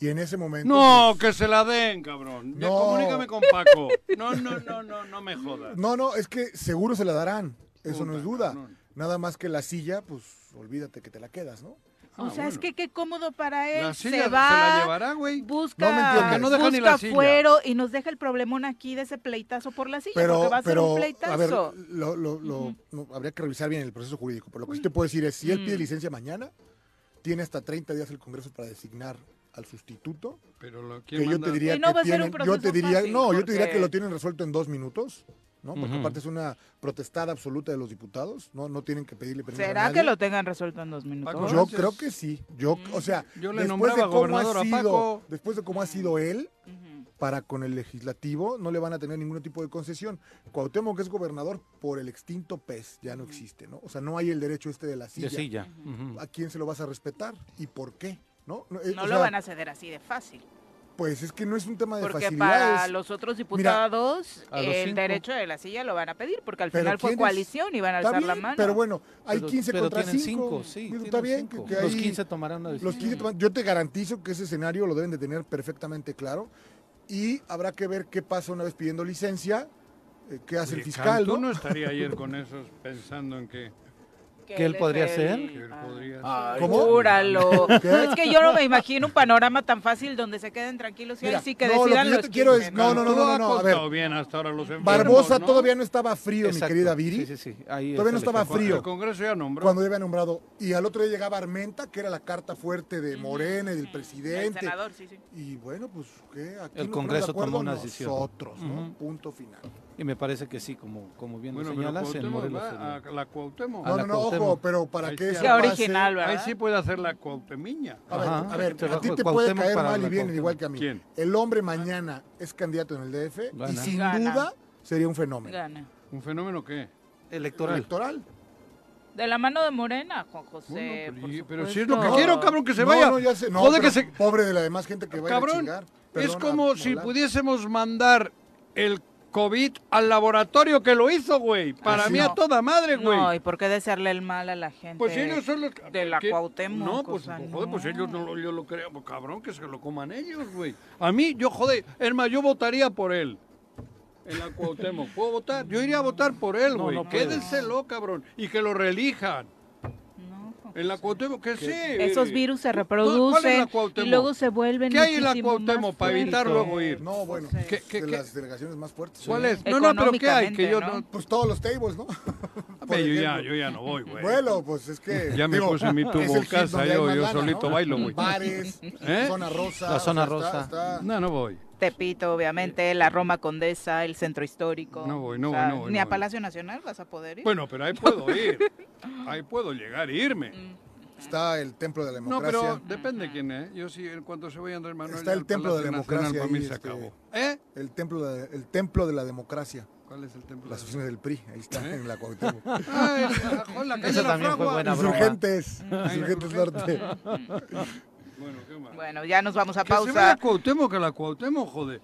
Speaker 4: Y en ese momento... pues,
Speaker 3: No, que se la den, cabrón. Ya,
Speaker 4: No.
Speaker 3: comunícame con Paco. No, no, no, no, no me jodas.
Speaker 4: No, no, es que seguro se la darán. Eso no
Speaker 3: Puta,
Speaker 4: es duda.
Speaker 3: cabrón.
Speaker 4: Nada más que la silla, pues olvídate que te la quedas, ¿no?
Speaker 2: o
Speaker 3: Ah,
Speaker 2: sea, es
Speaker 3: bueno.
Speaker 2: que qué cómodo para él.
Speaker 3: La
Speaker 2: se
Speaker 3: silla se
Speaker 2: va.
Speaker 3: la llevará, güey.
Speaker 2: busca,
Speaker 4: No me entiendes. Porque
Speaker 3: no deja ni
Speaker 2: busca
Speaker 3: la silla.
Speaker 2: fuero y nos deja el problemón aquí de ese pleitazo por la silla,
Speaker 4: Pero,
Speaker 2: porque va a ser
Speaker 4: pero,
Speaker 2: un pleitazo.
Speaker 4: a ver, lo, lo- lo- no, habría que revisar bien el proceso jurídico. Pero lo que sí te puedo decir es, si él
Speaker 2: Mm.
Speaker 4: pide licencia mañana, tiene hasta 30 días el Congreso para designar al sustituto.
Speaker 3: Pero lo, ¿quién
Speaker 4: Que yo
Speaker 3: manda?
Speaker 4: te diría
Speaker 2: Y no
Speaker 4: que
Speaker 2: va a ser un
Speaker 4: tienen, yo te
Speaker 2: proceso
Speaker 4: diría,
Speaker 2: fácil,
Speaker 4: no, yo te diría
Speaker 2: porque-
Speaker 4: que lo tienen resuelto en dos minutos, ¿no? Porque
Speaker 5: Ujú.
Speaker 4: aparte es una protestada absoluta de los diputados, no, no tienen que pedirle permiso. a
Speaker 2: ¿Será
Speaker 4: nadie.
Speaker 2: que lo tengan resuelto en dos minutos?
Speaker 3: Paco,
Speaker 4: Yo
Speaker 3: Entonces-
Speaker 4: creo que sí. Yo, o sea,
Speaker 3: Yo
Speaker 4: después
Speaker 3: le
Speaker 4: de
Speaker 3: nombraba
Speaker 4: cómo
Speaker 3: gobernador
Speaker 4: ha
Speaker 3: a
Speaker 4: sido,
Speaker 3: Paco.
Speaker 4: después de cómo ha sido él
Speaker 2: Ujú.
Speaker 4: para con el legislativo, no le van a tener ningún tipo de concesión. Cuauhtémoc es gobernador por el extinto PES, ya no existe, ¿no? O sea, no hay el derecho este de la
Speaker 5: De
Speaker 4: silla.
Speaker 5: silla. Ujú.
Speaker 4: ¿A quién se lo vas a respetar y por qué? No, no, eh,
Speaker 2: No
Speaker 4: o
Speaker 2: lo
Speaker 4: sea,
Speaker 2: van a ceder así de fácil,
Speaker 4: Pues es que no es un tema de
Speaker 2: porque
Speaker 4: facilidades.
Speaker 2: para los otros diputados
Speaker 5: a los
Speaker 2: el
Speaker 5: cinco.
Speaker 2: derecho de la silla lo van a pedir, porque al
Speaker 4: Pero
Speaker 2: final fue
Speaker 4: ¿quiénes?
Speaker 2: coalición y van a
Speaker 4: Está
Speaker 2: alzar la
Speaker 4: bien,
Speaker 2: mano.
Speaker 4: Pero bueno, hay
Speaker 5: Pero-
Speaker 4: 15
Speaker 5: pero
Speaker 4: contra
Speaker 5: tienen
Speaker 4: 5.
Speaker 5: cinco, sí,
Speaker 4: está
Speaker 5: tienen
Speaker 4: bien que,
Speaker 5: cinco.
Speaker 4: que
Speaker 5: Los
Speaker 4: hay-
Speaker 5: 15 tomarán la decisión.
Speaker 4: Los 15 toman- yo te garantizo que ese escenario lo deben de tener perfectamente claro y habrá que ver qué pasa una vez pidiendo licencia, eh, qué hace
Speaker 3: Oye,
Speaker 4: el fiscal,
Speaker 3: Cantú
Speaker 4: ¿no?
Speaker 3: no estaría ayer con esos pensando en que,
Speaker 5: ¿Que él podría
Speaker 2: es
Speaker 5: ser?
Speaker 2: el-
Speaker 3: que él
Speaker 2: Ah.
Speaker 3: podría
Speaker 4: Ay,
Speaker 3: ser.
Speaker 4: ¿Cómo?
Speaker 2: Júralo.
Speaker 4: ¿Qué?
Speaker 2: Es que yo no me imagino un panorama tan fácil donde se queden tranquilos y
Speaker 4: Mira,
Speaker 2: ahí sí que
Speaker 4: no, lo que
Speaker 2: decidan
Speaker 4: yo te
Speaker 2: los
Speaker 4: quiero es-
Speaker 2: 15,
Speaker 4: no, no, no, no, no, no, a ver.
Speaker 3: Contado bien hasta ahora los enfermos,
Speaker 4: Barbosa
Speaker 3: ¿no?
Speaker 4: todavía no estaba frío, mi
Speaker 5: Exacto.
Speaker 4: querida Viri.
Speaker 5: Sí, sí, sí. Ahí
Speaker 4: Todavía no
Speaker 5: está el
Speaker 4: estaba
Speaker 5: ejemplo.
Speaker 4: frío.
Speaker 3: El Congreso ya nombró.
Speaker 4: Cuando ya había nombrado. Y al otro día llegaba Armenta, que era la carta fuerte de Morena y del
Speaker 2: El
Speaker 4: presidente.
Speaker 2: senador, sí, sí.
Speaker 4: Y bueno, pues, ¿qué? Aquí
Speaker 5: El
Speaker 4: nos ponemos de
Speaker 5: Congreso tomó
Speaker 4: acuerdo
Speaker 5: una decisión.
Speaker 4: Nosotros, ¿no?
Speaker 5: Ujú.
Speaker 4: Punto final.
Speaker 5: Y me parece que sí, como, como bien lo
Speaker 3: bueno, pero
Speaker 5: señalas, en
Speaker 3: Cuauhtémoc
Speaker 5: Morelos.
Speaker 3: va
Speaker 5: sería.
Speaker 3: a la Cuauhtémoc.
Speaker 5: A
Speaker 4: No,
Speaker 5: la
Speaker 4: no, no, ojo,
Speaker 5: Cuauhtémoc.
Speaker 4: pero para
Speaker 3: Ahí
Speaker 4: que
Speaker 3: sí,
Speaker 4: eso
Speaker 2: Qué
Speaker 4: pase-
Speaker 2: original, ¿verdad?
Speaker 3: Ahí sí puede hacer la Cuauhtemiña.
Speaker 4: A ver,
Speaker 5: Ajá.
Speaker 4: a, ver,
Speaker 5: Trabajo
Speaker 4: a ti
Speaker 5: de
Speaker 4: te puede
Speaker 5: Cuauhtémoc
Speaker 4: caer
Speaker 5: para
Speaker 4: mal
Speaker 5: la
Speaker 4: y bien,
Speaker 5: Cuauhtémoc.
Speaker 4: igual que a mí.
Speaker 3: ¿Quién?
Speaker 4: El hombre mañana es candidato en el DF y
Speaker 5: Gana.
Speaker 4: sin
Speaker 2: Gana.
Speaker 4: duda sería un fenómeno
Speaker 2: Gana.
Speaker 3: ¿Un fenómeno qué?
Speaker 5: Electoral.
Speaker 4: electoral.
Speaker 2: De la mano de Morena, Juan José.
Speaker 3: Bueno,
Speaker 2: por
Speaker 3: pero, pero si es
Speaker 2: supuesto.
Speaker 3: lo que quiero, cabrón, que se
Speaker 4: No,
Speaker 3: vaya.
Speaker 4: no, ya sé, no,
Speaker 3: Joder, que
Speaker 4: pero
Speaker 3: se...
Speaker 4: Pobre de la demás gente que vaya a
Speaker 3: Cabrón,
Speaker 4: chingar.
Speaker 3: es
Speaker 4: Perdona,
Speaker 3: como si
Speaker 4: Nolan.
Speaker 3: pudiésemos mandar el COVID al laboratorio que lo hizo, güey. Para
Speaker 2: Así
Speaker 3: mí
Speaker 2: no.
Speaker 3: a toda madre, güey.
Speaker 2: No, ¿y por qué desearle el mal a la gente?
Speaker 3: Pues ellos son los
Speaker 2: de la
Speaker 3: que-
Speaker 2: Cuauhtémoc,
Speaker 3: No,
Speaker 2: o
Speaker 3: pues,
Speaker 2: sea,
Speaker 3: joder, pues
Speaker 2: no.
Speaker 3: ellos no lo, yo lo creo, pues, cabrón, que se lo coman ellos, güey. A mí, yo, joder, es más, yo votaría por él. En la Cuauhtémoc, ¿puedo votar? Yo iría a votar por él,
Speaker 5: No,
Speaker 3: güey.
Speaker 5: no puedes.
Speaker 3: Quédenselo, cabrón, y que lo reelijan.
Speaker 2: No,
Speaker 4: pues,
Speaker 2: Juan
Speaker 3: En la Cuauhtémoc, que sí.
Speaker 2: Esos virus
Speaker 3: ¿Cuál
Speaker 2: se
Speaker 3: es la
Speaker 2: reproducen
Speaker 3: Cuauhtémoc?
Speaker 2: y luego se vuelven
Speaker 3: ¿Qué hay en la
Speaker 2: muchísimo más
Speaker 3: Cuauhtémoc para evitar
Speaker 2: fuertes?
Speaker 3: luego ir?
Speaker 4: No, bueno,
Speaker 3: ¿Qué- qué-
Speaker 4: de
Speaker 3: qué?
Speaker 4: las delegaciones más fuertes.
Speaker 3: ¿Cuál
Speaker 4: Sí.
Speaker 3: es? No, no, pero ¿qué hay? Que yo no...
Speaker 2: Económicamente,
Speaker 4: Pues todos los tables, ¿no? Por
Speaker 3: Ve, Pues yo, ya,
Speaker 4: ejemplo.
Speaker 3: yo ya no voy, güey.
Speaker 4: Bueno, pues es que.
Speaker 3: Ya me
Speaker 4: digo,
Speaker 3: puse mi
Speaker 4: es
Speaker 3: tubo
Speaker 4: el
Speaker 3: en
Speaker 4: hit
Speaker 3: casa,
Speaker 4: donde hay
Speaker 3: yo,
Speaker 4: más
Speaker 3: yo
Speaker 4: lana,
Speaker 3: solito
Speaker 4: ¿no?
Speaker 3: bailo, güey.
Speaker 4: Bares,
Speaker 3: ¿Eh?
Speaker 4: zona rosa.
Speaker 5: La
Speaker 4: o
Speaker 5: zona
Speaker 4: sea, está-
Speaker 5: rosa.
Speaker 4: está-
Speaker 3: No, no voy.
Speaker 2: Tepito, obviamente, la Roma Condesa, el Centro Histórico.
Speaker 3: No voy, no
Speaker 2: O sea,
Speaker 3: voy, no voy,
Speaker 2: Ni
Speaker 3: no
Speaker 2: a
Speaker 3: voy.
Speaker 2: Palacio Nacional vas a poder ir.
Speaker 3: Bueno, pero ahí puedo ir. Ahí puedo llegar e irme.
Speaker 4: Está el templo de la
Speaker 3: No,
Speaker 4: democracia.
Speaker 3: pero depende quién es. Yo sí, en cuanto se vaya Andrés Manuel.
Speaker 4: Está el
Speaker 3: al
Speaker 4: templo de la
Speaker 3: Palacio Nacional,
Speaker 4: democracia
Speaker 3: Para mí
Speaker 4: ahí,
Speaker 3: se
Speaker 4: este-
Speaker 3: acabó. ¿Eh?
Speaker 4: El templo, de, el templo de la democracia.
Speaker 3: ¿Cuál es el templo?
Speaker 4: Las oficinas del PRI, ahí está, en la Cuauhtémoc.
Speaker 3: Ah, el- la- joder, la calle
Speaker 5: Esa
Speaker 3: La
Speaker 5: también fue
Speaker 3: Fragua.
Speaker 5: buena, bro.
Speaker 4: Insurgentes,
Speaker 2: Mm.
Speaker 3: Ay,
Speaker 4: Insurgentes Norte.
Speaker 3: Bueno, qué mal.
Speaker 2: Bueno, ya nos vamos a
Speaker 3: Que se vaya
Speaker 2: pausa.
Speaker 3: a Cuauhtémoc, que la Cuauhtémoc, joder.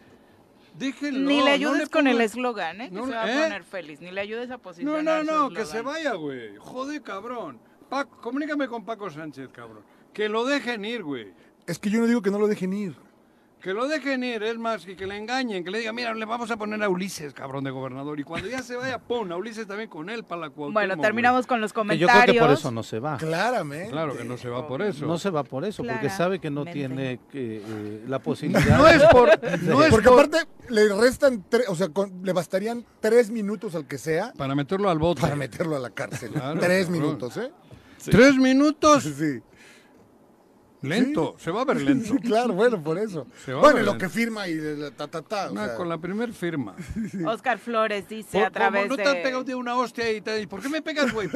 Speaker 3: Déjenlo.
Speaker 2: Ni le
Speaker 3: no
Speaker 2: ayudes con el
Speaker 3: pongan-
Speaker 2: eslogan, ¿eh? Que
Speaker 3: no
Speaker 2: se
Speaker 3: le-
Speaker 2: va a
Speaker 3: ¿eh?
Speaker 2: poner feliz. Ni le ayudes a
Speaker 3: No,
Speaker 2: posicionar
Speaker 3: no,
Speaker 2: su
Speaker 3: no, que se
Speaker 2: eslogan.
Speaker 3: vaya, güey. Joder, cabrón. Paco, comunícame con Paco Sánchez, cabrón. Que lo dejen ir, güey.
Speaker 4: Es que yo no digo que no lo dejen ir.
Speaker 3: Que lo dejen ir, es más, que, que le engañen, que le digan, mira, le vamos a poner a Ulises, cabrón de gobernador. Y cuando ya se vaya, pon a Ulises también con él para la Cuauhtémoc.
Speaker 2: Bueno,
Speaker 3: güey.
Speaker 2: terminamos con los
Speaker 5: Que yo
Speaker 2: comentarios.
Speaker 5: creo que por eso no se va.
Speaker 4: Claramente.
Speaker 3: Claro que no se va por eso.
Speaker 5: No se va por eso, porque sabe que no tiene
Speaker 2: Claramente.
Speaker 5: que, eh, la posibilidad.
Speaker 3: No es por... No es
Speaker 4: Porque
Speaker 3: por-
Speaker 4: aparte le restan tres, o sea, con- le bastarían tres minutos al que sea
Speaker 3: Para meterlo al bote.
Speaker 4: para meterlo a la cárcel.
Speaker 3: Claro,
Speaker 4: tres
Speaker 3: cabrón.
Speaker 4: minutos, ¿eh?
Speaker 3: Tres minutos
Speaker 4: Sí.
Speaker 3: Lento, se va a ver lento.
Speaker 4: claro, bueno, por eso.
Speaker 3: Se va a
Speaker 4: Bueno,
Speaker 3: ver
Speaker 4: y lo
Speaker 3: lento.
Speaker 4: que firma y la- ta, ta, ta. o
Speaker 3: Una-
Speaker 4: sea,
Speaker 3: con la primer firma.
Speaker 2: Oscar Flores dice
Speaker 3: Por-
Speaker 2: a través
Speaker 3: como no te han pegado de una hostia y te- ¿por qué me pegas, güey?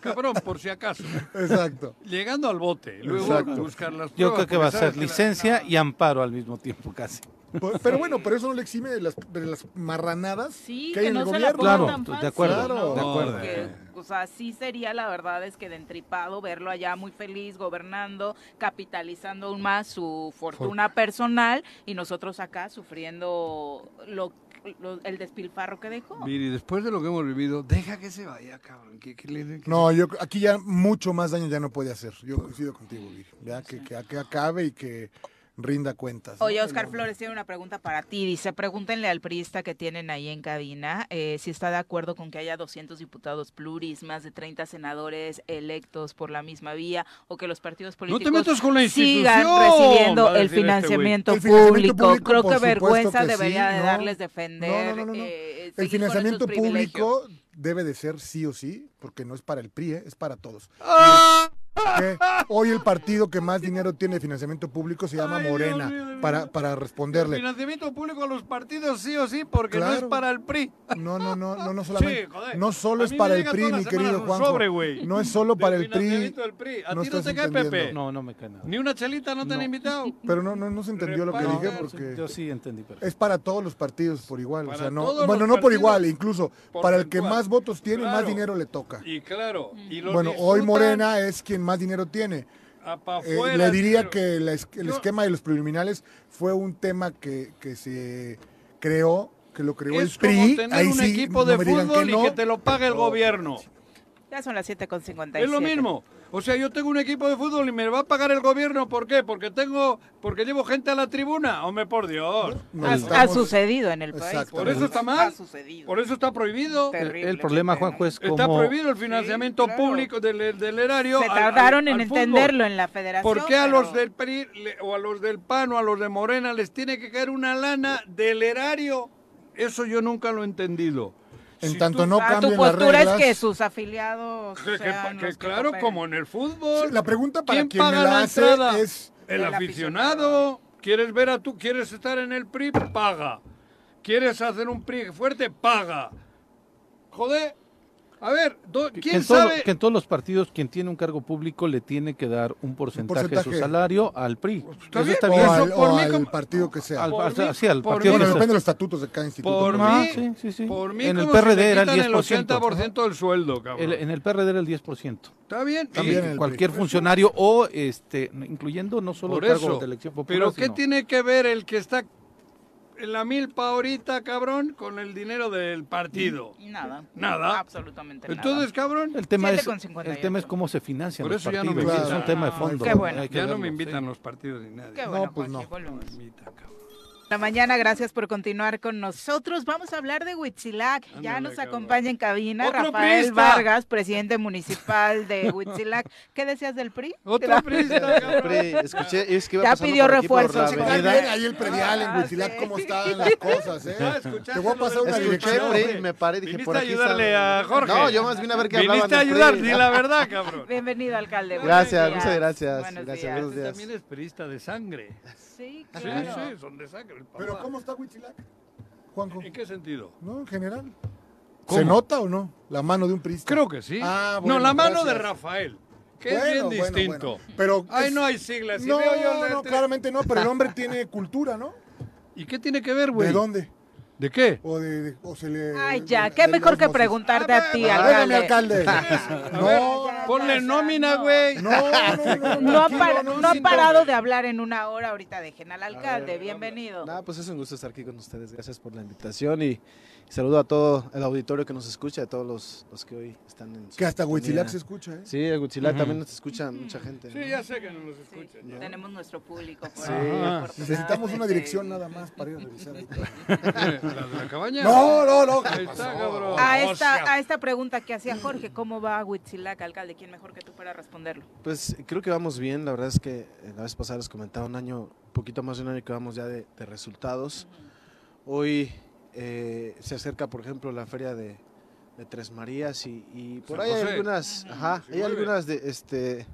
Speaker 3: Cabrón, por si acaso.
Speaker 4: Exacto.
Speaker 3: Llegando al bote, luego
Speaker 4: Exacto.
Speaker 3: buscar las
Speaker 5: Yo
Speaker 3: pruebas,
Speaker 5: creo que
Speaker 3: porque
Speaker 5: va a
Speaker 3: sabes
Speaker 5: ser
Speaker 3: que la-
Speaker 5: licencia y amparo al mismo tiempo casi.
Speaker 4: Por- Pero bueno, pero eso no le exime de las, de las marranadas
Speaker 2: Sí,
Speaker 4: que
Speaker 2: que,
Speaker 4: hay en el
Speaker 2: no se la
Speaker 4: gobierno.
Speaker 2: pongan
Speaker 5: Claro,
Speaker 2: tan
Speaker 5: de
Speaker 2: fácil,
Speaker 5: acuerdo,
Speaker 2: ¿no?
Speaker 5: de acuerdo.
Speaker 2: Porque, Eh, o sea, sí sería la verdad es que de entripado verlo allá muy feliz, gobernando, capitalizando aún más su fortuna personal y nosotros acá sufriendo lo, lo- el despilfarro que dejó.
Speaker 3: Miri, después de lo que hemos vivido, deja que se vaya, cabrón. Que, que le- que-
Speaker 4: No, yo aquí ya mucho más daño ya no puede hacer. Yo coincido contigo, Viri. Ya que, que, que acabe y que rinda cuentas. ¿no?
Speaker 2: Oye, Oscar
Speaker 4: Pero-
Speaker 2: Flores tiene una pregunta para ti. Dice, pregúntenle al priista que tienen ahí en cabina eh, si está de acuerdo con que haya 200 diputados pluris, más de 30 senadores electos por la misma vía, o que los partidos
Speaker 3: te
Speaker 2: políticos
Speaker 3: metas con la
Speaker 2: sigan
Speaker 3: institución, va a
Speaker 2: recibiendo el
Speaker 3: decir este güey.
Speaker 2: financiamiento,
Speaker 4: El financiamiento
Speaker 2: público.
Speaker 4: público,
Speaker 2: Creo
Speaker 4: por
Speaker 2: que
Speaker 4: supuesto
Speaker 2: vergüenza
Speaker 4: que sí,
Speaker 2: debería de
Speaker 4: ¿no?
Speaker 2: darles defender.
Speaker 4: No, no, no, no, no.
Speaker 2: eh, seguir
Speaker 4: El
Speaker 2: con esos
Speaker 4: financiamiento
Speaker 2: privilegios.
Speaker 4: público debe de ser sí o sí, porque no es para el PRI, ¿eh? es para todos. ¿Qué? Hoy el partido que más dinero tiene de financiamiento público se llama
Speaker 3: Ay, Dios
Speaker 4: Morena,
Speaker 3: mío, Dios
Speaker 4: para,
Speaker 3: mío.
Speaker 4: para responderle.
Speaker 3: Financiamiento público a los partidos sí o sí, porque no es
Speaker 4: Claro.
Speaker 3: para el PRI.
Speaker 4: No, no, no, no, no solamente.
Speaker 3: Sí, joder.
Speaker 4: No solo
Speaker 3: A
Speaker 4: es
Speaker 3: mí
Speaker 4: para
Speaker 3: me
Speaker 4: el
Speaker 3: llega
Speaker 4: PRI,
Speaker 3: todas
Speaker 4: mi
Speaker 3: las semanas
Speaker 4: querido
Speaker 3: un
Speaker 4: Juanjo.
Speaker 3: sobre, güey.
Speaker 4: no es solo
Speaker 3: Del
Speaker 4: para el PRI.
Speaker 3: financiamiento del PRI.
Speaker 4: no
Speaker 3: ¿A ti no
Speaker 4: estás
Speaker 3: te cae,
Speaker 4: entendiendo.
Speaker 3: Pepe?
Speaker 5: No, no me cae nada.
Speaker 3: Ni una chelita no te han invitado.
Speaker 4: Pero no, no, no se entendió lo que
Speaker 3: Repara.
Speaker 4: dije
Speaker 3: No,
Speaker 4: porque.
Speaker 5: Yo sí entendí. perfecto.
Speaker 4: Es para todos los partidos por igual. o
Speaker 3: Para
Speaker 4: sea, no,
Speaker 3: todos los
Speaker 4: bueno, no por
Speaker 3: partidos
Speaker 4: igual, incluso para el que
Speaker 3: porcentual.
Speaker 4: más votos tiene, más
Speaker 3: Claro.
Speaker 4: dinero le toca.
Speaker 3: Y claro, y los
Speaker 4: Bueno, hoy
Speaker 3: disfrutan
Speaker 4: Morena es quien más dinero tiene.
Speaker 3: a pa'
Speaker 4: Eh,
Speaker 3: afuera,
Speaker 4: le diría
Speaker 3: pero-
Speaker 4: que la es- el
Speaker 3: Yo-
Speaker 4: esquema de los preliminares fue un tema que, que se creó, que lo creó
Speaker 3: Es
Speaker 4: el PRI.
Speaker 3: como tener
Speaker 4: ahí
Speaker 3: un
Speaker 4: sí,
Speaker 3: equipo
Speaker 4: no
Speaker 3: de
Speaker 4: me digan
Speaker 3: fútbol
Speaker 4: que
Speaker 3: y que
Speaker 4: no.
Speaker 3: te lo pague el
Speaker 4: Oh,
Speaker 3: gobierno.
Speaker 2: Ya son las 7.57.
Speaker 3: Es lo mismo. O sea, yo tengo un equipo de fútbol y me va a pagar el gobierno. ¿Por qué? Porque tengo, porque llevo gente a la tribuna. Hombre, por Dios.
Speaker 4: Nos
Speaker 2: Ha, ha
Speaker 4: estamos-
Speaker 2: sucedido en el país.
Speaker 4: Exacto.
Speaker 3: Por eso está mal.
Speaker 2: Ha sucedido.
Speaker 3: Por eso está prohibido.
Speaker 2: Te-
Speaker 5: El-
Speaker 2: terrible,
Speaker 5: el, problema,
Speaker 2: Pepe, ¿no?
Speaker 5: Juanjo, es como...
Speaker 3: Está prohibido el financiamiento
Speaker 2: claro.
Speaker 3: público del, del erario.
Speaker 2: Se
Speaker 3: al- al-
Speaker 2: tardaron en
Speaker 3: al fútbol.
Speaker 2: entenderlo en la federación.
Speaker 3: ¿Por qué a
Speaker 2: pero-
Speaker 3: los del PRI le- o a los del PAN o a los de Morena les tiene que caer una lana del erario? Eso yo nunca lo he entendido.
Speaker 4: En
Speaker 3: Si
Speaker 4: tanto
Speaker 3: tú-
Speaker 4: no
Speaker 2: Ah, tu
Speaker 4: cambien las
Speaker 2: postura es
Speaker 4: reglas.
Speaker 2: que sus afiliados.
Speaker 3: Que, que-
Speaker 2: sean
Speaker 3: que
Speaker 2: los que
Speaker 3: claro,
Speaker 2: cooperen.
Speaker 3: como en el fútbol.
Speaker 4: Sí, La pregunta para
Speaker 3: ¿Quién
Speaker 4: quien me
Speaker 3: paga
Speaker 4: la
Speaker 3: la entrada?
Speaker 4: hace es
Speaker 3: El,
Speaker 2: El
Speaker 3: aficionado. ¿Quieres ver a tú? ¿Quieres estar en el PRI? Paga. ¿Quieres hacer un PRI fuerte? Paga. Joder. A ver, do-
Speaker 5: Que-
Speaker 3: ¿quién
Speaker 5: que en todo-
Speaker 3: sabe?
Speaker 5: que en todos los partidos quien tiene un cargo público le tiene que dar un porcentaje, de
Speaker 4: porcentaje. Pues,
Speaker 5: su salario al PRI.
Speaker 3: está
Speaker 5: Eso
Speaker 3: bien.
Speaker 5: está
Speaker 4: o
Speaker 5: bien.
Speaker 3: eso
Speaker 4: al,
Speaker 3: por
Speaker 4: o
Speaker 3: mí
Speaker 4: al
Speaker 3: como-
Speaker 4: partido que sea.
Speaker 5: Al-
Speaker 3: por
Speaker 5: hasta-
Speaker 3: mí-
Speaker 5: sí, al
Speaker 3: por
Speaker 5: partido
Speaker 4: bueno,
Speaker 5: que sea.
Speaker 4: depende de los estatutos de cada instituto.
Speaker 3: Por
Speaker 4: ¿no?
Speaker 5: Ah,
Speaker 3: mí,
Speaker 5: sí, sí, sí.
Speaker 3: por mí
Speaker 5: En el
Speaker 3: como
Speaker 5: PRD
Speaker 3: si te
Speaker 5: era el
Speaker 3: quitan
Speaker 5: 10%.
Speaker 3: el 80% del sueldo, cabrón.
Speaker 5: El- en el PRD era el 10%.
Speaker 3: Está bien.
Speaker 4: También
Speaker 3: Y-
Speaker 4: el
Speaker 5: cualquier
Speaker 4: PRI.
Speaker 5: funcionario o este incluyendo no solo
Speaker 3: Por
Speaker 5: el cargo
Speaker 3: eso.
Speaker 5: de elección popular.
Speaker 3: Pero ¿qué
Speaker 5: sino-
Speaker 3: tiene que ver el que está en la milpa ahorita, cabrón, con el dinero del partido?
Speaker 2: Nada.
Speaker 3: Nada.
Speaker 2: Absolutamente nada.
Speaker 3: Entonces, cabrón,
Speaker 5: el tema es
Speaker 2: 7,58.
Speaker 5: el tema es cómo se financian
Speaker 3: Por
Speaker 5: los
Speaker 3: eso ya no
Speaker 5: partidos.
Speaker 3: me
Speaker 5: y es
Speaker 4: invitan.
Speaker 5: un tema de
Speaker 2: Ah,
Speaker 5: fondo.
Speaker 2: qué bueno.
Speaker 5: Hay que
Speaker 3: ya no
Speaker 5: verlo,
Speaker 3: me
Speaker 5: sí.
Speaker 3: invitan los partidos ni nadie.
Speaker 2: Qué
Speaker 4: No,
Speaker 2: bueno,
Speaker 4: pues
Speaker 2: Joaquín,
Speaker 4: no.
Speaker 2: volvemos.
Speaker 3: Me invitan, cabrón.
Speaker 2: La mañana, gracias por continuar con nosotros. Vamos a hablar de Huitzilac. ya
Speaker 3: Ándale,
Speaker 2: nos
Speaker 3: cabrón.
Speaker 2: acompaña en cabina
Speaker 3: ¡Otro
Speaker 2: Rafael
Speaker 3: priista!
Speaker 2: Vargas, presidente municipal de Huitzilac. ¿Qué decías del PRI?
Speaker 3: Otro prista, cabrón.
Speaker 7: Siempre escuché, es que iba
Speaker 2: Ya
Speaker 7: pasando
Speaker 2: pidió
Speaker 7: por aquí por
Speaker 2: refuerzos,
Speaker 7: la
Speaker 2: igual.
Speaker 4: Checar
Speaker 7: avenida.
Speaker 4: bien ahí el predial en
Speaker 2: Ah,
Speaker 4: Huitzilac,
Speaker 2: sí.
Speaker 4: cómo están las cosas, ¿eh?
Speaker 3: Ah, ¿escuchaste
Speaker 4: Te voy a
Speaker 3: lo
Speaker 4: pasar
Speaker 3: del
Speaker 4: una
Speaker 3: PRI?
Speaker 7: Escuché
Speaker 4: dirección. ¿eh?
Speaker 7: PRI, me paré, dije,
Speaker 3: Viniste
Speaker 7: por
Speaker 3: a
Speaker 7: aquí
Speaker 3: ayudarle
Speaker 7: está-
Speaker 3: a Jorge.
Speaker 7: No, yo más vine a ver qué hablaban
Speaker 3: Viniste a
Speaker 7: del
Speaker 3: ayudar,
Speaker 7: PRI.
Speaker 3: di la verdad, cabrón.
Speaker 2: Bienvenido, alcalde. Buenos
Speaker 7: Gracias,
Speaker 2: días.
Speaker 7: muchas gracias.
Speaker 2: Buenos
Speaker 7: Gracias,
Speaker 2: días.
Speaker 7: buenos
Speaker 3: Este
Speaker 7: días.
Speaker 3: también es perista de sangre.
Speaker 2: Sí,
Speaker 3: Sí,
Speaker 2: claro.
Speaker 3: sí, son de sangre. el papá.
Speaker 4: Pero ¿cómo está Huitzilac, Juanjo?
Speaker 3: ¿En qué sentido?
Speaker 4: No, en general.
Speaker 3: ¿Cómo?
Speaker 4: ¿Se nota o no la mano de un priista?
Speaker 3: Creo que sí.
Speaker 4: Ah, bueno,
Speaker 3: no, la mano
Speaker 4: gracias.
Speaker 3: de Rafael, que
Speaker 4: Bueno,
Speaker 3: es bien
Speaker 4: bueno,
Speaker 3: distinto.
Speaker 4: bueno. Pero
Speaker 3: Ahí
Speaker 4: es-
Speaker 3: no hay siglas. si
Speaker 4: no,
Speaker 3: veo yo la-
Speaker 4: no, claramente no, pero el hombre tiene cultura, ¿no?
Speaker 3: ¿Y qué tiene que ver, güey?
Speaker 4: ¿De dónde?
Speaker 3: ¿De qué?
Speaker 4: O de, de- o se le
Speaker 2: Ay, ya,
Speaker 4: de-
Speaker 2: qué
Speaker 4: de
Speaker 2: mejor que
Speaker 4: osmosis.
Speaker 2: preguntarte a ti,
Speaker 4: Ah, Válgame,
Speaker 2: alcalde.
Speaker 4: alcalde.
Speaker 3: A
Speaker 4: no,
Speaker 3: ver,
Speaker 2: ya,
Speaker 3: ponle
Speaker 2: ya,
Speaker 3: nómina,
Speaker 2: no.
Speaker 3: güey.
Speaker 4: no, no, no,
Speaker 2: No ha,
Speaker 4: tranquilo,
Speaker 2: par-
Speaker 4: no,
Speaker 2: no ha
Speaker 4: sin-
Speaker 2: parado de hablar en una hora ahorita. Dejen al alcalde. Bienvenido.
Speaker 7: Nada, pues es un gusto estar aquí con ustedes. Gracias por la invitación y saludo a todo el auditorio que nos escucha, a todos los, los que hoy están en su
Speaker 4: Que hasta Huitzilac se
Speaker 7: sintonía.
Speaker 4: escucha, ¿eh?
Speaker 7: Sí, en Huitzilac también nos escucha mucha gente. ¿no?
Speaker 3: Sí, ya sé que no nos
Speaker 2: Sí,
Speaker 3: escuchan. ya.
Speaker 2: tenemos nuestro público. por
Speaker 7: Sí.
Speaker 2: ahí,
Speaker 3: Ajá.
Speaker 2: afortunadamente.
Speaker 4: Necesitamos una dirección nada más para ir a revisar. ahí.
Speaker 3: ¿La de la cabaña?
Speaker 4: No, no, no. ¿qué
Speaker 3: Ahí
Speaker 4: pasó?
Speaker 3: está, cabrón.
Speaker 2: A
Speaker 3: O
Speaker 2: Ah, esta,
Speaker 3: sea,
Speaker 2: a esta pregunta que hacía Jorge, ¿cómo va Huitzilac, alcalde? ¿Quién mejor que tú para responderlo?
Speaker 7: Pues creo que vamos bien, la verdad es que eh, la vez pasada les comentaba un año, un poquito más de un año que vamos ya de, de resultados. Hoy eh, se acerca, por ejemplo, la feria de, de Tres Marías y, y por
Speaker 3: San
Speaker 7: ahí hay
Speaker 3: José.
Speaker 7: algunas, ajá, hay
Speaker 3: 19.
Speaker 7: algunas de, este,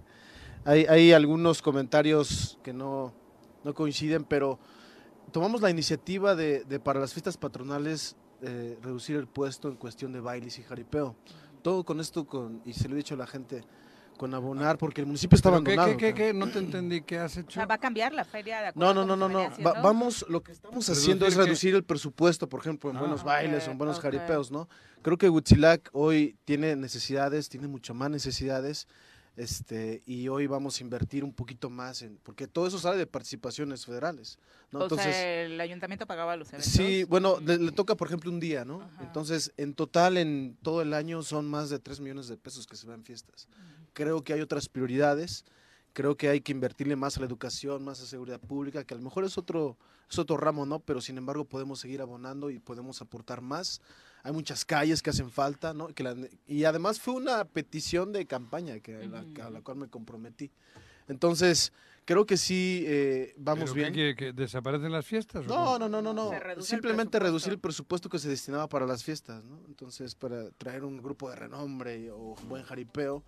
Speaker 7: Hay, hay algunos comentarios que no, no coinciden, pero tomamos la iniciativa de, de para las fiestas patronales eh, reducir el puesto en cuestión de bailes y jaripeo. Todo con esto, con, y se lo he dicho a la gente, con abonar, porque el municipio está
Speaker 3: ¿Pero qué,
Speaker 7: abandonado.
Speaker 3: qué, qué,
Speaker 7: cara.
Speaker 3: qué? No te entendí. ¿Qué has
Speaker 2: O
Speaker 3: hecho?
Speaker 2: sea, va a cambiar la feria de acuerdo
Speaker 7: No, no,
Speaker 2: a
Speaker 7: no, no,
Speaker 2: cómo se venía
Speaker 7: no. Va-
Speaker 2: haciendo?
Speaker 7: vamos, lo que estamos haciendo es
Speaker 3: ¿Reducir qué?
Speaker 7: reducir el presupuesto, por ejemplo, en
Speaker 3: Ah.
Speaker 7: buenos
Speaker 2: Ok,
Speaker 7: bailes o en buenos
Speaker 2: ok.
Speaker 7: jaripeos, ¿no? Creo que Huitzilac hoy tiene necesidades, tiene mucho más necesidades, este, y hoy vamos a invertir un poquito más en, porque todo eso sale de participaciones federales, ¿no?
Speaker 2: o sea, el ayuntamiento pagaba los eventos.
Speaker 7: Sí, bueno, le, le toca, por ejemplo, un día, ¿no?
Speaker 2: Ajá.
Speaker 7: Entonces, en total, en todo el año son más de 3 millones de pesos que se van en fiestas. Creo que hay otras prioridades, creo que hay que invertirle más a la educación, más a seguridad pública, que a lo mejor es otro, es otro ramo, ¿no? Pero sin embargo podemos seguir abonando y podemos aportar más. Hay muchas calles que hacen falta, ¿no? Que la- y además fue una petición de campaña que, a la- que a la cual me comprometí. Entonces, creo que sí eh, vamos
Speaker 3: ¿Pero qué
Speaker 7: bien.
Speaker 3: quiere, que desaparecen las fiestas? o
Speaker 7: No, no, no, no,
Speaker 2: Se
Speaker 7: no.
Speaker 2: reduce el
Speaker 7: Simplemente reducir
Speaker 2: presupuesto.
Speaker 7: el presupuesto que se destinaba para las fiestas, ¿no? Entonces, para traer un grupo de renombre y- o buen jaripeo.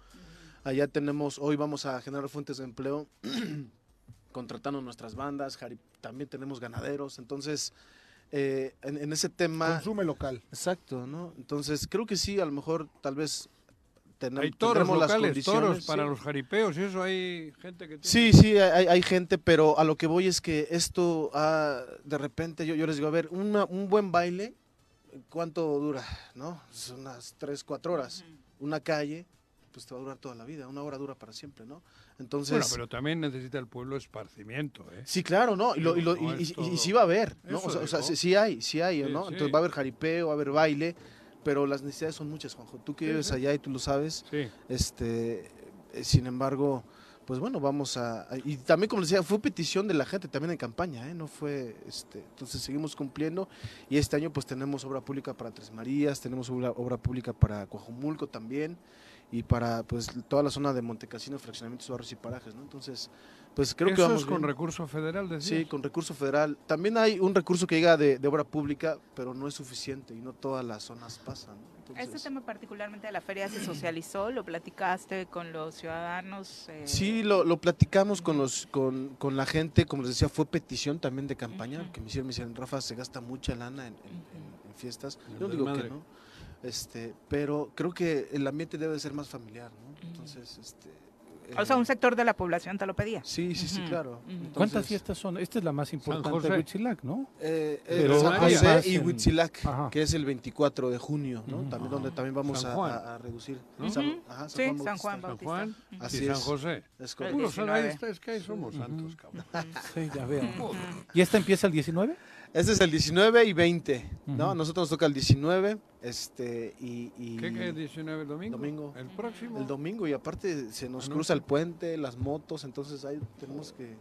Speaker 7: Allá tenemos, hoy vamos a generar fuentes de empleo contratando nuestras bandas, jari- también tenemos ganaderos, entonces, eh, en, en ese tema...
Speaker 4: Consume local.
Speaker 7: Exacto, ¿no? Entonces, creo que sí, a lo mejor, tal vez, tenem-
Speaker 3: Hay toros
Speaker 7: tendremos las
Speaker 3: locales, toros
Speaker 7: condiciones,
Speaker 3: para
Speaker 7: sí.
Speaker 3: los jaripeos. y Eso hay gente que tiene...
Speaker 7: Sí, sí, hay, hay gente, pero a lo que voy es que esto, ah, de repente, yo, yo les digo, a ver, una- un buen baile, ¿cuánto dura? ¿No? Es unas 3, 4 horas. Una calle, pues te va a durar toda la vida, una hora dura para siempre, ¿no? Entonces...
Speaker 3: Bueno, pero también necesita el pueblo esparcimiento, ¿eh?
Speaker 7: Sí, claro, ¿no? Y, lo- y lo-
Speaker 3: No
Speaker 7: y-
Speaker 3: es
Speaker 7: y-
Speaker 3: todo.
Speaker 7: y sí va a haber, ¿no?
Speaker 3: Eso
Speaker 7: O sea, o sea,
Speaker 3: digo.
Speaker 7: sí, sí hay, sí hay,
Speaker 3: Sí,
Speaker 7: ¿no?
Speaker 3: sí.
Speaker 7: Entonces va a haber jaripeo, va a haber baile, pero las necesidades son muchas, Juanjo. Tú que
Speaker 3: Sí,
Speaker 7: vives
Speaker 3: sí.
Speaker 7: allá y tú lo sabes,
Speaker 3: Sí.
Speaker 7: este, eh, sin embargo, pues bueno, vamos a, a- y también como les decía, fue petición de la gente también en campaña, ¿eh? no fue, este, entonces seguimos cumpliendo y este año pues tenemos obra pública para Tres Marías, tenemos obra, obra pública para Coajumulco también y para pues toda la zona de Montecasino, fraccionamientos, barrios y parajes, ¿no? Entonces, pues creo que
Speaker 3: Eso
Speaker 7: vamos
Speaker 3: es con
Speaker 7: bien.
Speaker 3: recurso federal, decías.
Speaker 7: Sí, con recurso federal. También hay un recurso que llega de, de obra pública, pero no es suficiente y no todas las zonas pasan. ¿no?
Speaker 2: Este
Speaker 7: Entonces-
Speaker 2: tema particularmente de la feria se socializó, lo platicaste con los ciudadanos. eh,
Speaker 7: Sí, lo, lo platicamos con los con, con la gente, como les decía, fue petición también de campaña,
Speaker 2: Ujú.
Speaker 7: que me hicieron, me hicieron, Rafa, se gasta mucha lana en, en- en- en fiestas.
Speaker 5: En el
Speaker 7: Yo no digo
Speaker 5: desmadre.
Speaker 7: que no, este, pero creo que el ambiente debe de ser más familiar, ¿no? Entonces, este...
Speaker 2: O sea,
Speaker 7: eh,
Speaker 2: un sector de la población te lo pedía.
Speaker 7: Sí, sí, sí,
Speaker 2: Ujú,
Speaker 7: claro.
Speaker 2: ujú.
Speaker 7: Entonces,
Speaker 5: ¿Cuántas fiestas son? Esta es la más importante
Speaker 3: José.
Speaker 5: de Huitzilac, ¿no?
Speaker 7: Eh, eh,
Speaker 5: Pero
Speaker 7: San
Speaker 3: hay
Speaker 7: José
Speaker 5: más
Speaker 7: y
Speaker 5: en-
Speaker 7: Huitzilac,
Speaker 5: Ajá.
Speaker 7: que es el 24 de junio, ¿no?
Speaker 5: Ujú.
Speaker 7: También donde también vamos
Speaker 3: San
Speaker 7: a-
Speaker 3: Juan.
Speaker 7: a, a reducir.
Speaker 2: Ujú.
Speaker 7: ajá,
Speaker 2: sí, San
Speaker 7: Bautista.
Speaker 2: Juan
Speaker 3: San
Speaker 2: Bautista.
Speaker 3: Juan.
Speaker 2: Ujú.
Speaker 7: Así
Speaker 3: y San
Speaker 7: es.
Speaker 3: José.
Speaker 7: Es
Speaker 2: El
Speaker 7: correcto.
Speaker 3: Puro San- ahí
Speaker 2: 19.
Speaker 3: está, es que ahí somos santos, cabrón.
Speaker 5: Sí, ya veo. ¿Y esta empieza el 19?
Speaker 7: Este es el 19 y 20, ¿no?
Speaker 5: Ujú.
Speaker 7: Nosotros nos toca el 19, este, y... y
Speaker 3: ¿Qué, qué 19 el domingo?
Speaker 7: Domingo.
Speaker 3: El próximo.
Speaker 7: El domingo, y aparte se nos
Speaker 3: Ah, no.
Speaker 7: cruza el puente, las motos, entonces ahí tenemos que...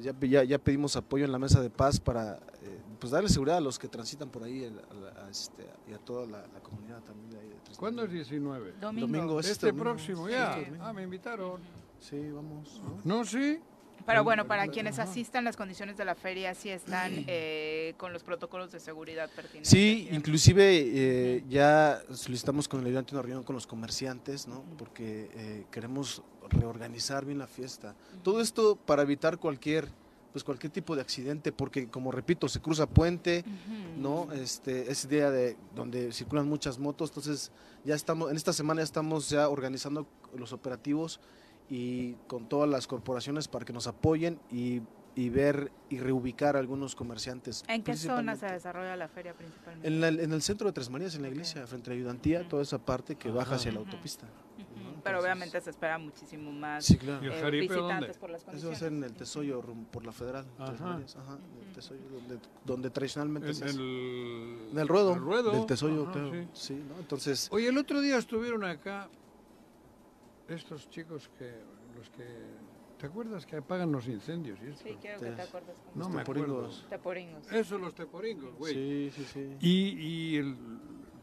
Speaker 7: Ya, ya, ya pedimos apoyo en la mesa de paz para eh, pues darle seguridad a los que transitan por ahí el- a, la- a este, y a toda la, la comunidad también de ahí. de Tres
Speaker 3: ¿Cuándo es
Speaker 7: Marías.
Speaker 3: 19?
Speaker 2: Domingo.
Speaker 7: Domingo, es
Speaker 3: Este
Speaker 7: domingo.
Speaker 3: próximo,
Speaker 2: Sí,
Speaker 3: ya.
Speaker 2: este domingo.
Speaker 3: Ah, me invitaron.
Speaker 7: Sí, vamos. ¿no?
Speaker 3: ¿No, sí?
Speaker 2: Pero bueno, para quienes asistan, las condiciones de la feria sí están eh, con los protocolos de seguridad pertinentes.
Speaker 7: Sí,
Speaker 2: y demás.
Speaker 7: inclusive eh, ya solicitamos con el ayudante una reunión con los comerciantes, ¿no? Porque eh, queremos reorganizar bien la fiesta. Todo esto para evitar cualquier, pues cualquier tipo de accidente, porque como repito, se cruza puente,
Speaker 2: Ujú.
Speaker 7: ¿no? Este, es día de donde circulan muchas motos, entonces ya estamos, en esta semana ya estamos ya organizando los operativos y con todas las corporaciones para que nos apoyen y, y ver y reubicar a algunos comerciantes.
Speaker 2: ¿En qué zona se
Speaker 7: principalmente.
Speaker 2: desarrolla la feria principalmente?
Speaker 7: En, la- en el centro de Tres Marías, en la iglesia, frente a la ayudantía, toda esa parte que baja hacia la
Speaker 2: Ujú.
Speaker 7: autopista.
Speaker 2: Ujú.
Speaker 7: ¿no?
Speaker 2: Pero
Speaker 7: Entonces,
Speaker 2: obviamente se espera muchísimo más
Speaker 7: Sí,
Speaker 3: ¿Y
Speaker 7: claro.
Speaker 3: el
Speaker 2: eh,
Speaker 3: jaripeo
Speaker 2: visitantes
Speaker 3: dónde?
Speaker 2: por las
Speaker 7: Eso va a
Speaker 2: condiciones.
Speaker 7: ser en el Tesoyo, rum- por la Federal. Tres
Speaker 3: Ajá.
Speaker 7: Marías, ajá, en el Tesoyo, donde, donde tradicionalmente
Speaker 3: En
Speaker 7: se hace.
Speaker 3: el...
Speaker 7: En el ruedo.
Speaker 3: En el ruedo.
Speaker 7: Del Tesoyo,
Speaker 3: Ajá,
Speaker 7: claro.
Speaker 3: sí.
Speaker 7: Sí, ¿no? Entonces,
Speaker 3: Oye, el otro día estuvieron acá estos chicos que... Los que... ¿Te acuerdas que apagan los incendios? y esto?
Speaker 2: Sí, quiero que te acuerdes.
Speaker 3: No
Speaker 2: cómo se
Speaker 3: me acuerdo.
Speaker 7: teporingos.
Speaker 2: llama. Taporingos.
Speaker 3: Eso, los teporingos, güey.
Speaker 7: Sí, sí, sí.
Speaker 3: Y, y el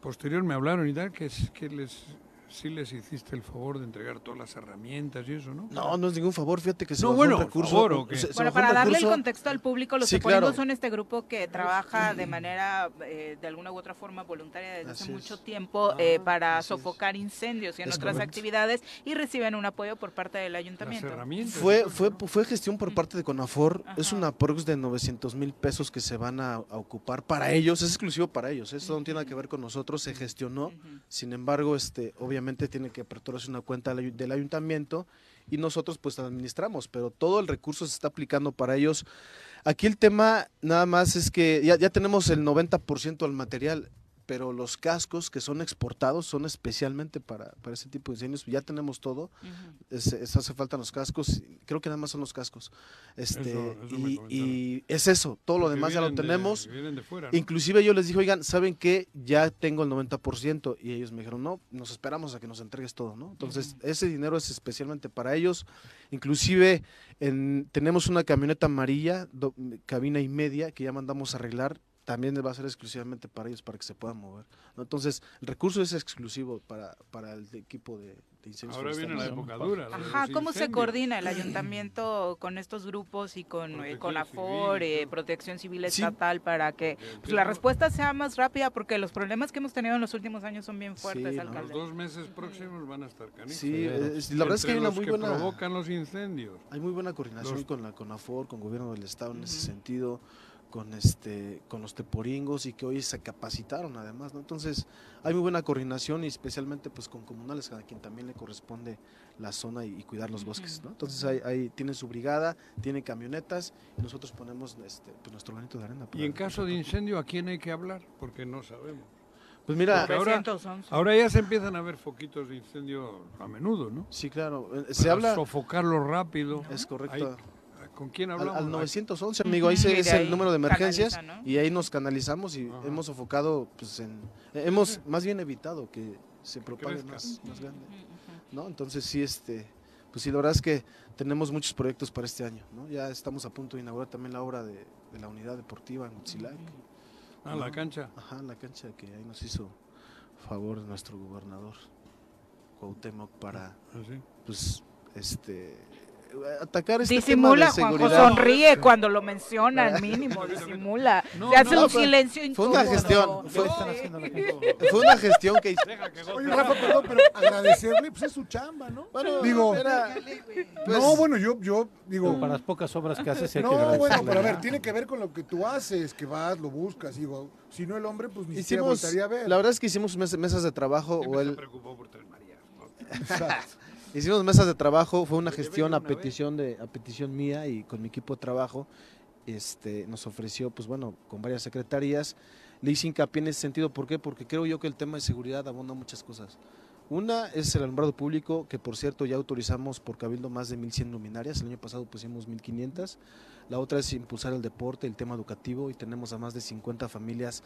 Speaker 3: posterior me hablaron y tal que, es- que les sí les hiciste el favor de entregar todas las herramientas y eso, ¿no?
Speaker 7: No, no es ningún favor, fíjate que se
Speaker 3: No,
Speaker 7: bajó
Speaker 3: bueno,
Speaker 7: un recurso.
Speaker 3: favor, ¿o qué?
Speaker 7: se- se
Speaker 2: Bueno,
Speaker 7: bajó un
Speaker 2: para darle el
Speaker 7: recurso.
Speaker 2: contexto al público, los
Speaker 7: Sí,
Speaker 2: Eponidos
Speaker 7: claro.
Speaker 2: son este grupo que trabaja de manera, eh, de alguna u otra forma, voluntaria desde hace
Speaker 7: Así
Speaker 2: mucho
Speaker 7: es.
Speaker 2: tiempo eh,
Speaker 5: Ah,
Speaker 2: para
Speaker 5: así es.
Speaker 2: sofocar incendios y en
Speaker 7: Es
Speaker 2: otras
Speaker 7: correcto.
Speaker 2: actividades y reciben un apoyo por parte del
Speaker 3: Las
Speaker 2: ayuntamiento.
Speaker 3: herramientas.
Speaker 7: Fue, fue, fue gestión por parte de Conafor. Es
Speaker 2: Ajá.
Speaker 7: una aprox de 900 mil pesos que se van a, a ocupar para ellos. Es exclusivo para ellos. Eso no tiene nada que ver con nosotros. Se gestionó.
Speaker 2: Ujú.
Speaker 7: Sin embargo, este, obviamente tiene que aperturarse una cuenta al ayu- del ayuntamiento y nosotros pues administramos, pero todo el recurso se está aplicando para ellos. Aquí el tema nada más es que ya, ya tenemos el 90% del material, pero los cascos que son exportados son especialmente para, para ese tipo de incendios. Ya tenemos todo,
Speaker 2: Ujú.
Speaker 7: es- es- hace falta los cascos, creo que nada más son los cascos. Este,
Speaker 3: eso me
Speaker 7: y,
Speaker 3: comentaron.
Speaker 7: y es eso, todo lo
Speaker 3: que
Speaker 7: demás ya lo
Speaker 3: vienen de-
Speaker 7: tenemos.
Speaker 3: que vienen de fuera, ¿no?
Speaker 7: Inclusive yo les dije, oigan, ¿saben qué? Ya tengo el 90% y ellos me dijeron, no, nos esperamos a que nos entregues todo, ¿no? Entonces, ese dinero es especialmente para ellos. Inclusive en- tenemos una camioneta amarilla, do- cabina y media, que ya mandamos a arreglar, también va a ser exclusivamente para ellos, para que se puedan mover. ¿no? Entonces, el recurso es exclusivo para, para el de- equipo de, de incendios.
Speaker 3: Ahora viene la
Speaker 7: forestales, ¿no?
Speaker 3: época dura. la de
Speaker 2: Ajá,
Speaker 3: los
Speaker 2: ¿cómo se
Speaker 3: incendios.
Speaker 2: coordina el ayuntamiento con estos grupos y con eh,
Speaker 3: Protección
Speaker 2: con AFOR,
Speaker 3: Civil,
Speaker 2: eh,
Speaker 3: todo.
Speaker 2: Protección Civil
Speaker 7: Sí.
Speaker 2: Estatal, para que
Speaker 3: Porque
Speaker 2: pues, la
Speaker 3: entiendo,
Speaker 2: respuesta sea más rápida? Porque los problemas que hemos tenido en los últimos años son bien
Speaker 7: Sí,
Speaker 2: fuertes,
Speaker 7: ¿no?
Speaker 3: Los
Speaker 2: alcalde.
Speaker 3: dos meses próximos van a estar canijos.
Speaker 7: Sí, es- la verdad es que
Speaker 3: Entre
Speaker 7: hay una
Speaker 3: los
Speaker 7: muy
Speaker 3: que
Speaker 7: buena...
Speaker 3: provocan los incendios.
Speaker 7: Hay muy buena coordinación
Speaker 3: Los-
Speaker 7: con la CONAFOR, con gobierno del estado en ese
Speaker 2: Ujú.
Speaker 7: sentido, con este, con los teporingos y que hoy se capacitaron además, ¿no? Entonces, hay muy buena coordinación y especialmente pues con comunales, a quien también le corresponde la zona y, y cuidar los bosques,
Speaker 2: Ujú.
Speaker 7: ¿no? Entonces ahí, ahí tienen su brigada, tienen camionetas y nosotros ponemos este, pues, nuestro granito de arena.
Speaker 3: Y
Speaker 7: para-
Speaker 3: en caso de incendio, ¿a quién hay que hablar? Porque no sabemos.
Speaker 7: Pues mira,
Speaker 3: Porque ahora-
Speaker 2: 311.
Speaker 3: Ahora ya se empiezan a ver foquitos de incendio a menudo, ¿no?
Speaker 7: sí, claro, eh, se
Speaker 3: Para
Speaker 7: habla,
Speaker 3: Sofocarlo rápido.
Speaker 7: es correcto.
Speaker 3: Ay, ¿Con quién
Speaker 7: Al,
Speaker 3: hablamos?
Speaker 7: al 911, amigo, ahí
Speaker 2: Ujú. Y
Speaker 7: se,
Speaker 2: de
Speaker 7: es
Speaker 2: ahí
Speaker 7: el número de emergencias
Speaker 2: canaliza, ¿no?
Speaker 7: y ahí nos canalizamos y
Speaker 3: Ajá.
Speaker 7: hemos sofocado, pues en, eh, hemos más bien evitado que se propague
Speaker 3: crezca.
Speaker 7: más, más grande,
Speaker 2: Ujú, ujú.
Speaker 7: ¿no? Entonces sí, este, pues sí, la verdad es que tenemos muchos proyectos para este año, ¿no? Ya estamos a punto de inaugurar también la obra de, de la unidad deportiva en Huitzilac,
Speaker 3: A Ah, la cancha.
Speaker 7: ajá, la cancha que ahí nos hizo favor nuestro gobernador Cuauhtémoc para,
Speaker 3: Así.
Speaker 7: pues, este,
Speaker 5: Eh,
Speaker 7: atacar este
Speaker 2: Disimula,
Speaker 7: tema de
Speaker 2: Juanjo,
Speaker 7: seguridad.
Speaker 2: sonríe cuando lo mencionan, mínimo, disimula. Se hace
Speaker 7: no,
Speaker 2: un
Speaker 7: fue-
Speaker 2: silencio
Speaker 7: fue
Speaker 2: incómodo.
Speaker 7: una gestión,
Speaker 5: Ya
Speaker 7: fue-
Speaker 5: le están haciendo la gente.
Speaker 7: Fue una gestión que hizo.
Speaker 5: Deja que
Speaker 4: Oye,
Speaker 5: goce.
Speaker 4: Rafa, perdón, pero agradecerle, pues es su chamba, ¿no?
Speaker 7: Bueno,
Speaker 4: digo,
Speaker 7: era- pues,
Speaker 4: no, bueno, yo, yo digo,
Speaker 5: Pero Para las pocas obras que hace, sí hay
Speaker 4: No,
Speaker 5: que
Speaker 4: bueno,
Speaker 5: agradecerle,
Speaker 4: pero a ver,
Speaker 5: ¿no?
Speaker 4: tiene que ver con lo que tú haces, que vas, lo buscas, digo, si no el hombre, pues ni siquiera
Speaker 7: hicimos,
Speaker 4: voltaría a ver.
Speaker 7: la verdad es que hicimos mes- mesas de trabajo, o
Speaker 3: Siempre se
Speaker 7: el-
Speaker 3: preocupó por Tres Marías. ¿no?
Speaker 4: Exacto.
Speaker 7: hicimos mesas de trabajo, fue una
Speaker 3: Oye,
Speaker 7: gestión
Speaker 3: venga
Speaker 7: a
Speaker 3: una vez.
Speaker 7: petición de, a petición mía y con mi equipo de trabajo, este, nos ofreció, pues bueno, con varias secretarías, le hice hincapié en ese sentido, ¿por qué? Porque creo yo que el tema de seguridad abunda muchas cosas. Una es el alumbrado público, que por cierto ya autorizamos por Cabildo más de 1.100 luminarias, el año pasado pusimos 1.500. La otra es impulsar el deporte, el tema educativo, y tenemos a más de 50 familias,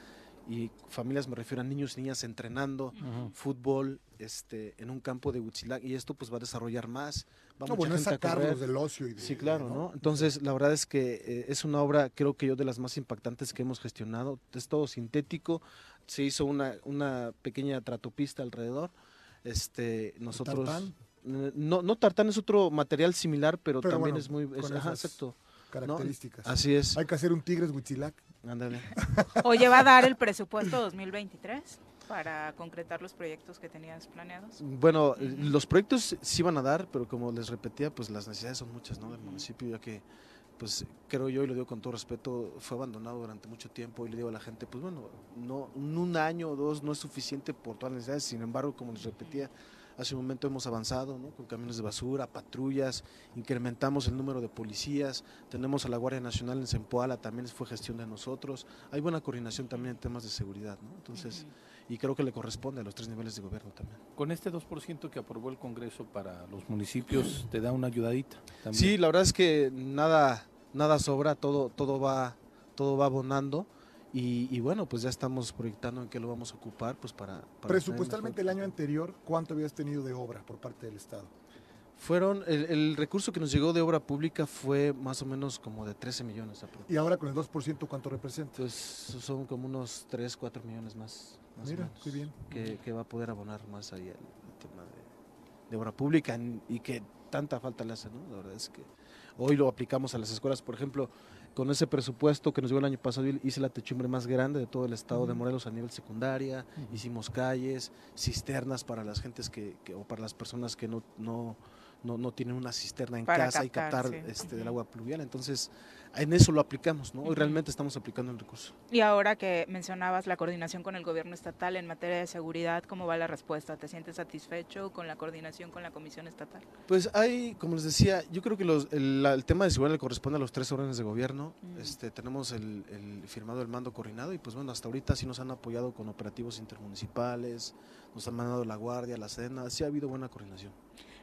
Speaker 7: y familias me refiero a niños y niñas entrenando
Speaker 5: Ujú.
Speaker 7: fútbol este, en un campo de Huitzilac, y esto pues va a desarrollar más, va
Speaker 4: No,
Speaker 7: mucha
Speaker 4: Ah, bueno, es
Speaker 7: gente a correr.
Speaker 4: sacarlos del ocio y de-
Speaker 7: Sí, claro, ¿no? Entonces, la verdad es que eh, es una obra, creo que yo, de las más impactantes que hemos gestionado. Es todo sintético, se hizo una, una pequeña tratopista alrededor. Este, nosotros...
Speaker 4: tartán?
Speaker 7: Eh, No, no tartán es otro material similar, pero,
Speaker 4: Pero
Speaker 7: también
Speaker 4: bueno,
Speaker 7: es muy... es-
Speaker 4: con
Speaker 7: ajá,
Speaker 4: esas-
Speaker 7: exacto.
Speaker 4: Características.
Speaker 7: Así es.
Speaker 4: Hay que hacer un Tigres Huitzilac.
Speaker 7: Ándale.
Speaker 2: Oye, ¿va a dar el presupuesto 2023 para concretar los proyectos que tenías planeados?
Speaker 7: Bueno, eh, los proyectos sí van a dar, pero como les repetía, pues las necesidades son muchas, ¿no? Del municipio, ya que, pues creo yo, y lo digo con todo respeto, fue abandonado durante mucho tiempo y le digo a la gente, pues bueno, no, un un año o dos no es suficiente por todas las necesidades, sin embargo, como les repetía, hace un momento hemos avanzado, ¿no? Con camiones de basura, patrullas, incrementamos el número de policías, tenemos a la Guardia Nacional en Zempoala, también fue gestión de nosotros, hay buena coordinación también en temas de seguridad, ¿no? Entonces, y creo que le corresponde a los tres niveles de gobierno también.
Speaker 5: Con este 2% que aprobó el Congreso para los municipios, te da una ayudadita. también.
Speaker 7: Sí, la verdad es que nada, nada sobra, todo, todo va, todo va abonando. Y, y bueno, pues ya estamos proyectando en qué lo vamos a ocupar, pues para. para
Speaker 4: Presupuestalmente el
Speaker 7: tener
Speaker 4: año
Speaker 7: mejor-
Speaker 4: anterior, ¿cuánto habías tenido de obra por parte del Estado?
Speaker 7: Fueron, el, el recurso que nos llegó de obra pública fue más o menos como de 13 millones. aproximadamente.
Speaker 4: Y ahora con el 2%, ¿cuánto representa?
Speaker 7: Pues son como unos 3, 4 millones más. más o
Speaker 4: Mira,
Speaker 7: menos,
Speaker 4: qué bien.
Speaker 7: Que, que va a poder abonar más ahí al- tema de, de obra pública en- y que tanta falta le hace, ¿no? La verdad es que hoy lo aplicamos a las escuelas, por ejemplo, con ese presupuesto que nos dio el año pasado, hice la techumbre más grande de todo el estado de Morelos a nivel secundaria, hicimos calles, cisternas para las gentes que, que- o para las personas que no, no, no, no tienen una cisterna en
Speaker 2: Para
Speaker 7: casa y
Speaker 2: captar,
Speaker 7: captar
Speaker 2: sí.
Speaker 7: este, del agua pluvial. Entonces, en eso lo aplicamos, ¿no? Hoy
Speaker 2: Ujú.
Speaker 7: realmente estamos aplicando el recurso.
Speaker 2: Y ahora que mencionabas la coordinación con el gobierno estatal en materia de seguridad, ¿cómo va la respuesta? ¿Te sientes satisfecho con la coordinación con la Comisión Estatal?
Speaker 7: Pues hay, como les decía, yo creo que los- el, la- el tema de seguridad le corresponde a los tres órdenes de gobierno.
Speaker 2: Mm.
Speaker 7: Este, tenemos el, el firmado el mando coordinado y pues bueno, hasta ahorita sí nos han apoyado con operativos intermunicipales, nos han mandado la guardia, la sedena, sí ha habido buena coordinación.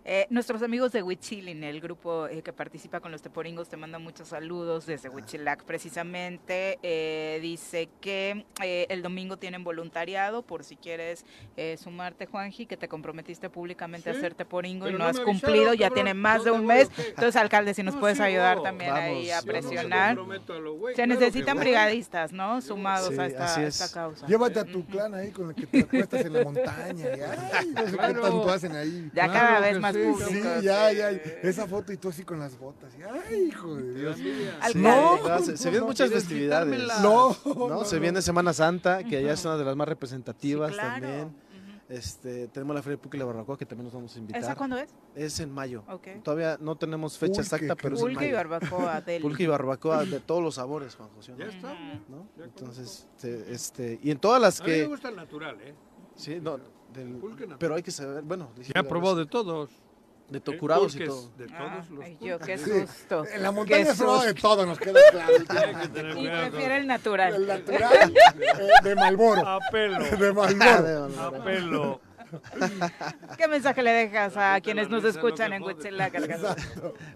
Speaker 2: Eh, nuestros amigos de Huitzilin, el grupo eh, que participa con los teporingos, te mandan muchos saludos desde Huitzilac precisamente. Eh, dice que eh, el domingo tienen voluntariado, por si quieres eh, sumarte, Juanji, que te comprometiste públicamente a
Speaker 3: Sí,
Speaker 2: ser teporingo y
Speaker 3: pero
Speaker 2: no,
Speaker 3: no
Speaker 2: has
Speaker 3: me avisaron,
Speaker 2: cumplido, ya
Speaker 3: cabrón,
Speaker 2: tiene más de
Speaker 3: ¿dónde
Speaker 2: un
Speaker 3: voy
Speaker 2: mes.
Speaker 3: o qué?
Speaker 2: Entonces, alcalde, si nos
Speaker 3: No,
Speaker 2: puedes
Speaker 3: sí,
Speaker 2: ayudar
Speaker 3: no.
Speaker 2: también ahí a
Speaker 7: Vamos, yo no me
Speaker 2: presionar.
Speaker 7: comprometo
Speaker 2: Se necesitan brigadistas, ¿no? Sumados
Speaker 7: Sí,
Speaker 2: a, esta,
Speaker 7: así
Speaker 2: a
Speaker 7: es.
Speaker 2: esta causa.
Speaker 4: Llévate a tu
Speaker 2: Ujú.
Speaker 4: clan ahí con el que te acuestas en la montaña. Y, ay, pues no sé qué
Speaker 3: Claro.
Speaker 4: tanto hacen ahí.
Speaker 2: Ya
Speaker 3: Claro
Speaker 2: cada vez
Speaker 3: que
Speaker 2: más
Speaker 3: sí,
Speaker 2: público.
Speaker 4: Sí, ya, ya. Esa foto y tú así con las botas. y, ay, hijo de Dios.
Speaker 2: Alcalde.
Speaker 7: No,
Speaker 4: No,
Speaker 7: se, se
Speaker 4: no,
Speaker 7: vienen
Speaker 4: no,
Speaker 7: muchas
Speaker 4: quieres
Speaker 7: festividades.
Speaker 4: No,
Speaker 7: ¿no?
Speaker 4: no,
Speaker 7: se
Speaker 4: no.
Speaker 7: viene Semana Santa, que ya es
Speaker 2: Ujú.
Speaker 7: una de las más
Speaker 2: Sí,
Speaker 7: representativas
Speaker 2: claro.
Speaker 7: también.
Speaker 2: Ujú.
Speaker 7: Este, tenemos la Feria de Puc y la Barbacoa, que también nos vamos a invitar.
Speaker 2: ¿Esa cuándo es?
Speaker 7: Es en mayo.
Speaker 2: Ok.
Speaker 7: Todavía no tenemos fecha
Speaker 4: Pulque,
Speaker 7: exacta, pero es en
Speaker 2: Pulque y
Speaker 7: mayo.
Speaker 2: barbacoa del...
Speaker 7: Pulque y barbacoa de todos los sabores, Juan José. ¿no?
Speaker 3: Ya está.
Speaker 2: Ujú.
Speaker 7: ¿no? Entonces, este, este, y en todas las
Speaker 3: A mí me
Speaker 7: que,
Speaker 3: gusta el natural, ¿eh?
Speaker 7: sí, no, del-
Speaker 3: Pulque natural.
Speaker 7: pero hay que saber, bueno, dije
Speaker 5: Ya
Speaker 7: la
Speaker 5: probó
Speaker 7: vez,
Speaker 5: de todos.
Speaker 7: de tocurados y
Speaker 5: Pulques
Speaker 7: todo.
Speaker 5: De
Speaker 2: Ah,
Speaker 5: todos los
Speaker 2: ay, yo, qué
Speaker 4: Sí.
Speaker 2: susto.
Speaker 4: En la montaña
Speaker 2: Qué
Speaker 4: se va de
Speaker 2: susto.
Speaker 4: todo, nos queda claro.
Speaker 2: Y prefiere
Speaker 5: pulques.
Speaker 2: el natural.
Speaker 4: El natural eh, de Malboro.
Speaker 5: A pelo,
Speaker 4: De
Speaker 7: Ah,
Speaker 4: Malboro.
Speaker 7: de-
Speaker 5: a pelo.
Speaker 2: ¿Qué mensaje le dejas
Speaker 5: La
Speaker 2: a
Speaker 5: gente
Speaker 2: quienes
Speaker 5: la
Speaker 2: nos
Speaker 5: risa no
Speaker 2: escuchan
Speaker 5: te
Speaker 2: en
Speaker 5: jode.
Speaker 2: Huitzilac, alcalde?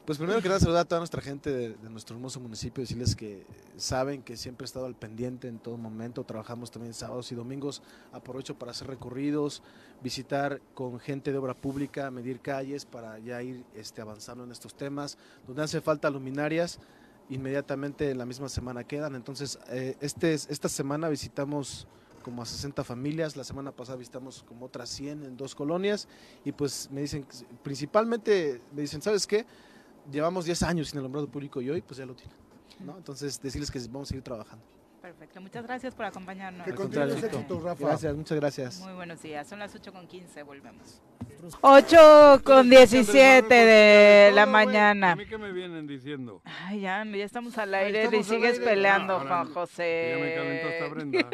Speaker 7: Pues primero que nada saludar a toda nuestra gente de, de nuestro hermoso municipio, decirles que saben que siempre he estado al pendiente en todo momento, trabajamos también sábados y domingos, aprovecho para hacer recorridos, visitar con gente de obra pública, medir calles para ya ir este, avanzando en estos temas, donde hace falta luminarias, inmediatamente la misma semana quedan, entonces eh, este, es- esta semana visitamos como a 60 familias, la semana pasada visitamos como otras 100 en dos colonias y pues me dicen, principalmente me dicen, ¿sabes qué? llevamos 10 años sin el alumbrado público y hoy pues ya lo tienen. ¿no? Entonces decirles que vamos a seguir trabajando.
Speaker 2: Perfecto, muchas gracias por acompañarnos.
Speaker 4: Que
Speaker 7: Al
Speaker 4: continúes
Speaker 7: contrario.
Speaker 4: éxitos, Rafa.
Speaker 7: Gracias, muchas gracias.
Speaker 2: Muy buenos días, son las 8 con 15, volvemos. 8 con 17 de la
Speaker 5: Todo, güey.
Speaker 2: mañana.
Speaker 5: A mí que me vienen diciendo.
Speaker 2: Ay, ya, ya estamos al
Speaker 5: Ahí
Speaker 2: aire
Speaker 5: estamos
Speaker 2: y
Speaker 5: al
Speaker 2: sigues
Speaker 5: aire.
Speaker 2: peleando,
Speaker 5: Ah, ahora
Speaker 2: Juan
Speaker 5: me-
Speaker 2: José.
Speaker 5: Ya me calentó esta Brenda.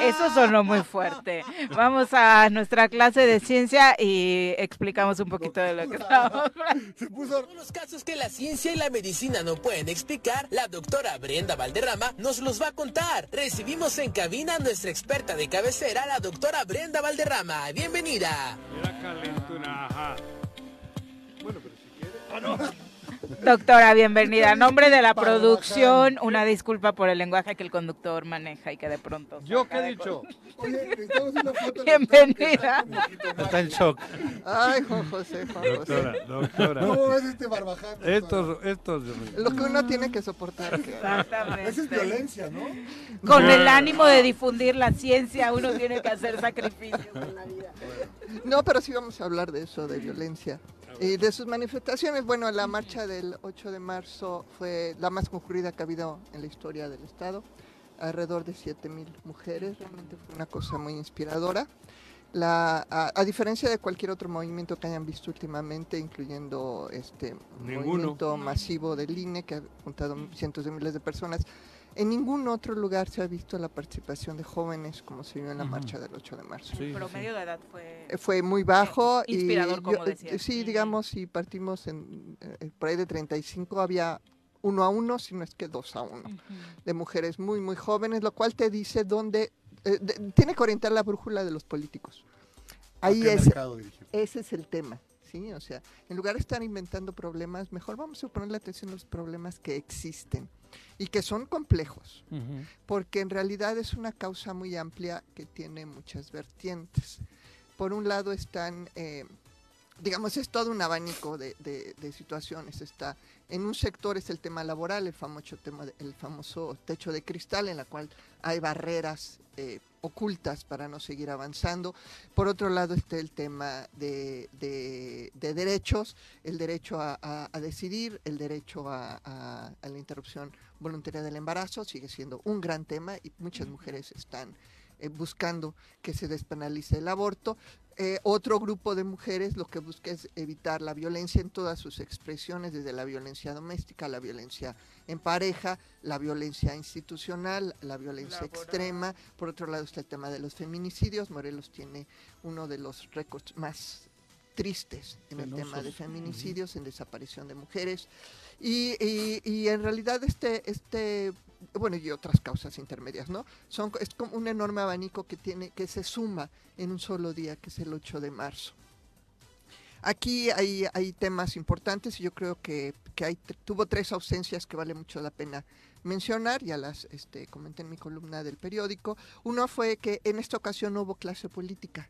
Speaker 2: Eso sonó muy fuerte. Vamos a nuestra clase de ciencia y explicamos un poquito de lo que estamos.
Speaker 4: Se puso
Speaker 8: Todos los casos que la ciencia y la medicina no pueden explicar, la doctora Brenda Valderrama nos los va a contar. Recibimos en cabina a nuestra experta de cabecera, la doctora Brenda Valderrama. Bienvenida.
Speaker 5: Era calentura, ajá. Bueno, pero si quieres. Ah, no.
Speaker 2: Doctora, bienvenida. A nombre de la producción, una disculpa por el lenguaje que el conductor maneja y que de pronto.
Speaker 5: ¿Yo
Speaker 2: saca
Speaker 5: qué he
Speaker 2: de
Speaker 5: dicho?
Speaker 4: Oye, necesitamos una foto. de la
Speaker 2: Bienvenida.
Speaker 5: Está en shock.
Speaker 9: Ay, Juan José, Juan José.
Speaker 5: Doctora, doctora.
Speaker 4: ¿Cómo ves este barbaján?
Speaker 5: Estos, estos.
Speaker 9: Lo que uno tiene que soportar. claro.
Speaker 4: Esa es
Speaker 2: Exactamente.
Speaker 4: violencia, ¿no?
Speaker 2: Con el ánimo de difundir la ciencia, uno tiene que hacer sacrificios en la vida.
Speaker 9: No, pero sí vamos a hablar de eso, de violencia. Y de sus manifestaciones. Bueno, la marcha del 8 de marzo fue la más concurrida que ha habido en la historia del Estado. Alrededor de 7.000 mujeres. Realmente fue una cosa muy inspiradora. La, a, a diferencia de cualquier otro movimiento que hayan visto últimamente, incluyendo este
Speaker 5: Ninguno.
Speaker 9: movimiento masivo del INE que ha juntado cientos de miles de personas, en ningún otro lugar se ha visto la participación de jóvenes como se vio en la marcha del 8 de marzo.
Speaker 2: El promedio de edad fue.
Speaker 9: Eh, fue muy bajo. y
Speaker 2: Inspirador, como
Speaker 9: yo- eh,
Speaker 2: decías.
Speaker 9: Sí,
Speaker 2: Ujú.
Speaker 9: digamos, si partimos en, eh, por ahí de 35, había uno a uno, si no es que dos a uno, de mujeres muy, muy jóvenes, lo cual te dice dónde, eh, de- tiene que orientar la brújula de los políticos. Ahí
Speaker 4: ¿A qué
Speaker 9: es,
Speaker 4: mercado dirigido?
Speaker 9: ese es el tema, ¿sí? O sea, en lugar de estar inventando problemas, mejor vamos a ponerle atención a los problemas que existen y que son complejos porque en realidad es una causa muy amplia que tiene muchas vertientes. Por un lado están eh, digamos, es todo un abanico de, de- de situaciones. Está en un sector es el tema laboral, el famoso tema, de- el famoso techo de cristal, en la cual hay barreras eh, ocultas para no seguir avanzando. Por otro lado está el tema de, de- de derechos, el derecho a, a- a decidir, el derecho a, a- a la interrupción voluntaria del embarazo sigue siendo un gran tema y muchas mujeres están eh, buscando que se despenalice el aborto. Eh, otro grupo de mujeres lo que busca es evitar la violencia en todas sus expresiones, desde la violencia doméstica, la violencia en pareja, la violencia institucional, la violencia extrema. Por otro lado está el tema de los feminicidios. Morelos tiene uno de los récords más tristes en el tema de
Speaker 5: Penosos.
Speaker 9: feminicidios, en desaparición de mujeres. Y, y- y en realidad este, este, bueno, y otras causas intermedias, ¿no? Son, es como un enorme abanico que, tiene, que se suma en un solo día, que es el 8 de marzo. Aquí hay, hay temas importantes y yo creo que, que hay, tuvo tres ausencias que vale mucho la pena mencionar, ya las este, comenté en mi columna del periódico. Uno fue que en esta ocasión no hubo clase política,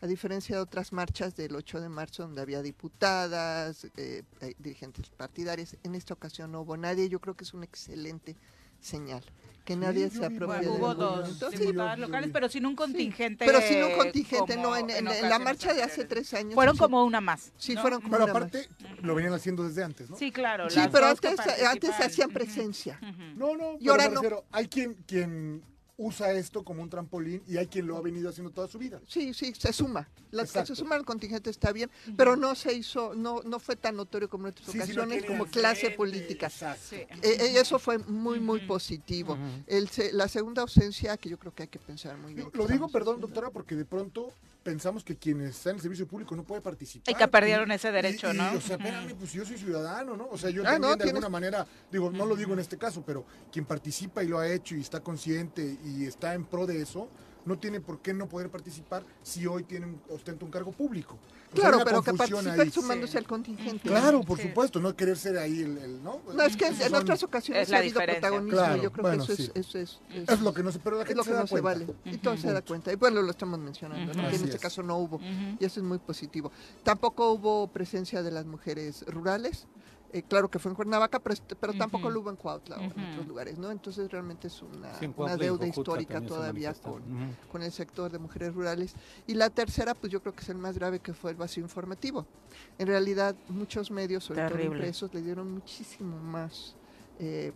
Speaker 9: a diferencia de otras marchas del 8 de marzo donde había diputadas, eh, eh, dirigentes partidarias, en esta ocasión no hubo nadie, yo creo que es una excelente señal, que nadie se apropie
Speaker 2: Bueno,
Speaker 9: del
Speaker 2: hubo dos
Speaker 9: movimiento. Sí,
Speaker 2: diputadas locales, pero sin un contingente.
Speaker 9: pero sin un
Speaker 2: eh,
Speaker 9: contingente,
Speaker 2: como
Speaker 9: no, en, en- en la
Speaker 2: ocasiones
Speaker 9: marcha de hace
Speaker 2: anteriores.
Speaker 9: tres años.
Speaker 2: Fueron
Speaker 9: sí,
Speaker 2: como una más.
Speaker 9: Sí,
Speaker 2: ¿no?
Speaker 9: fueron como
Speaker 4: Pero
Speaker 9: una más.
Speaker 4: aparte, lo venían haciendo desde antes, ¿no?
Speaker 2: Sí, claro.
Speaker 9: Sí,
Speaker 2: las
Speaker 9: pero
Speaker 2: dos que ah,
Speaker 9: antes, antes
Speaker 2: participan.
Speaker 9: hacían
Speaker 2: Ujú,
Speaker 9: presencia.
Speaker 2: ujú.
Speaker 4: No, no,
Speaker 9: Y
Speaker 4: pero
Speaker 9: ahora
Speaker 4: me
Speaker 9: no.
Speaker 4: refiero, hay quien, quien usa esto como un trampolín y hay quien lo ha venido haciendo toda su vida.
Speaker 9: Sí, sí, se suma. Las que se
Speaker 4: Exacto.
Speaker 9: suman al contingente está bien, pero no se hizo, no, no fue tan notorio como en otras
Speaker 4: Sí, sí, no
Speaker 9: ocasiones,
Speaker 4: tiene
Speaker 9: como
Speaker 4: al
Speaker 9: clase
Speaker 4: frente,
Speaker 9: política.
Speaker 4: exacto.
Speaker 2: Sí.
Speaker 9: Eh,
Speaker 4: E,
Speaker 9: eh, eso fue muy, muy
Speaker 2: Ujú.
Speaker 9: positivo.
Speaker 5: Ujú.
Speaker 9: El se- la segunda ausencia, que yo creo que hay que pensar muy bien.
Speaker 4: Digo,
Speaker 9: qué
Speaker 4: Lo digo,
Speaker 9: estamos
Speaker 4: perdón,
Speaker 9: haciendo.
Speaker 4: doctora, porque de pronto pensamos que quien está en el servicio público no puede participar.
Speaker 2: Y que perdieron ese
Speaker 4: Y-
Speaker 2: derecho,
Speaker 4: y,
Speaker 2: ¿no?
Speaker 4: o sea, espérame, pues yo soy ciudadano, ¿no? O sea, yo
Speaker 9: Ah,
Speaker 4: también
Speaker 9: no,
Speaker 4: de
Speaker 9: tienes-
Speaker 4: alguna manera, digo, no lo digo en este caso, pero quien participa y lo ha hecho y está consciente y está en pro de eso, no tiene por qué no poder participar si hoy tiene un- ostenta un cargo público. O sea, hay
Speaker 9: Claro,
Speaker 4: una
Speaker 9: pero que
Speaker 4: confusión
Speaker 9: participe
Speaker 4: ahí.
Speaker 9: sumándose
Speaker 2: Sí.
Speaker 9: al contingente.
Speaker 4: Claro, por
Speaker 2: Sí.
Speaker 4: supuesto, no querer ser ahí el, el- ¿no?
Speaker 9: No, es que en,
Speaker 4: pues, Esos
Speaker 9: en
Speaker 4: son-
Speaker 9: otras ocasiones
Speaker 2: Es la
Speaker 9: ha habido
Speaker 2: diferencia.
Speaker 9: protagonismo.
Speaker 4: Claro,
Speaker 9: yo creo
Speaker 4: bueno,
Speaker 9: que eso,
Speaker 4: sí.
Speaker 9: es, eso es, es-
Speaker 4: Es lo que no se, pero la
Speaker 9: es
Speaker 4: gente
Speaker 9: lo que
Speaker 4: se da
Speaker 9: no se
Speaker 4: cuenta.
Speaker 9: vale. Y todo se da cuenta. Y bueno, lo estamos mencionando,
Speaker 2: Ujú.
Speaker 9: ¿no? que en
Speaker 4: Así
Speaker 9: este
Speaker 4: es.
Speaker 9: caso no hubo.
Speaker 2: Ujú.
Speaker 9: Y eso es muy positivo. Tampoco hubo presencia de las mujeres rurales. eh, claro que fue en Cuernavaca, pero, est- pero tampoco
Speaker 2: Ujú.
Speaker 9: lo hubo en Cuautla o en
Speaker 2: Ujú.
Speaker 9: otros lugares, ¿no? Entonces realmente es una,
Speaker 5: Sí, en
Speaker 9: una
Speaker 5: Cuautla y
Speaker 9: deuda
Speaker 5: Jojutla
Speaker 9: histórica
Speaker 5: también se
Speaker 9: todavía
Speaker 5: manifestaron.
Speaker 9: con,
Speaker 5: Ujú.
Speaker 9: con el sector de mujeres rurales. Y la tercera, pues yo creo que es el más grave, que fue el vacío informativo. En realidad, muchos medios, sobre todo
Speaker 2: Terrible.
Speaker 9: impresos, le dieron muchísimo más eh,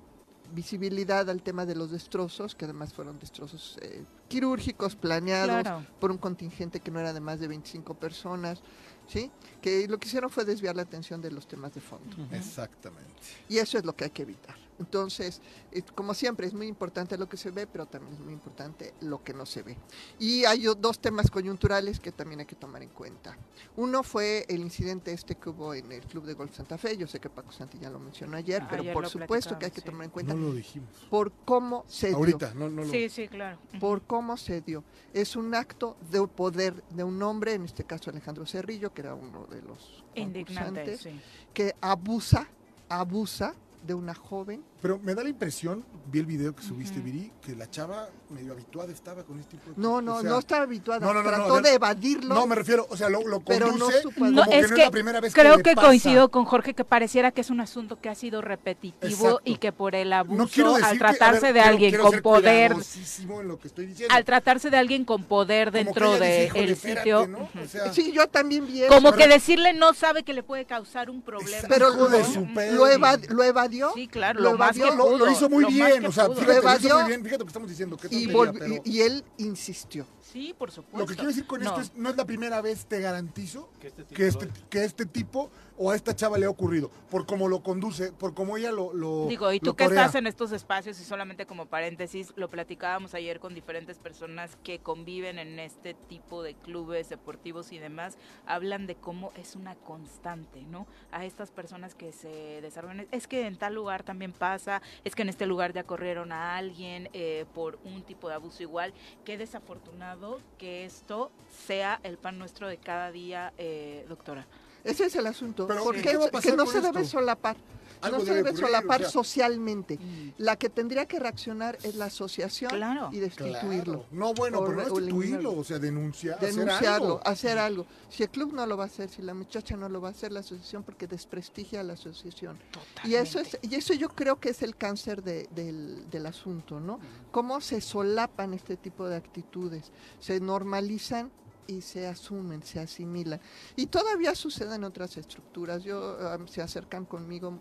Speaker 9: visibilidad al tema de los destrozos, que además fueron destrozos eh, quirúrgicos, planeados,
Speaker 2: Claro.
Speaker 9: por un contingente que no era de más de 25 personas, ¿sí? Que lo que hicieron fue desviar la atención de los temas de fondo.
Speaker 4: Exactamente.
Speaker 9: Y eso es lo que hay que evitar. Entonces, eh, como siempre, es muy importante lo que se ve, pero también es muy importante lo que no se ve. Y hay o- dos temas coyunturales que también hay que tomar en cuenta. Uno fue el incidente este que hubo en el Club de Golf Santa Fe. Yo sé que Paco Santillán lo mencionó ayer, pero
Speaker 2: Ayer
Speaker 9: por
Speaker 2: lo
Speaker 9: supuesto que hay
Speaker 2: platicábamos,
Speaker 9: que
Speaker 2: sí.
Speaker 9: tomar en cuenta
Speaker 4: No lo dijimos.
Speaker 9: por cómo se dio
Speaker 4: Ahorita, no, no lo
Speaker 2: Sí, sí, claro. Ujú.
Speaker 9: por cómo se dio. Es un acto de poder de un hombre, en este caso Alejandro Cerrillo, que era uno de los
Speaker 2: Indignante,
Speaker 9: concursantes,
Speaker 2: sí.
Speaker 9: que abusa, abusa de una joven.
Speaker 4: Pero me da la impresión, vi el video que subiste,
Speaker 2: Ujú.
Speaker 4: Viri, que la chava medio habituada estaba con este tipo de
Speaker 9: No,
Speaker 4: cosas.
Speaker 9: no,
Speaker 4: O sea,
Speaker 9: no estaba habituada.
Speaker 4: no, no, no,
Speaker 9: Trató
Speaker 4: no,
Speaker 9: de
Speaker 4: no.
Speaker 9: evadirlo.
Speaker 4: No, me refiero, o sea, lo, lo
Speaker 9: Pero no
Speaker 4: conduce
Speaker 9: supo
Speaker 4: como
Speaker 9: No,
Speaker 4: que no es la primera vez
Speaker 2: creo
Speaker 4: que,
Speaker 2: que,
Speaker 4: le pasa.
Speaker 2: coincido con Jorge que pareciera que es un asunto que ha sido repetitivo
Speaker 4: Exacto.
Speaker 2: y que por el abuso
Speaker 4: No quiero decir
Speaker 2: al
Speaker 4: que- a ver,
Speaker 2: tratarse de
Speaker 4: quiero-
Speaker 2: alguien
Speaker 4: quiero
Speaker 2: con
Speaker 4: ser
Speaker 2: poder
Speaker 4: cuidadosísimo en lo que estoy diciendo.
Speaker 2: al tratarse de alguien con poder
Speaker 4: Como que
Speaker 2: dentro
Speaker 4: ella dice,
Speaker 2: del
Speaker 4: "Híjole, espérate",
Speaker 2: sitio
Speaker 4: ¿no?
Speaker 2: ujú.
Speaker 4: O sea,
Speaker 9: Sí, yo también vi eso.
Speaker 2: como
Speaker 4: Pero-
Speaker 2: que decirle no sabe que le puede causar un problema
Speaker 4: Exacto.
Speaker 9: pero
Speaker 4: hijo de
Speaker 9: lo,
Speaker 4: su perro.
Speaker 9: lo evad- lo evadió
Speaker 2: sí claro
Speaker 9: lo
Speaker 2: lo, más
Speaker 9: evadió,
Speaker 4: lo,
Speaker 2: que
Speaker 4: lo
Speaker 2: pudo,
Speaker 4: hizo muy
Speaker 2: lo más
Speaker 4: bien,
Speaker 2: que
Speaker 4: o sea,
Speaker 2: pudo.
Speaker 4: fíjate, lo hizo
Speaker 9: Evadió.
Speaker 4: muy bien, fíjate lo que estamos diciendo, qué
Speaker 9: y,
Speaker 4: tontería,
Speaker 9: volvió-
Speaker 4: pero
Speaker 9: y él insistió.
Speaker 2: sí por supuesto
Speaker 4: lo que quiero decir con
Speaker 2: No.
Speaker 4: esto es, no es la primera vez, te garantizo,
Speaker 5: Que este tipo
Speaker 4: que este,
Speaker 5: lo-
Speaker 4: que este tipo o a esta chava le ha ocurrido, por cómo lo conduce, por cómo ella lo... lo
Speaker 2: Digo, y
Speaker 4: lo
Speaker 2: tú que
Speaker 4: torea.
Speaker 2: estás en estos espacios, y solamente como paréntesis, lo platicábamos ayer con diferentes personas que conviven en este tipo de clubes deportivos y demás, hablan de cómo es una constante, ¿no? A estas personas que se desarrollan, es que en tal lugar también pasa, es que en este lugar ya corrieron a alguien eh, por un tipo de abuso igual. Qué desafortunado que esto sea el pan nuestro de cada día, eh, doctora.
Speaker 9: Ese es el asunto.
Speaker 4: Pero,
Speaker 9: ¿Por
Speaker 4: ¿qué
Speaker 9: qué?
Speaker 4: va a
Speaker 9: que
Speaker 4: pasar
Speaker 9: no
Speaker 4: con
Speaker 9: se debe
Speaker 4: esto?
Speaker 9: solapar. no
Speaker 4: Algo
Speaker 9: se
Speaker 4: debe
Speaker 9: debe
Speaker 4: ocurrir,
Speaker 9: solapar
Speaker 4: o sea.
Speaker 9: socialmente. La que tendría que reaccionar es la asociación
Speaker 2: Claro.
Speaker 9: y destituirlo.
Speaker 4: Claro. No, bueno,
Speaker 9: O
Speaker 4: pero no
Speaker 9: re- o
Speaker 4: destituirlo,
Speaker 9: eliminarlo.
Speaker 4: o sea, denunciar. hacer algo.
Speaker 9: Denunciarlo, hacer algo. Si el club no lo va a hacer, si la muchacha no lo va a hacer, la asociación, porque desprestigia a la asociación. Y eso, es, y eso yo creo que es el cáncer de- del, del asunto, ¿no? Cómo se solapan este tipo de actitudes, se normalizan y se asumen, se asimilan. Y todavía sucede en otras estructuras. Yo eh, se acercan conmigo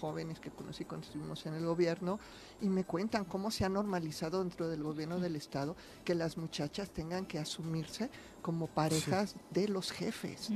Speaker 9: jóvenes que conocí cuando estuvimos en el gobierno y me cuentan cómo se ha normalizado dentro del gobierno del estado que las muchachas tengan que asumirse como parejas de los jefes.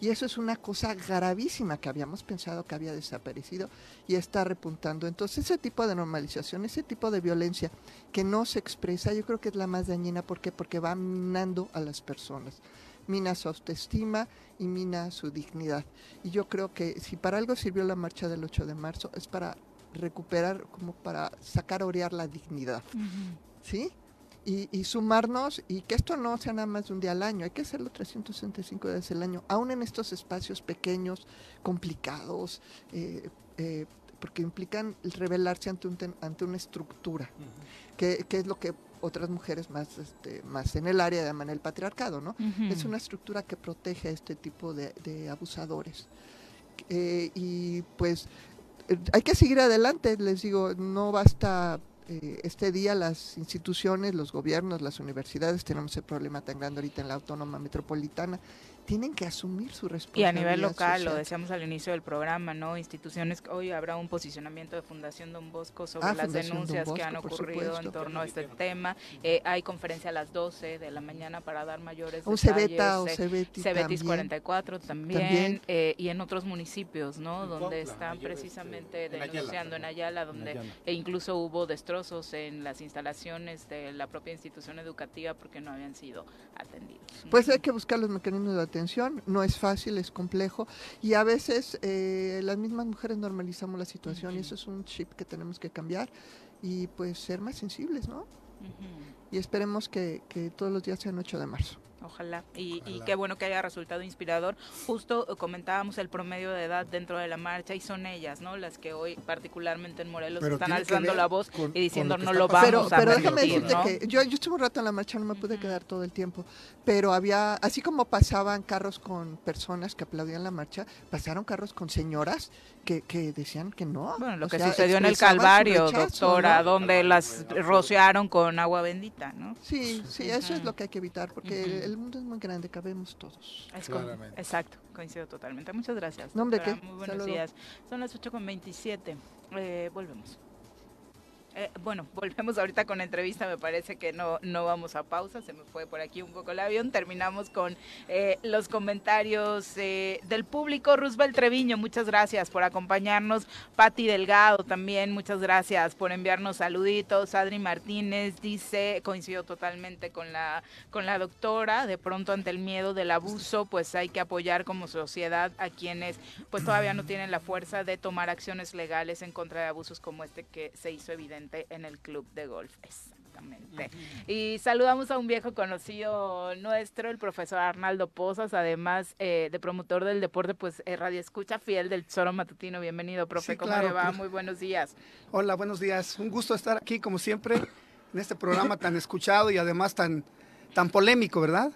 Speaker 9: Y eso es una cosa gravísima que habíamos pensado que había desaparecido y está repuntando. Entonces ese tipo de normalización, ese tipo de violencia que no se expresa, yo creo que es la más dañina. ¿Por qué? Porque va minando a las personas. Mina su autoestima y mina su dignidad. Y yo creo que si para algo sirvió la marcha del 8 de marzo es para recuperar, como para sacar a orear la dignidad. ¿sí? Y, y sumarnos y que esto no sea nada más de un día al año, hay que hacerlo 365 días al año, aún en estos espacios pequeños, complicados, eh, eh, porque implican el rebelarse ante, un ten- ante una estructura, que, que es lo que otras mujeres más, este, más en el área llaman el patriarcado, ¿no? Es una estructura que protege a este tipo de, de abusadores. Eh, y pues eh, hay que seguir adelante, les digo, no basta eh, este día las instituciones, los gobiernos, las universidades, tenemos el problema tan grande ahorita en la autónoma metropolitana, tienen que asumir su
Speaker 2: Y a
Speaker 9: responsabilidad.
Speaker 2: nivel local, lo
Speaker 9: social.
Speaker 2: decíamos al inicio del programa, ¿no? Instituciones, hoy habrá un posicionamiento de Fundación Don Bosco sobre
Speaker 9: Ah,
Speaker 2: las
Speaker 9: Fundación Don
Speaker 2: denuncias que
Speaker 9: Bosco,
Speaker 2: han
Speaker 9: por
Speaker 2: ocurrido en
Speaker 9: supuesto.
Speaker 2: torno a este tema. Eh, hay conferencia a las 12 de la mañana para dar mayores
Speaker 9: Un
Speaker 2: detalles.
Speaker 9: Cebeta o
Speaker 2: eh,
Speaker 9: Cebeti
Speaker 2: Cebetis
Speaker 9: también.
Speaker 2: 44 también,
Speaker 9: También.
Speaker 2: eh, y en otros municipios, ¿no?
Speaker 5: En
Speaker 2: donde
Speaker 5: Cuautla,
Speaker 2: están
Speaker 5: ayer,
Speaker 2: precisamente
Speaker 5: este, en Ayala,
Speaker 2: denunciando en
Speaker 5: perdón.
Speaker 2: Ayala, donde
Speaker 5: Ayala.
Speaker 2: e incluso hubo destrozos en las instalaciones de la propia institución educativa porque no habían sido atendidos. ¿no?
Speaker 9: Pues hay que buscar los mecanismos de atención, no es fácil, es complejo y a veces eh, las mismas mujeres normalizamos la situación y eso es un chip que tenemos que cambiar y pues ser más sensibles, ¿no?
Speaker 2: Ujú.
Speaker 9: Y esperemos que, que todos los días sean 8 de marzo.
Speaker 2: Ojalá. Y, y
Speaker 4: Ojalá.
Speaker 2: qué bueno que haya resultado inspirador. Justo eh, comentábamos el promedio de edad dentro de la marcha y son ellas, ¿no? Las que hoy, particularmente en Morelos,
Speaker 4: Pero
Speaker 2: están
Speaker 4: tiene que
Speaker 2: alzando
Speaker 4: ver
Speaker 2: la voz
Speaker 4: con- con lo
Speaker 2: y diciendo
Speaker 4: que
Speaker 2: no
Speaker 4: está
Speaker 2: lo
Speaker 4: pasando
Speaker 9: Pero,
Speaker 2: vamos
Speaker 9: pero
Speaker 2: a
Speaker 4: en
Speaker 9: déjame
Speaker 2: permitir,
Speaker 9: decirte
Speaker 2: ¿no?
Speaker 9: que yo, yo estuve un rato en la marcha, no me pude quedar todo el tiempo, pero había, así como pasaban carros con personas que aplaudían la marcha, pasaron carros con señoras que, que decían que no.
Speaker 2: Bueno, lo
Speaker 9: O
Speaker 2: que
Speaker 9: sea,
Speaker 2: sucedió en el
Speaker 9: expresaban su
Speaker 2: Calvario,
Speaker 9: rechazo,
Speaker 2: doctora,
Speaker 9: ¿no?
Speaker 2: donde las rociaron con agua bendita, ¿no?
Speaker 9: Sí, sí, eso es
Speaker 2: Ujú.
Speaker 9: lo que hay que evitar, porque
Speaker 2: Ujú.
Speaker 9: el, el mundo es muy grande, cabemos todos.
Speaker 2: Es como-
Speaker 4: Claramente.
Speaker 2: exacto, coincido totalmente. Muchas gracias.
Speaker 9: No, hombre,
Speaker 2: doctora.
Speaker 9: ¿qué?
Speaker 2: Muy buenos
Speaker 9: Saludo.
Speaker 2: días. Son las 8.27. Eh, volvemos. Eh, bueno, volvemos ahorita con la entrevista. Me parece que no, no vamos a pausa. Se me fue por aquí un poco el avión. Terminamos con eh, los comentarios eh, del público. Roosevelt Treviño, muchas gracias por acompañarnos. Patti Delgado también, muchas gracias por enviarnos saluditos. Adri Martínez dice, coincido totalmente con la, con la doctora, de pronto ante el miedo del abuso, pues hay que apoyar como sociedad a quienes pues todavía no tienen la fuerza de tomar acciones legales en contra de abusos como este que se hizo evidente en el club de golf. Exactamente. Y saludamos a un viejo conocido nuestro, el profesor Arnaldo Pozas, además eh, de promotor del deporte, pues eh, radio escucha fiel del Tesoro Matutino. Bienvenido, profe.
Speaker 10: Sí,
Speaker 2: ¿Cómo
Speaker 10: claro,
Speaker 2: le va?
Speaker 10: claro.
Speaker 2: Muy buenos días.
Speaker 10: Hola, buenos días. Un gusto estar aquí, como siempre, en este programa tan escuchado y además tan, tan polémico, ¿verdad?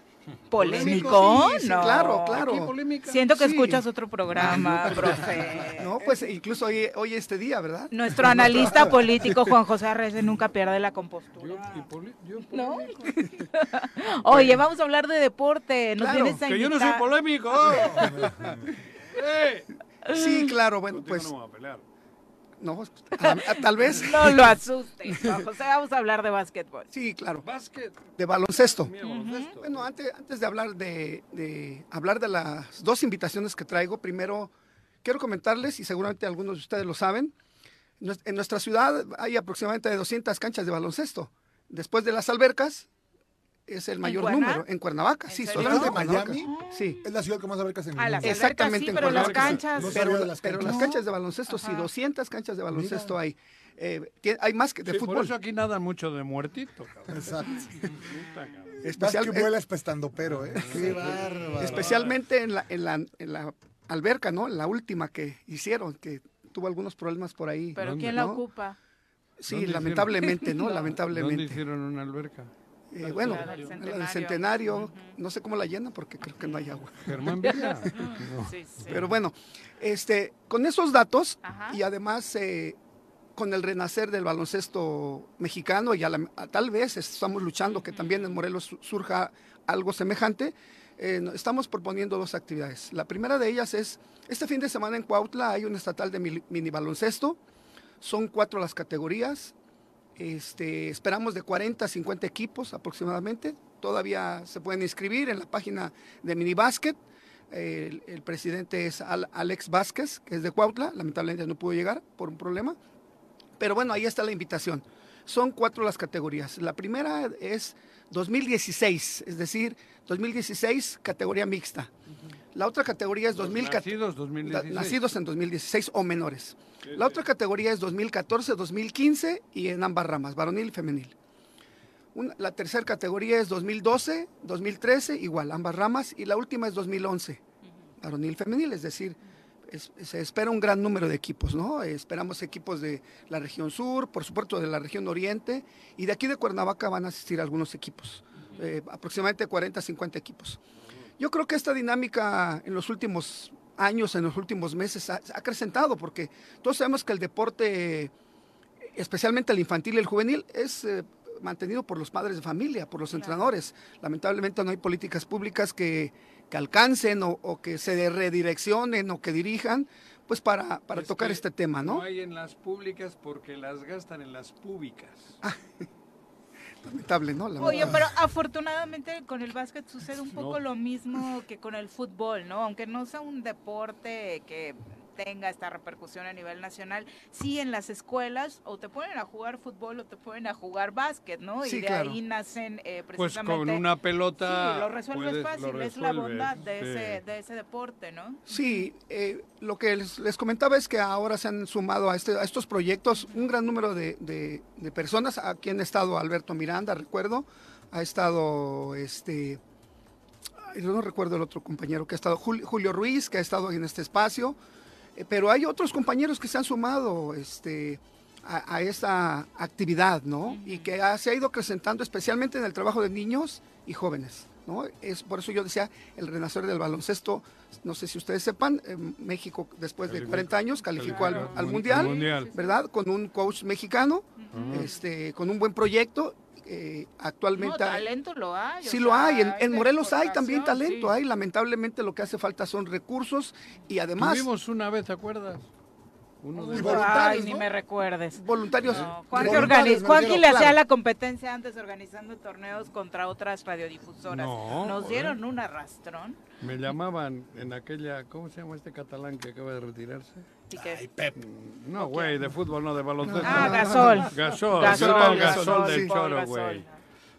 Speaker 2: ¿Polémico?
Speaker 10: Sí, sí,
Speaker 2: no.
Speaker 10: claro, claro.
Speaker 4: Aquí polémica.
Speaker 2: Siento que
Speaker 10: Sí.
Speaker 2: escuchas otro programa, profe.
Speaker 10: No, pues incluso hoy, hoy este día, ¿verdad?
Speaker 2: Nuestro analista político Juan José Arrece nunca pierde la
Speaker 5: Yo,
Speaker 2: compostura.
Speaker 5: y poli- yo
Speaker 2: ¿No?
Speaker 5: polémico.
Speaker 2: Oye, vamos a hablar de deporte. Nos
Speaker 10: Claro,
Speaker 2: vienes a
Speaker 5: Que yo no soy
Speaker 2: invitar.
Speaker 5: polémico. ¡Eh!
Speaker 10: Sí, claro, bueno,
Speaker 5: Contigo
Speaker 10: pues
Speaker 5: no me voy a pelear.
Speaker 10: no, a- a- Ah, tal vez.
Speaker 2: No lo asustes, Juan José. Vamos a hablar de básquetbol.
Speaker 10: Sí, claro,
Speaker 5: Básquet.
Speaker 10: de baloncesto.
Speaker 5: Mira, baloncesto.
Speaker 10: Bueno, antes, antes de hablar de, de hablar de las dos invitaciones que traigo, primero quiero comentarles, y seguramente algunos de ustedes lo saben, nues- en nuestra ciudad hay aproximadamente 200 canchas de baloncesto. Después de las albercas, es el mayor
Speaker 2: Cuerna?
Speaker 10: número. En Cuernavaca,
Speaker 2: ¿En
Speaker 10: sí,
Speaker 2: serio? Ah,
Speaker 10: solamente
Speaker 4: ¿De
Speaker 10: en Cuernavaca.
Speaker 4: Miami?
Speaker 10: Sí.
Speaker 4: Es la ciudad que más albercas en el
Speaker 2: A las
Speaker 4: mundo.
Speaker 2: albercas
Speaker 10: Exactamente,
Speaker 2: sí,
Speaker 10: en
Speaker 2: pero las
Speaker 5: Cuernavaca.
Speaker 2: canchas.
Speaker 4: No sabía
Speaker 10: Pero,
Speaker 4: de las
Speaker 10: pero
Speaker 4: canchas.
Speaker 10: las
Speaker 4: No.
Speaker 10: canchas de baloncesto, sí,
Speaker 2: Ajá.
Speaker 10: 200 canchas de baloncesto hay. Eh, tie- hay más que de
Speaker 5: Sí, Por
Speaker 10: fútbol.
Speaker 5: eso aquí nada mucho de muertito. cabrón.
Speaker 4: Exacto.
Speaker 5: Puta, cabrón.
Speaker 10: Especial-
Speaker 4: Vas que vuelas pestando, pero, ¿eh?
Speaker 10: Ah,
Speaker 4: Qué bárbaro.
Speaker 10: Especialmente en la, en la- en la alberca, ¿no? La última que hicieron, que tuvo algunos problemas por ahí.
Speaker 2: Pero ¿quién la
Speaker 10: ¿no?
Speaker 2: ocupa?
Speaker 10: Sí,
Speaker 3: ¿Dónde
Speaker 10: eh, lamentablemente,
Speaker 3: hicieron?
Speaker 10: ¿no?
Speaker 3: ¿Dónde
Speaker 10: Lamentablemente.
Speaker 3: hicieron una alberca?
Speaker 10: Eh, bueno,
Speaker 2: La del
Speaker 10: la
Speaker 2: Centenario.
Speaker 10: del centenario, no sé cómo la llenan porque creo que no hay agua.
Speaker 3: Germán Villa.
Speaker 2: Mm, sí, sí.
Speaker 10: Pero bueno, este, con esos datos
Speaker 2: Ajá.
Speaker 10: y además eh, con el renacer del baloncesto mexicano, y a la- a- tal vez estamos luchando que también en Morelos su- surja algo semejante, eh, no- estamos proponiendo dos actividades. La primera de ellas es, este fin de semana en Cuautla hay un estatal de mil- mini baloncesto, son cuatro las categorías, este, esperamos de 40 a 50 equipos aproximadamente. Todavía se pueden inscribir en la página de Minibasket. El, el presidente es Al- Alex Vázquez, que es de Cuautla. Lamentablemente no pudo llegar por un problema. Pero bueno, ahí está la invitación. Son cuatro las categorías. La primera es 2016, es decir, 2016 categoría mixta. La otra categoría es 2014.
Speaker 3: Nacidos
Speaker 10: Da-
Speaker 3: 2016.
Speaker 10: nacidos en 2016 o menores. La otra categoría es 2014, 2015 y en ambas ramas, varonil y femenil. Una- la tercera categoría es 2012, 2013, igual, ambas ramas. Y la última es 2011, varonil y femenil, es decir, es- se espera un gran número de equipos, ¿no? Esperamos equipos de la región sur, por supuesto de la región oriente, y de aquí de Cuernavaca van a asistir algunos equipos, eh, aproximadamente 40, 50 equipos. Yo creo que esta dinámica en los últimos años, en los últimos meses, ha, se ha acrecentado, porque todos sabemos que el deporte, especialmente el infantil y el juvenil, es eh, mantenido por los padres de familia, por los entrenadores. Lamentablemente no hay políticas públicas que, que alcancen o, o que se redireccionen o que dirijan, pues para, para
Speaker 3: Es
Speaker 10: tocar
Speaker 3: que
Speaker 10: este tema,
Speaker 3: No
Speaker 10: ¿no?
Speaker 3: hay en las públicas porque las gastan en las públicas.
Speaker 10: Lamentable, ¿no?
Speaker 2: Oye,
Speaker 10: Lamentable.
Speaker 2: pero afortunadamente con el básquet sucede un poco lo mismo que con el fútbol, ¿no? Aunque no sea un deporte que tenga esta repercusión a nivel nacional, sí en las escuelas o te ponen a jugar fútbol o te ponen a jugar básquet, ¿no? y
Speaker 10: Sí,
Speaker 2: de
Speaker 10: claro.
Speaker 2: ahí nacen eh,
Speaker 3: Pues
Speaker 2: precisamente...
Speaker 3: con una pelota.
Speaker 2: Sí, lo resuelves
Speaker 3: puedes- lo
Speaker 2: fácil, es la
Speaker 3: resuelves,
Speaker 2: bondad de,
Speaker 3: sí.
Speaker 2: ese, de ese deporte, ¿no?
Speaker 10: Sí, eh, lo que les, les comentaba es que ahora se han sumado a, este- a estos proyectos un gran número de, de- de personas. Aquí han estado Alberto Miranda, recuerdo. Ha estado, este, ay, no recuerdo el otro compañero que ha estado, Jul- Julio Ruiz, que ha estado en este espacio. Eh, pero hay otros compañeros que se han sumado este, a, a esta actividad, ¿no? Y que ha- se ha ido acrecentando especialmente en el trabajo de niños y jóvenes, ¿no? Es por eso yo decía el renacer del baloncesto. No sé si ustedes sepan, eh, México después de
Speaker 3: Calificó-
Speaker 10: 40 años calificó al,
Speaker 3: calificó
Speaker 10: al
Speaker 3: al
Speaker 10: mundial,
Speaker 3: Mundial.
Speaker 10: ¿verdad? Con un coach mexicano,
Speaker 3: Ajá.
Speaker 10: este, con un buen proyecto. eh,
Speaker 2: No,
Speaker 10: actualmente
Speaker 2: talento lo hay. o
Speaker 10: Sí lo
Speaker 2: sea,
Speaker 10: hay, en, en
Speaker 2: de
Speaker 10: Morelos hay también
Speaker 2: exportación,
Speaker 10: talento,
Speaker 2: sí.
Speaker 10: hay lamentablemente lo que hace falta son recursos y además
Speaker 3: Tuvimos una vez, ¿te acuerdas? Uno de
Speaker 10: Y
Speaker 2: Ay,
Speaker 10: voluntarios,
Speaker 2: ni
Speaker 10: ¿no?
Speaker 2: me recuerdes.
Speaker 10: voluntarios.
Speaker 2: No, Juanqui,
Speaker 10: voluntarios,
Speaker 2: organi-
Speaker 10: me
Speaker 2: Juanqui
Speaker 10: refiero,
Speaker 2: le hacía
Speaker 10: claro.
Speaker 2: la competencia antes organizando torneos contra otras radiodifusoras.
Speaker 3: No,
Speaker 2: Nos
Speaker 3: joder.
Speaker 2: dieron un arrastrón.
Speaker 3: Me llamaban en aquella, ¿cómo se llama este catalán que acaba de retirarse? Mm,
Speaker 2: Así que,
Speaker 3: No, güey, de fútbol, no, de baloncesto.
Speaker 2: Ah, Gasol.
Speaker 3: Gasol,
Speaker 2: Gasol,
Speaker 3: yo era el
Speaker 10: Gasol,
Speaker 3: Gasol
Speaker 10: sí.
Speaker 3: del
Speaker 2: Paul
Speaker 3: Choro,
Speaker 2: Gasol.
Speaker 3: güey.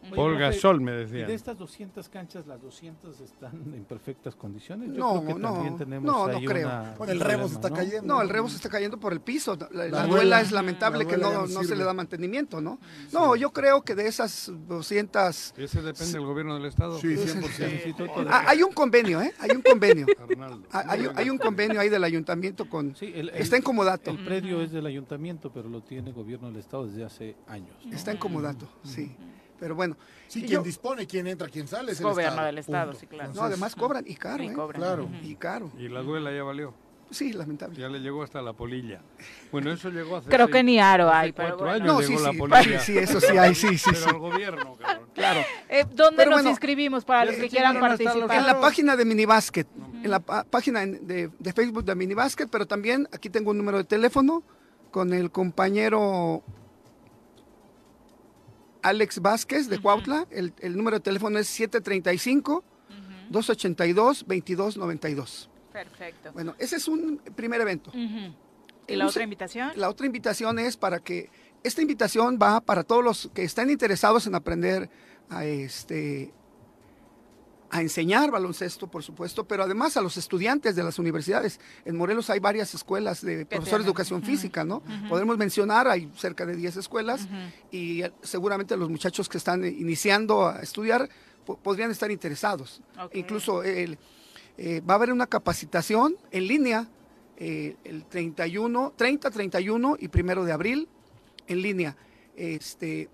Speaker 5: Oye,
Speaker 3: Paul
Speaker 5: profe,
Speaker 3: Gasol me
Speaker 5: Y de
Speaker 3: decían.
Speaker 5: estas 200 canchas, las 200 están en perfectas condiciones. Yo
Speaker 10: No,
Speaker 5: creo que
Speaker 10: no,
Speaker 5: también tenemos
Speaker 10: no, no
Speaker 5: ahí
Speaker 10: creo.
Speaker 5: una-
Speaker 4: Bueno, el
Speaker 5: un
Speaker 4: rebo se
Speaker 5: problema,
Speaker 4: está
Speaker 5: ¿no?
Speaker 4: cayendo.
Speaker 10: No, el rebo se está cayendo por el piso. La, la-
Speaker 4: La
Speaker 10: la
Speaker 4: duela,
Speaker 10: duela es lamentable
Speaker 4: la
Speaker 10: que
Speaker 4: duela
Speaker 10: no,
Speaker 4: ya no
Speaker 10: no se
Speaker 4: sirve.
Speaker 10: le da mantenimiento, ¿no? No, yo creo que de esas 200...
Speaker 3: Ese depende del gobierno del Estado.
Speaker 4: Sí,
Speaker 5: Necesito otro-
Speaker 10: Ah, hay un convenio, ¿eh? Hay un convenio.
Speaker 3: Arnaldo.
Speaker 10: Ah, Hay, hay un convenio ahí del ayuntamiento con...
Speaker 5: Sí, el- el-
Speaker 10: Está en comodato.
Speaker 5: El predio es del ayuntamiento, pero lo tiene el gobierno del estado desde hace años. ¿no?
Speaker 2: Mm.
Speaker 10: Está en comodato, sí. Pero bueno,
Speaker 4: Sí,
Speaker 10: Y
Speaker 4: quien
Speaker 10: yo-
Speaker 4: dispone, quien entra, quien sale es el
Speaker 2: Gobierno
Speaker 4: Estado,
Speaker 2: del Estado,
Speaker 4: punto.
Speaker 2: sí, claro.
Speaker 10: no, además cobran y caro,
Speaker 2: y
Speaker 10: ¿eh?
Speaker 2: cobran.
Speaker 4: claro.
Speaker 10: Y caro.
Speaker 3: Y la duela ya valió.
Speaker 10: Sí, lamentable.
Speaker 3: Ya le llegó hasta la polilla. Bueno, eso llegó hace
Speaker 2: Creo
Speaker 3: seis-
Speaker 2: que ni aro
Speaker 3: hace
Speaker 2: hay, pero
Speaker 3: cuatro
Speaker 2: bueno.
Speaker 3: años
Speaker 10: No, sí,
Speaker 3: llegó la
Speaker 10: sí,
Speaker 3: polilla.
Speaker 10: sí, eso sí hay, sí, sí,
Speaker 3: Pero
Speaker 10: sí.
Speaker 3: al gobierno, cabrón. Claro.
Speaker 2: Eh, ¿Dónde
Speaker 10: Pero
Speaker 2: nos
Speaker 10: bueno, eh,
Speaker 2: inscribimos para
Speaker 3: ya
Speaker 2: los
Speaker 3: se
Speaker 2: que quieran
Speaker 3: tienen hasta los
Speaker 2: participar?
Speaker 10: En la página de Minibasket, en la pa- página en- de, de Facebook de Minibasket, pero también aquí tengo un número de teléfono con el compañero Alex Vázquez de Cuautla. El, el número de teléfono es 735-282-2292.
Speaker 2: Perfecto.
Speaker 10: Bueno, ese es un primer evento.
Speaker 2: Ujú. ¿Y la
Speaker 10: Un
Speaker 2: otra
Speaker 10: se-
Speaker 2: invitación?
Speaker 10: La otra invitación es para que esta invitación va para todos los que están interesados en aprender a este a enseñar baloncesto, por supuesto, pero además a los estudiantes de las universidades. En Morelos hay varias escuelas de profesores
Speaker 2: tienen?
Speaker 10: de educación física, ¿no? Podremos mencionar, hay cerca de 10 escuelas y eh, seguramente los muchachos que están eh, iniciando a estudiar po- podrían estar interesados.
Speaker 2: Ok.
Speaker 10: Incluso el, eh, va a haber una capacitación en línea eh, el 31, 30, 31 y primero de abril en línea. Este,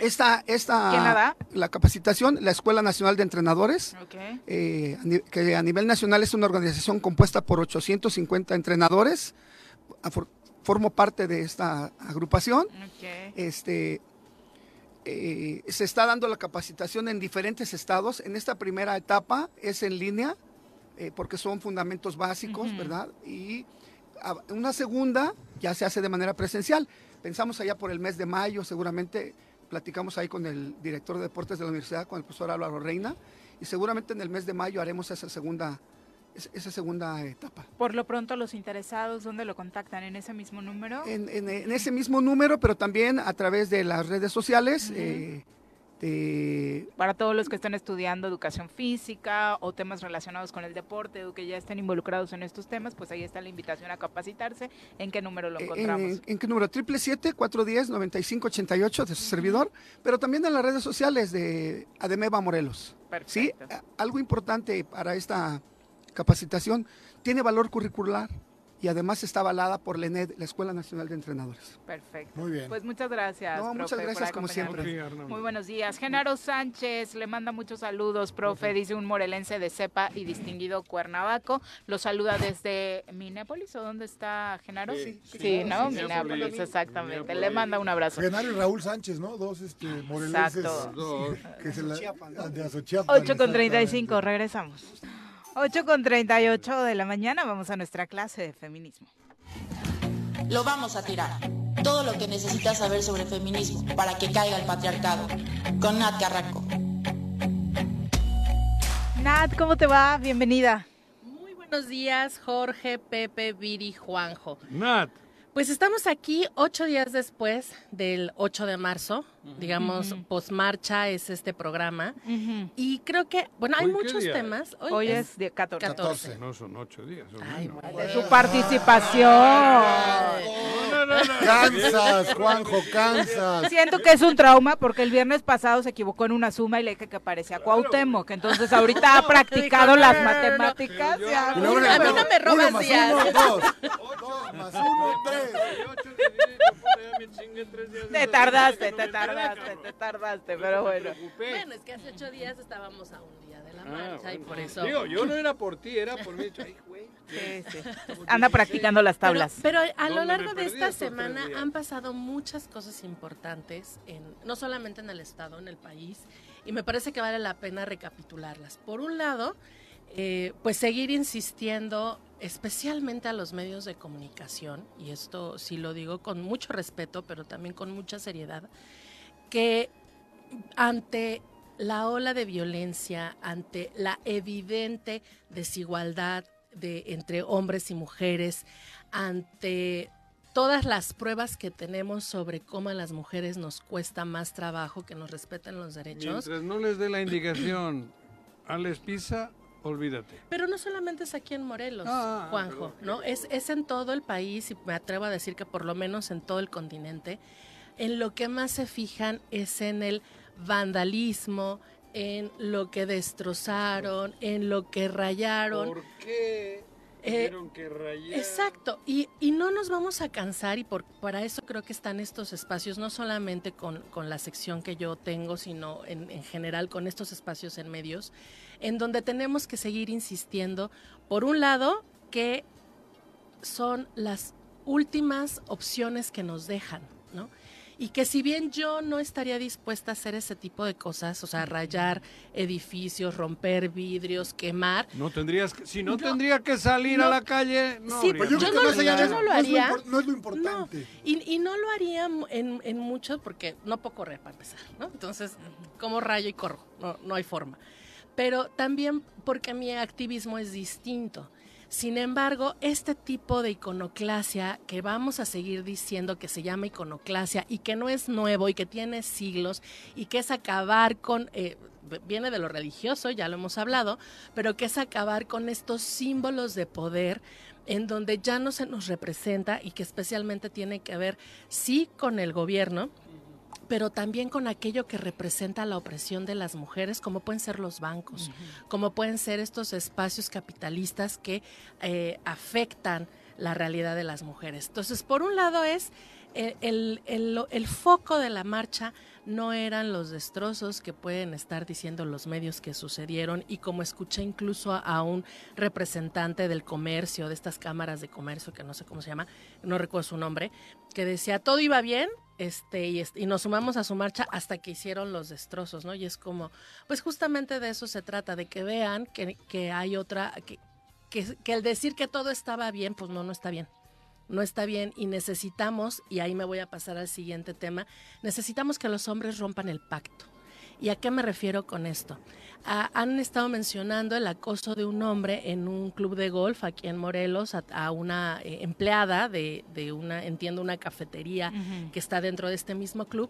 Speaker 10: esta, esta,
Speaker 2: ¿Quién la da?
Speaker 10: capacitación, la Escuela Nacional de Entrenadores,
Speaker 2: Ok.
Speaker 10: eh, a ni- que a nivel nacional es una organización compuesta por 850 entrenadores. Afor- Formo parte de esta agrupación
Speaker 2: Ok.
Speaker 10: este, eh, se está dando la capacitación en diferentes estados. En esta primera etapa es en línea, eh, porque son fundamentos básicos,
Speaker 2: Ujú.
Speaker 10: ¿verdad? Y a- una segunda ya se hace de manera presencial. Pensamos allá por el mes de mayo, seguramente platicamos ahí con el director de deportes de la universidad, con el profesor Álvaro Reina, y seguramente en el mes de mayo haremos esa segunda, es- esa segunda eh, etapa.
Speaker 2: Por lo pronto, los interesados, ¿dónde lo contactan? ¿En ese mismo número?
Speaker 10: En, en- en ese mismo número, pero también a través de las redes sociales.
Speaker 2: Ujú.
Speaker 10: eh, de-
Speaker 2: Para todos los que estén estudiando educación física o temas relacionados con el deporte o que ya estén involucrados en estos temas, pues ahí está la invitación a capacitarse. ¿En qué número lo
Speaker 10: Eh, en-
Speaker 2: encontramos?
Speaker 10: en, en qué número? 777-410-9588 de su servidor, pero también en las redes sociales de Ademeva Morelos. ¿sí?
Speaker 2: Perfecto.
Speaker 10: A- Algo importante para esta capacitación, tiene valor curricular y además está avalada por la ENED, la Escuela Nacional de Entrenadores.
Speaker 2: Perfecto.
Speaker 4: Muy bien.
Speaker 2: Pues muchas gracias.
Speaker 10: No, muchas
Speaker 2: profe, por
Speaker 10: gracias, como
Speaker 2: acompañarnos.
Speaker 10: siempre.
Speaker 2: Muy buenos días. Genaro Sánchez le manda muchos saludos, profe, dice un morelense de cepa y distinguido cuernavaco. Lo saluda desde Minneapolis, ¿o dónde está Genaro? Sí, ¿no? Minneapolis, exactamente. Le manda un abrazo.
Speaker 4: Genaro y Raúl Sánchez, ¿no? Dos este, morelenses
Speaker 2: Exacto.
Speaker 3: Dos.
Speaker 4: que se la, de Azochiapan,
Speaker 2: 8 con 35,
Speaker 4: exactamente.
Speaker 2: regresamos. 8 con 38 de la mañana, vamos a nuestra clase de feminismo.
Speaker 11: Lo vamos a tirar. Todo lo que necesitas saber sobre feminismo para que caiga el patriarcado. Con Nat Carranco.
Speaker 2: Nat, ¿cómo te va? Bienvenida.
Speaker 12: Muy buenos días, Jorge, Pepe, Viri, Juanjo.
Speaker 5: Nat.
Speaker 12: Pues estamos aquí ocho días después del 8 de marzo, digamos,
Speaker 2: Ujú.
Speaker 12: posmarcha es este programa. Y creo que, bueno, hay
Speaker 5: ¿Hoy qué
Speaker 12: muchos
Speaker 5: día es?
Speaker 12: temas.
Speaker 2: Hoy es de 14.
Speaker 12: 14.
Speaker 5: No son ocho días. son menos.
Speaker 2: De tu participación.
Speaker 5: No, no, no.
Speaker 4: Kansas, Juanjo, Kansas.
Speaker 2: Siento que es un trauma porque el viernes pasado se equivocó en una suma y le dije que parecía Cuauhtémoc. Entonces Pues ahorita ha
Speaker 12: Dijo,
Speaker 2: practicado
Speaker 12: no,
Speaker 2: las
Speaker 12: no, no, no.
Speaker 2: matemáticas.
Speaker 5: Pero yo-
Speaker 2: ya.
Speaker 4: Y luego le
Speaker 12: A mí no
Speaker 4: pongo,
Speaker 12: me robas
Speaker 4: uno más
Speaker 12: días.
Speaker 4: uno, dos. Dos más uno, tres.
Speaker 2: Te tardaste, te tardaste, te tardaste, pero bueno.
Speaker 12: Bueno, es que hace ocho días estábamos a un día de
Speaker 3: Ah,
Speaker 12: la marcha y por eso...
Speaker 3: Digo, yo no era por ti, era por mí. Ay, güey.
Speaker 2: Sí, sí. Anda practicando las
Speaker 12: Pero-
Speaker 2: tablas.
Speaker 12: Pero, a
Speaker 3: ¿Dónde
Speaker 12: lo
Speaker 3: me
Speaker 12: largo de
Speaker 3: perdí
Speaker 12: esta
Speaker 3: estos tres
Speaker 12: semana
Speaker 3: días?
Speaker 12: han pasado muchas cosas importantes, en, no solamente en el Estado, en el país, y me parece que vale la pena recapitularlas. Por un lado, eh, pues seguir insistiendo especialmente a los medios de comunicación, y esto sí lo digo con mucho respeto, pero también con mucha seriedad, que ante la ola de violencia, ante la evidente desigualdad de, entre hombres y mujeres, ante todas las pruebas que tenemos sobre cómo a las mujeres nos cuesta más trabajo que nos respeten los derechos.
Speaker 3: Mientras no les dé la indicación a la Pisa, olvídate.
Speaker 12: Pero no solamente es aquí en Morelos,
Speaker 3: Ah,
Speaker 12: Juanjo, ¿no? Es, es en todo el país y me atrevo a decir que por lo menos en todo el continente. En lo que más se fijan es en el vandalismo, en lo que destrozaron, en lo que rayaron.
Speaker 3: ¿Por qué?
Speaker 12: Eh,
Speaker 3: Tuvieron que rayar.
Speaker 12: Exacto, y, y no nos vamos a cansar y por, para eso creo que están estos espacios, no solamente con, con la sección que yo tengo, sino en, en general con estos espacios en medios, en donde tenemos que seguir insistiendo, por un lado, que son las últimas opciones que nos dejan, ¿no? Y que si bien yo no estaría dispuesta a hacer ese tipo de cosas, o sea, rayar edificios, romper vidríos, quemar,
Speaker 3: No tendrías que- si no,
Speaker 12: No.
Speaker 3: tendría que salir a
Speaker 12: No.
Speaker 3: la calle, no
Speaker 12: Sí,
Speaker 3: habría
Speaker 4: Pues
Speaker 12: pues
Speaker 4: yo,
Speaker 12: Yo
Speaker 4: creo
Speaker 3: nada.
Speaker 4: que
Speaker 12: no-
Speaker 4: más allá
Speaker 12: yo
Speaker 4: de eso,
Speaker 12: no lo
Speaker 4: es lo
Speaker 12: haría.
Speaker 4: impor- no es lo importante.
Speaker 12: Y, y no lo haría en, en mucho porque no puedo correr para empezar, ¿no? Entonces, como rayo y corro, no, no hay forma. Pero también porque mi activismo es distinto. Sin embargo, este tipo de iconoclasia que vamos a seguir diciendo que se llama iconoclasia y que no es nuevo y que tiene siglos y que es acabar con, eh, viene de lo religioso, ya lo hemos hablado, pero que es acabar con estos símbolos de poder en donde ya no se nos representa y que especialmente tiene que ver sí con el gobierno, pero también con aquello que representa la opresión de las mujeres, como pueden ser los bancos, como pueden ser estos espacios capitalistas que eh, afectan la realidad de las mujeres. Entonces, por un lado es eh, el, el- el foco de la marcha no eran los destrozos que pueden estar diciendo los medios que sucedieron y como escuché incluso a, a un representante del comercio, de estas cámaras de comercio que no sé cómo se llama, no recuerdo su nombre, que decía todo iba bien este, y, est- y nos sumamos a su marcha hasta que hicieron los destrozos, ¿no? Y es como, pues justamente de eso se trata, de que vean que, que hay otra, que, que, que el decir que todo estaba bien, pues no, no está bien. No está bien y necesitamos, y ahí me voy a pasar al siguiente tema, necesitamos que los hombres rompan el pacto. ¿Y a qué me refiero con esto? Ah, han estado mencionando el acoso de un hombre en un club de golf aquí en Morelos a, a una eh, empleada de, de una, entiendo, una cafetería
Speaker 13: Ujú.
Speaker 12: que está dentro de este mismo club.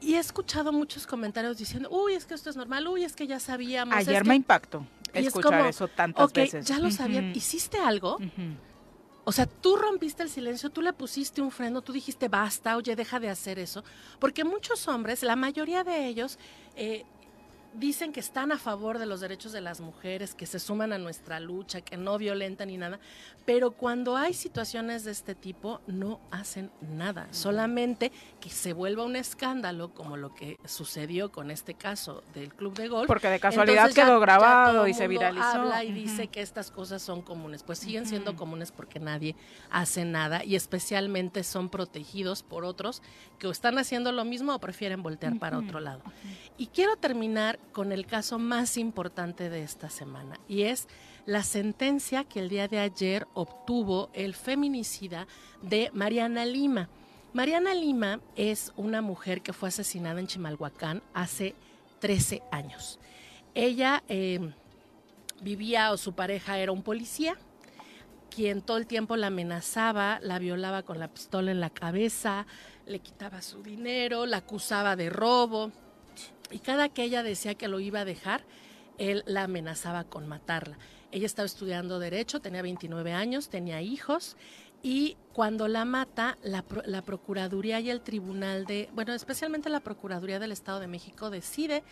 Speaker 12: Y he escuchado muchos comentarios diciendo, uy, es que esto es normal, uy, es que ya sabíamos. es
Speaker 2: Ayer
Speaker 12: que-".
Speaker 2: me impactó
Speaker 12: Y es
Speaker 2: escuchar
Speaker 12: como,
Speaker 2: eso tantas
Speaker 12: "Ok,
Speaker 2: veces.
Speaker 12: Ya lo sabían,
Speaker 2: Ujú.
Speaker 12: ¿hiciste algo? O sea, tú rompiste el silencio, tú le pusiste un freno, tú dijiste basta, oye, deja de hacer eso. Porque muchos hombres, la mayoría de ellos, eh, dicen que están a favor de los derechos de las mujeres, que se suman a nuestra lucha, que no violentan ni nada, pero cuando hay situaciones de este tipo no hacen nada, solamente que se vuelva un escándalo como lo que sucedió con este caso del club de golf.
Speaker 2: Porque de casualidad
Speaker 12: Entonces ya-
Speaker 2: quedó
Speaker 12: ya
Speaker 2: grabado
Speaker 12: todo
Speaker 2: y se
Speaker 12: mundo
Speaker 2: viralizó.
Speaker 12: Habla y
Speaker 2: Ujú.
Speaker 12: dice que estas cosas son comunes, pues siguen siendo comunes porque nadie hace nada y especialmente son protegidos por otros que o están haciendo lo mismo o prefieren voltear para
Speaker 13: Ujú.
Speaker 12: otro lado. Y quiero terminar con el caso más importante de esta semana y es la sentencia que el día de ayer obtuvo el feminicida de Mariana Lima. Mariana Lima es una mujer que fue asesinada en Chimalhuacán hace 13 años. Ella eh, vivía o su pareja era un policía quien todo el tiempo la amenazaba, la violaba con la pistola en la cabeza, le quitaba su dinero, la acusaba de robo. Y cada que ella decía que lo iba a dejar, él la amenazaba con matarla. Ella estaba estudiando derecho, tenía 29 años, tenía hijos y cuando la mata, la, pro- la Procuraduría y el Tribunal de, bueno, especialmente la Procuraduría del Estado de México decide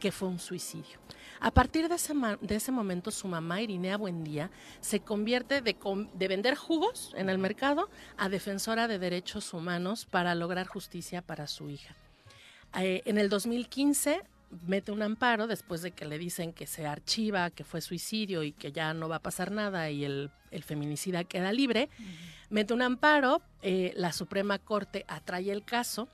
Speaker 12: que fue un suicidio. A partir de ese, ma- de ese momento, su mamá, Irinea Buendía, se convierte de, com- de vender jugos en el mercado a defensora de derechos humanos para lograr justicia para su hija. Eh, en el 2015 mete un amparo después de que le dicen que se archiva, que fue suicidio y que ya no va a pasar nada y el, el feminicida queda libre. Mete un amparo, eh, la Suprema Corte atrae el caso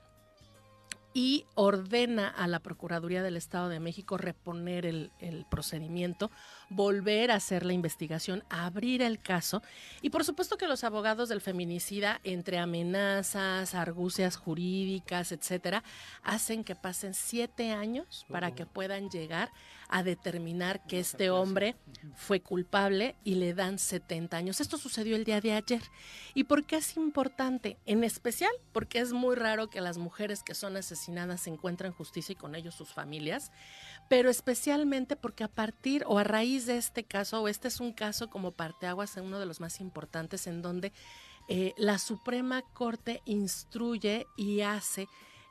Speaker 12: y ordena a la Procuraduría del Estado de México reponer el, el procedimiento, volver a hacer la investigación, abrir el caso. Y por supuesto que los abogados del feminicida, entre amenazas, argucias jurídicas, etcétera, hacen que pasen siete años para que puedan llegar a determinar que este hombre fue culpable y le dan 70 años. Esto sucedió el día de ayer. ¿Y por qué es importante? En especial porque es muy raro que las mujeres que son asesinadas se encuentren justicia y con ellos sus familias, pero especialmente porque a partir o a raíz de este caso, o este es un caso como parteaguas, uno de los más importantes en donde eh, la Suprema Corte instruye y hace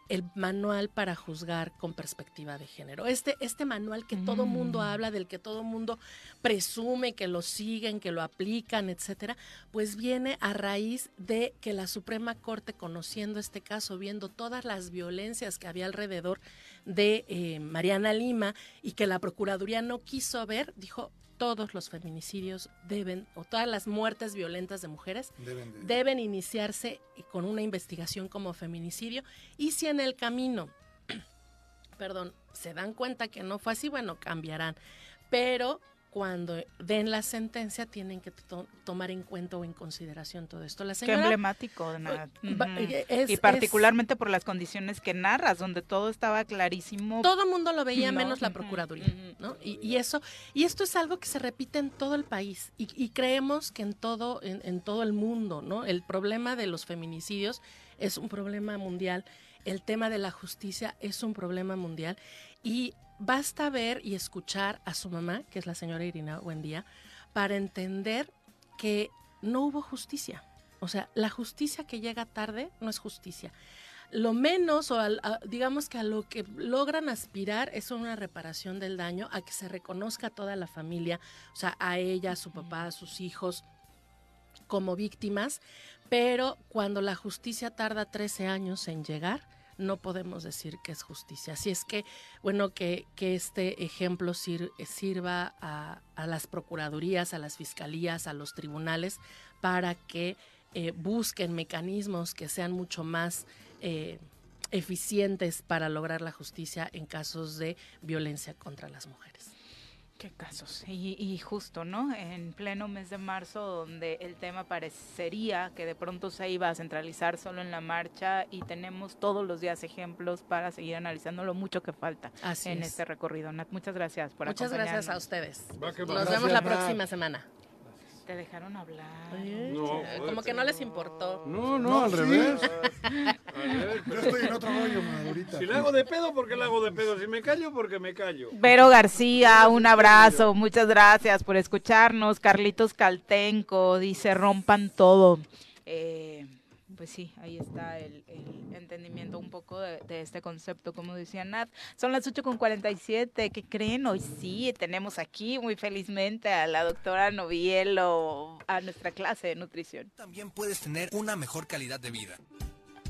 Speaker 12: el manual para juzgar con perspectiva de género. Este, este manual que todo mundo habla, del que todo mundo presume que lo siguen, que lo aplican, etcétera, pues viene a raíz de que la Suprema Corte, conociendo este caso, viendo todas las violencias que había alrededor de eh, Mariana Lima y que la Procuraduría no quiso ver, dijo todos los feminicidios deben, o todas las muertes violentas de mujeres
Speaker 1: Deben de-
Speaker 12: deben iniciarse con una investigación como feminicidio y si en el camino, perdón, se dan cuenta que no fue así, bueno, cambiarán. Pero cuando den la sentencia tienen que to- tomar en cuenta o en consideración todo esto. La
Speaker 2: Qué
Speaker 12: señora
Speaker 2: emblemático, Nat.
Speaker 12: eh, va-
Speaker 2: Ujú.
Speaker 12: eh, es-
Speaker 2: y
Speaker 12: es-
Speaker 2: particularmente por las condiciones que narras, donde todo estaba clarísimo.
Speaker 12: Todo el mundo lo veía
Speaker 2: No,
Speaker 12: menos la
Speaker 2: ujú,
Speaker 12: Procuraduría, ¿no? Y, y eso, y esto es algo que se repite en todo el país y, y creemos que en todo, en, en todo el mundo, ¿no? El problema de los feminicidios es un problema mundial, el tema de la justicia es un problema mundial y basta ver y escuchar a su mamá, que es la señora Irina Buendía, para entender que no hubo justicia. O sea, la justicia que llega tarde no es justicia. lo menos, o al- a- digamos que a lo que logran aspirar es una reparación del daño, a que se reconozca a toda la familia, o sea, a ella, a su papá, a sus hijos, como víctimas, pero cuando la justicia tarda 13 años en llegar, no podemos decir que es justicia. Así es que, bueno, que, que este ejemplo sir- sirva a, a las procuradurías, a las fiscalías, a los tribunales, para que eh, busquen mecanismos que sean mucho más eh, eficientes para lograr la justicia en casos de violencia contra las mujeres.
Speaker 2: Qué casos. Y, y justo, ¿no? En pleno mes de marzo, donde el tema parecería que de pronto se iba a centralizar solo en la marcha y tenemos todos los días ejemplos para seguir analizando lo mucho que falta
Speaker 12: Así
Speaker 2: en
Speaker 12: es.
Speaker 2: este recorrido. Nat, muchas gracias por
Speaker 12: Muchas gracias a
Speaker 2: acompañarnos.
Speaker 12: ustedes.
Speaker 2: Va que
Speaker 12: Nos
Speaker 2: va.
Speaker 12: vemos
Speaker 2: Gracias,
Speaker 12: la
Speaker 2: Nat.
Speaker 12: próxima semana.
Speaker 2: Te dejaron hablar.
Speaker 12: No, como que no les importó.
Speaker 3: eh, No, no, al revés.
Speaker 4: Yo estoy en otro rollo, ma, ahorita.
Speaker 13: Si la hago de pedo, porque la hago de pedo. Si me callo, porque me callo.
Speaker 2: Vero García, un abrazo, muchas gracias por escucharnos. Carlitos Caltenco dice, rompan todo. Eh, pues sí, ahí está el, el entendimiento un poco de, de este concepto, como decía Nat. Son las 8.47, ¿qué creen? Hoy sí, tenemos aquí muy felizmente a la doctora Novielo, a nuestra clase de nutrición.
Speaker 14: También puedes tener una mejor calidad de vida.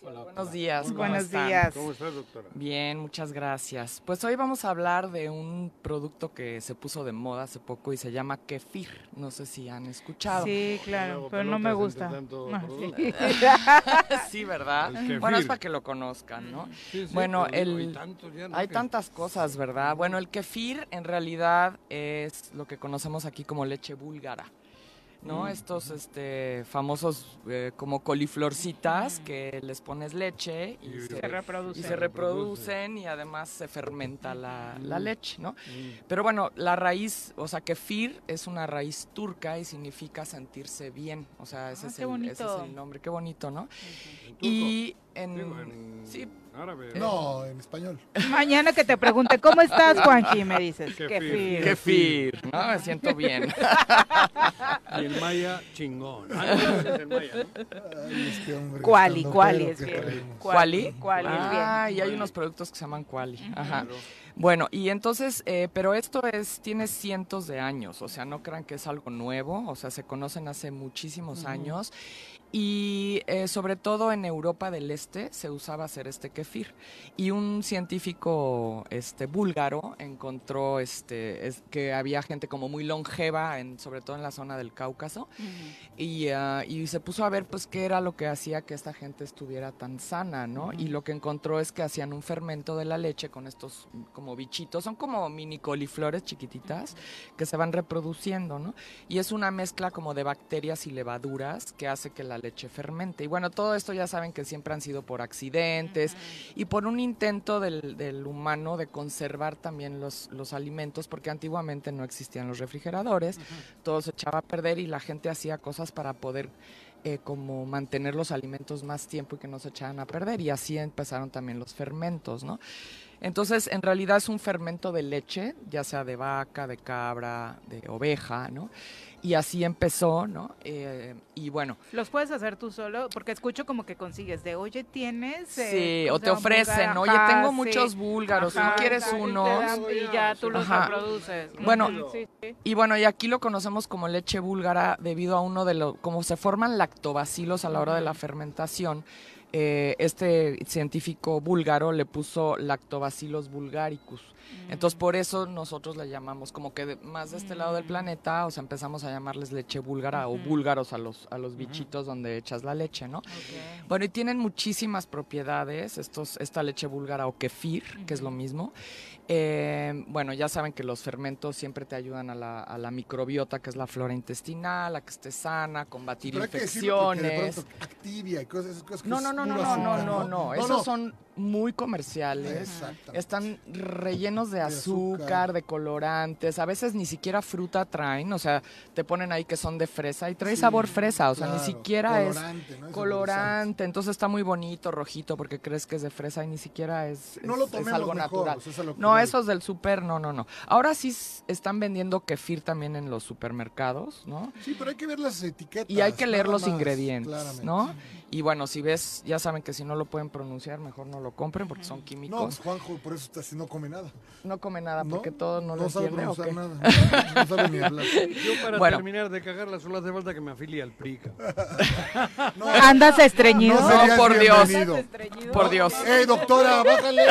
Speaker 15: Buenos días. ¿cómo
Speaker 2: Buenos
Speaker 15: están?
Speaker 2: días.
Speaker 15: Bien, muchas gracias. Pues hoy vamos a hablar de un producto que se puso de moda hace poco y se llama kefir. No sé si han escuchado.
Speaker 2: Sí, claro, pero no me gusta. No, sí.
Speaker 15: sí, ¿verdad?
Speaker 2: El kefir.
Speaker 15: Bueno, es para que lo conozcan, ¿no?
Speaker 3: Sí, sí,
Speaker 15: bueno,
Speaker 3: pero
Speaker 15: el,
Speaker 3: hay tantos ya, ¿no?
Speaker 15: hay
Speaker 3: que-
Speaker 15: tantas cosas, ¿verdad? Bueno, el kefir en realidad es lo que conocemos aquí como leche búlgara. ¿no?
Speaker 16: Mm.
Speaker 15: Estos este, famosos eh, como coliflorcitas que les pones leche y,
Speaker 16: Y
Speaker 15: se,
Speaker 16: se Mm. reproducen.
Speaker 15: y se reproducen y además se fermenta la, la
Speaker 16: Mm.
Speaker 15: leche, ¿no? Pero bueno, la raíz, o sea, kefir es una raíz turca y significa sentirse bien. O sea, ese,
Speaker 16: Ah,
Speaker 15: es,
Speaker 16: qué
Speaker 15: el, ese es
Speaker 16: bonito.
Speaker 15: el nombre, qué bonito, ¿no? Y en, sí, Eh.
Speaker 3: árabe.
Speaker 4: No, en español.
Speaker 2: Mañana que te pregunte, ¿cómo estás, Juanji? Me dices,
Speaker 15: Kefir.
Speaker 2: kefir.
Speaker 15: Kefir, ¿no? Me siento bien.
Speaker 13: Y el maya, chingón. Ah, no, ese es el maya, ¿no?
Speaker 15: Cuali,
Speaker 2: tan cuali loquero es que bien. traemos.
Speaker 15: ¿Cuali?
Speaker 2: Cuali es bien.
Speaker 15: Ah, y hay
Speaker 2: Cuali.
Speaker 15: unos productos que se llaman cuali.
Speaker 2: Ujú.
Speaker 15: Ajá.
Speaker 2: Claro.
Speaker 15: Bueno, y entonces, eh, pero esto es, tiene cientos de años, o sea, no crean que es algo nuevo, o sea, se conocen hace muchísimos
Speaker 16: Ujú.
Speaker 15: años. Y eh, sobre todo en Europa del Este se usaba hacer este kefir. Y un científico este, búlgaro encontró este, es- que había gente como muy longeva, en, sobre todo en la zona del Cáucaso, y, ah, y se puso a ver pues qué era lo que hacía que esta gente estuviera tan sana, ¿no?
Speaker 16: Ujú.
Speaker 15: Y lo que encontró es que hacían un fermento de la leche con estos mm, como bichitos, son como mini coliflores chiquititas que se van reproduciendo, ¿no? Y es una mezcla como de bacterias y levaduras que hace que la leche fermente. Y bueno, todo esto ya saben que siempre han sido por accidentes y por un intento del, del humano de conservar también los, los alimentos, porque antiguamente no existían los refrigeradores, todo se echaba a perder y la gente hacía cosas para poder eh, como mantener los alimentos más tiempo y que no se echaran a perder. Y así empezaron también los fermentos, ¿no? Entonces, en realidad es un fermento de leche, ya sea de vaca, de cabra, de oveja, ¿no? Y así empezó, ¿no? Eh, y bueno,
Speaker 2: ¿Los puedes hacer tú solo? Porque escucho como que consigues de, oye, tienes... eh,
Speaker 15: Sí, o
Speaker 2: ¿cómo se
Speaker 15: te
Speaker 2: llama?
Speaker 15: ofrecen,
Speaker 2: Búlgara,
Speaker 15: oye,
Speaker 2: ajá,
Speaker 15: tengo
Speaker 2: Ah, sí.
Speaker 15: muchos búlgaros,
Speaker 2: Ajá,
Speaker 15: ¿no quieres
Speaker 2: y te
Speaker 15: uno?
Speaker 2: dan- Y ya tú los
Speaker 15: Ajá.
Speaker 2: reproduces.
Speaker 15: Bueno,
Speaker 2: Ujú, sí, sí.
Speaker 15: y bueno, y aquí lo conocemos como leche búlgara debido a uno de los, como se forman lactobacilos a la hora de la fermentación, eh, este científico búlgaro le puso lactobacilos bulgaricus.
Speaker 2: Mm.
Speaker 15: Entonces por eso nosotros le llamamos como que de- más de este lado del planeta, o sea, empezamos a llamarles leche búlgara o
Speaker 16: Ujú.
Speaker 15: búlgaros a los, a los bichitos donde echas la leche, ¿no? Bueno, y tienen muchísimas propiedades, estos, esta leche búlgara o kefir, que es lo mismo. Eh, bueno, ya saben que los fermentos siempre te ayudan a la, a la microbiota, que es la flora intestinal, a que esté sana, combatir
Speaker 4: Pero hay que decirlo porque de
Speaker 15: infecciones.
Speaker 4: pronto Activia y cosas, esas cosas que
Speaker 15: No, no, no, no,
Speaker 1: Puro
Speaker 15: no, no,
Speaker 1: azúcar,
Speaker 15: no,
Speaker 1: ¿no?
Speaker 15: no.
Speaker 1: No,
Speaker 15: Esos
Speaker 1: no.
Speaker 15: son muy comerciales.
Speaker 1: Exactamente.
Speaker 15: Están rellenos de
Speaker 1: azúcar.
Speaker 15: azúcar, de colorantes. A veces ni siquiera fruta traen. O sea, te ponen ahí que son de fresa y trae
Speaker 1: Sí,
Speaker 15: sabor fresa. O sea, ni
Speaker 1: claro.
Speaker 15: siquiera
Speaker 1: Colorante,
Speaker 15: es
Speaker 1: ¿no? Es
Speaker 15: colorante. Entonces está muy bonito, rojito, porque crees que es de fresa y ni siquiera es,
Speaker 4: No
Speaker 15: es-
Speaker 4: lo
Speaker 15: es
Speaker 4: tomemos
Speaker 15: algo
Speaker 4: mejor,
Speaker 15: natural.
Speaker 4: o sea, eso es lo que
Speaker 15: no,
Speaker 4: voy.
Speaker 15: esos del súper, no, no, no. Ahora sí s- están vendiendo kefir también en los supermercados, ¿no?
Speaker 4: Sí, pero hay que ver las etiquetas.
Speaker 15: Y hay que leer
Speaker 4: nada
Speaker 15: los
Speaker 4: más,
Speaker 15: ingredientes,
Speaker 4: claramente.
Speaker 15: ¿no? Y bueno, si ves, ya saben que si no lo pueden pronunciar, mejor no lo compren porque son
Speaker 4: No, pues
Speaker 15: químicos.
Speaker 4: Juanjo, por eso está, si no come nada.
Speaker 15: No come nada porque todo no lo
Speaker 4: no sabe
Speaker 15: entiende. ¿o
Speaker 4: pronunciar
Speaker 15: qué?
Speaker 4: nada. No sabe ni hablar.
Speaker 13: Yo para
Speaker 15: Bueno.
Speaker 13: terminar de cagarla solo hace falta que me afilie al PRI. cabrón.
Speaker 2: ¿Andas estreñido?
Speaker 13: no serías
Speaker 15: por Dios.
Speaker 13: bienvenido.
Speaker 15: Por Dios.
Speaker 13: ¡Eh, doctora, bájale!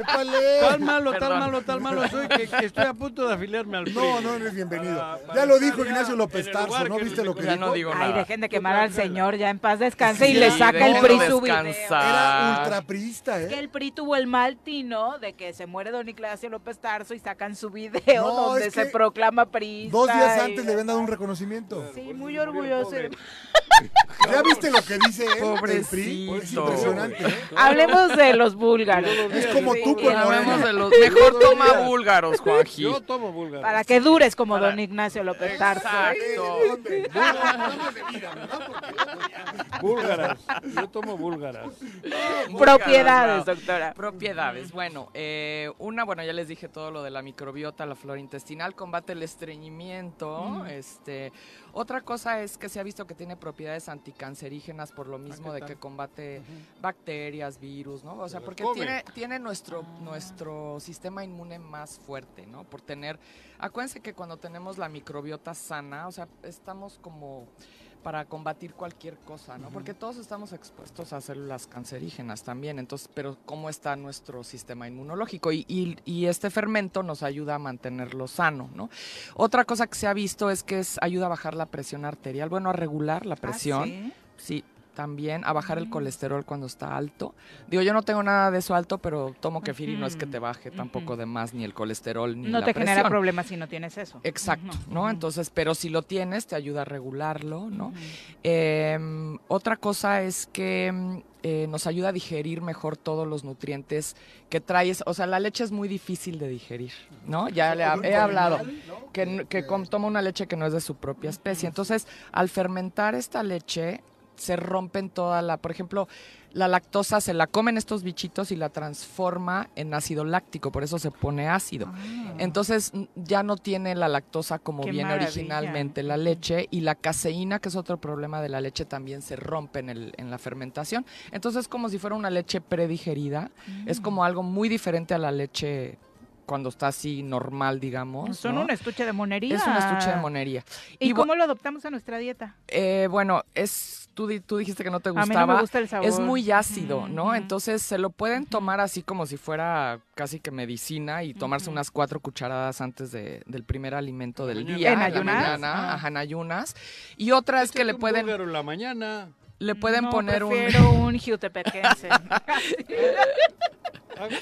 Speaker 4: ¡Épale!
Speaker 13: Tan malo,
Speaker 4: Perdón.
Speaker 13: tan malo, tan malo soy que, que estoy a punto de afiliarme al PRI.
Speaker 4: No, no eres bienvenido. Ya lo dijo Ignacio López Tarso, ¿no viste lo que dijo?
Speaker 2: Ay, dejen de quemar al señor, ya en paz descanse
Speaker 4: Sí,
Speaker 2: y le saca el
Speaker 4: déjenlo
Speaker 2: PRI su video.
Speaker 15: Ah,
Speaker 4: Era ultrapriista,
Speaker 2: Es que
Speaker 4: ¿eh?
Speaker 2: el PRI tuvo el mal tino de que se muere don Ignacio López Tarso y sacan su video
Speaker 4: No,
Speaker 2: donde
Speaker 4: es
Speaker 2: se
Speaker 4: que
Speaker 2: proclama PRI.
Speaker 4: Dos días antes le habían dado un reconocimiento.
Speaker 2: Sí, muy orgulloso.
Speaker 4: ¿Ya viste lo que dice él del PRI?
Speaker 15: Pobrecito.
Speaker 4: Es impresionante. ¿eh?
Speaker 2: Hablemos de los búlgaros.
Speaker 4: Es como tú con
Speaker 15: Hablemos
Speaker 4: Morena.
Speaker 15: de los- Mejor toma búlgaros, Juanji.
Speaker 13: Yo tomo búlgaros.
Speaker 2: Para que dures como don Ignacio López Tarso.
Speaker 13: Búlgaras. Yo tomo búlgaras.
Speaker 15: Búlgaros,
Speaker 2: Propiedades,
Speaker 15: no.
Speaker 2: doctora.
Speaker 15: Propiedades. Bueno, eh, una, bueno, ya les dije todo lo de la microbiota, la flora intestinal, combate el estreñimiento.
Speaker 2: Ujú.
Speaker 15: Este, otra cosa es que se ha visto que tiene propiedades anticancerígenas por
Speaker 2: Ah,
Speaker 15: lo mismo
Speaker 13: ¿qué
Speaker 15: de
Speaker 13: tal?
Speaker 15: que combate bacterias, virus, ¿no? O sea,
Speaker 13: las
Speaker 15: porque
Speaker 13: come.
Speaker 15: tiene, tiene nuestro,
Speaker 2: Ah.
Speaker 15: nuestro sistema inmune más fuerte, ¿no? Por tener, acuérdense que cuando tenemos la microbiota sana, o sea, estamos como para combatir cualquier cosa, ¿no?
Speaker 13: Ujú.
Speaker 15: Porque todos estamos expuestos a células cancerígenas también, entonces, pero ¿cómo está nuestro sistema inmunológico? Y, y- y este fermento nos ayuda a mantenerlo sano, ¿no? Otra cosa que se ha visto es que es, ayuda a bajar la presión arterial, bueno, a regular la presión.
Speaker 2: ¿sí?
Speaker 15: Sí, también a bajar el colesterol cuando está alto. Digo, yo no tengo nada de eso alto, pero tomo kefir y no es que te baje tampoco de más ni el colesterol ni
Speaker 2: No
Speaker 15: la
Speaker 2: te genera
Speaker 15: presión.
Speaker 2: problemas si no tienes eso.
Speaker 15: Exacto, ¿no? Entonces, pero si lo tienes, te ayuda a regularlo, ¿no? Eh, otra cosa es que mm, eh, nos ayuda a digerir mejor todos los nutrientes que traes. O sea, la leche es muy difícil de digerir, ¿no? Ya le ha-
Speaker 1: Producto
Speaker 15: he hablado
Speaker 1: animal,
Speaker 15: que, n- que com- toma una leche que no es de su propia especie. Entonces, al fermentar esta leche, se rompen toda la, por ejemplo, la lactosa se la comen estos bichitos y la transforma en ácido láctico, por eso se pone ácido. Entonces n- ya no tiene la lactosa como
Speaker 2: Ah. Qué
Speaker 15: viene
Speaker 2: maravilla.
Speaker 15: originalmente la leche y la caseína, que es otro problema de la leche, también se rompe en, el- en la fermentación. Entonces es como si fuera una leche predigerida,
Speaker 2: Mm.
Speaker 15: es como algo muy diferente a la leche cuando está así normal, digamos.
Speaker 2: Son
Speaker 15: ¿no?
Speaker 2: un estuche de monería.
Speaker 15: Es un estuche de monería.
Speaker 2: ¿Y,
Speaker 15: Y bu-
Speaker 2: cómo lo adoptamos a nuestra dieta?
Speaker 15: eh, bueno, es tú, di- tú dijiste que no te
Speaker 2: A mí no me
Speaker 15: gustaba.
Speaker 2: gusta el sabor.
Speaker 15: Es muy ácido, ¿no? Entonces se lo pueden tomar así como si fuera casi que medicina y tomarse unas cuatro cucharadas antes de- del primer alimento del
Speaker 13: mañana.
Speaker 15: día.
Speaker 13: ¿En
Speaker 15: la
Speaker 13: ayunas?
Speaker 15: mañana,
Speaker 13: Ah.
Speaker 15: ajá, en ayunas. Y otra es que le pueden.
Speaker 13: Pero la mañana.
Speaker 15: Le pueden
Speaker 2: No,
Speaker 15: poner
Speaker 2: prefiero
Speaker 15: un.
Speaker 2: un jutepequense.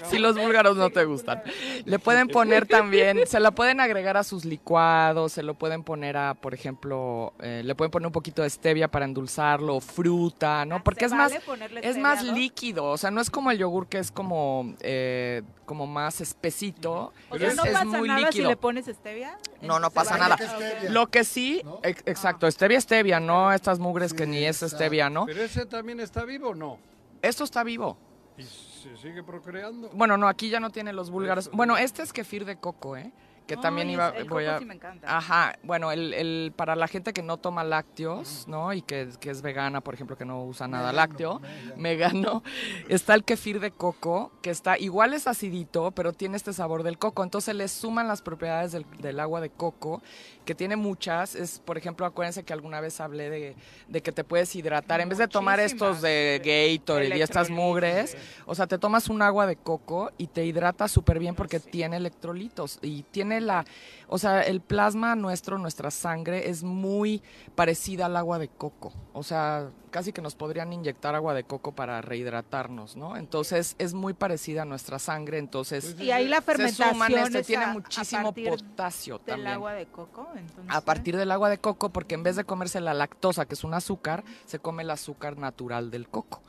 Speaker 15: si los búlgaros no te gustan. Le pueden poner también, se la pueden agregar a sus licuados, se lo pueden poner a, por ejemplo, eh, le pueden poner un poquito de stevia para endulzarlo, fruta, ¿no? Porque es más,
Speaker 2: Ah, vale ponerle
Speaker 15: es más
Speaker 2: stevia, no?
Speaker 15: líquido, o sea, no es como el yogur que es como, eh, como más espesito,
Speaker 2: O sea,
Speaker 15: es,
Speaker 2: ¿no
Speaker 15: es
Speaker 2: pasa
Speaker 15: muy
Speaker 2: nada si
Speaker 15: líquido.
Speaker 2: le pones stevia?
Speaker 15: No, no
Speaker 2: ¿Se
Speaker 15: pasa
Speaker 2: vale?
Speaker 15: nada.
Speaker 2: Ah, ok.
Speaker 15: Lo que sí, ex- exacto, stevia, stevia, no estas mugres que ni es stevia, ¿no?
Speaker 13: ¿Pero ese también está vivo o no?
Speaker 15: Esto está vivo.
Speaker 13: ¿Y se sigue procreando?
Speaker 15: Bueno, no, aquí ya no tienen los búlgaros. Bueno, este es kefir de coco, ¿eh? Que también
Speaker 13: Ay,
Speaker 15: iba.
Speaker 13: el
Speaker 15: voy
Speaker 13: coco
Speaker 15: a-
Speaker 13: sí me encanta.
Speaker 15: Ajá. Bueno, el, el- para la gente que no toma lácteos, ¿no? Y que, que es vegana, por ejemplo, que no usa nada lácteo, vegano, está el kefir de coco, que está igual es acidito, pero tiene este sabor del coco. Entonces le suman las propiedades del, del agua de coco, que tiene muchas. Es, por ejemplo, acuérdense que alguna vez hablé de, de que te puedes hidratar. En vez de tomar estos de Gatorade y estas mugres, o sea, te tomas un agua de coco y te hidrata súper bien porque tiene electrolitos y tiene la, o sea, el plasma nuestro, nuestra sangre es muy parecida al agua de coco. O sea, casi que nos podrían inyectar agua de coco para rehidratarnos, ¿no? Entonces es muy parecida a nuestra sangre, entonces
Speaker 2: Y ahí la
Speaker 15: se
Speaker 2: fermentación
Speaker 15: suman este,
Speaker 2: es
Speaker 15: tiene
Speaker 2: a- a
Speaker 15: muchísimo
Speaker 2: partir
Speaker 15: potasio
Speaker 2: del
Speaker 15: también.
Speaker 2: agua de coco, entonces.
Speaker 15: A partir del agua de coco, porque en vez de comerse la lactosa, que es un azúcar, se come el azúcar natural del coco.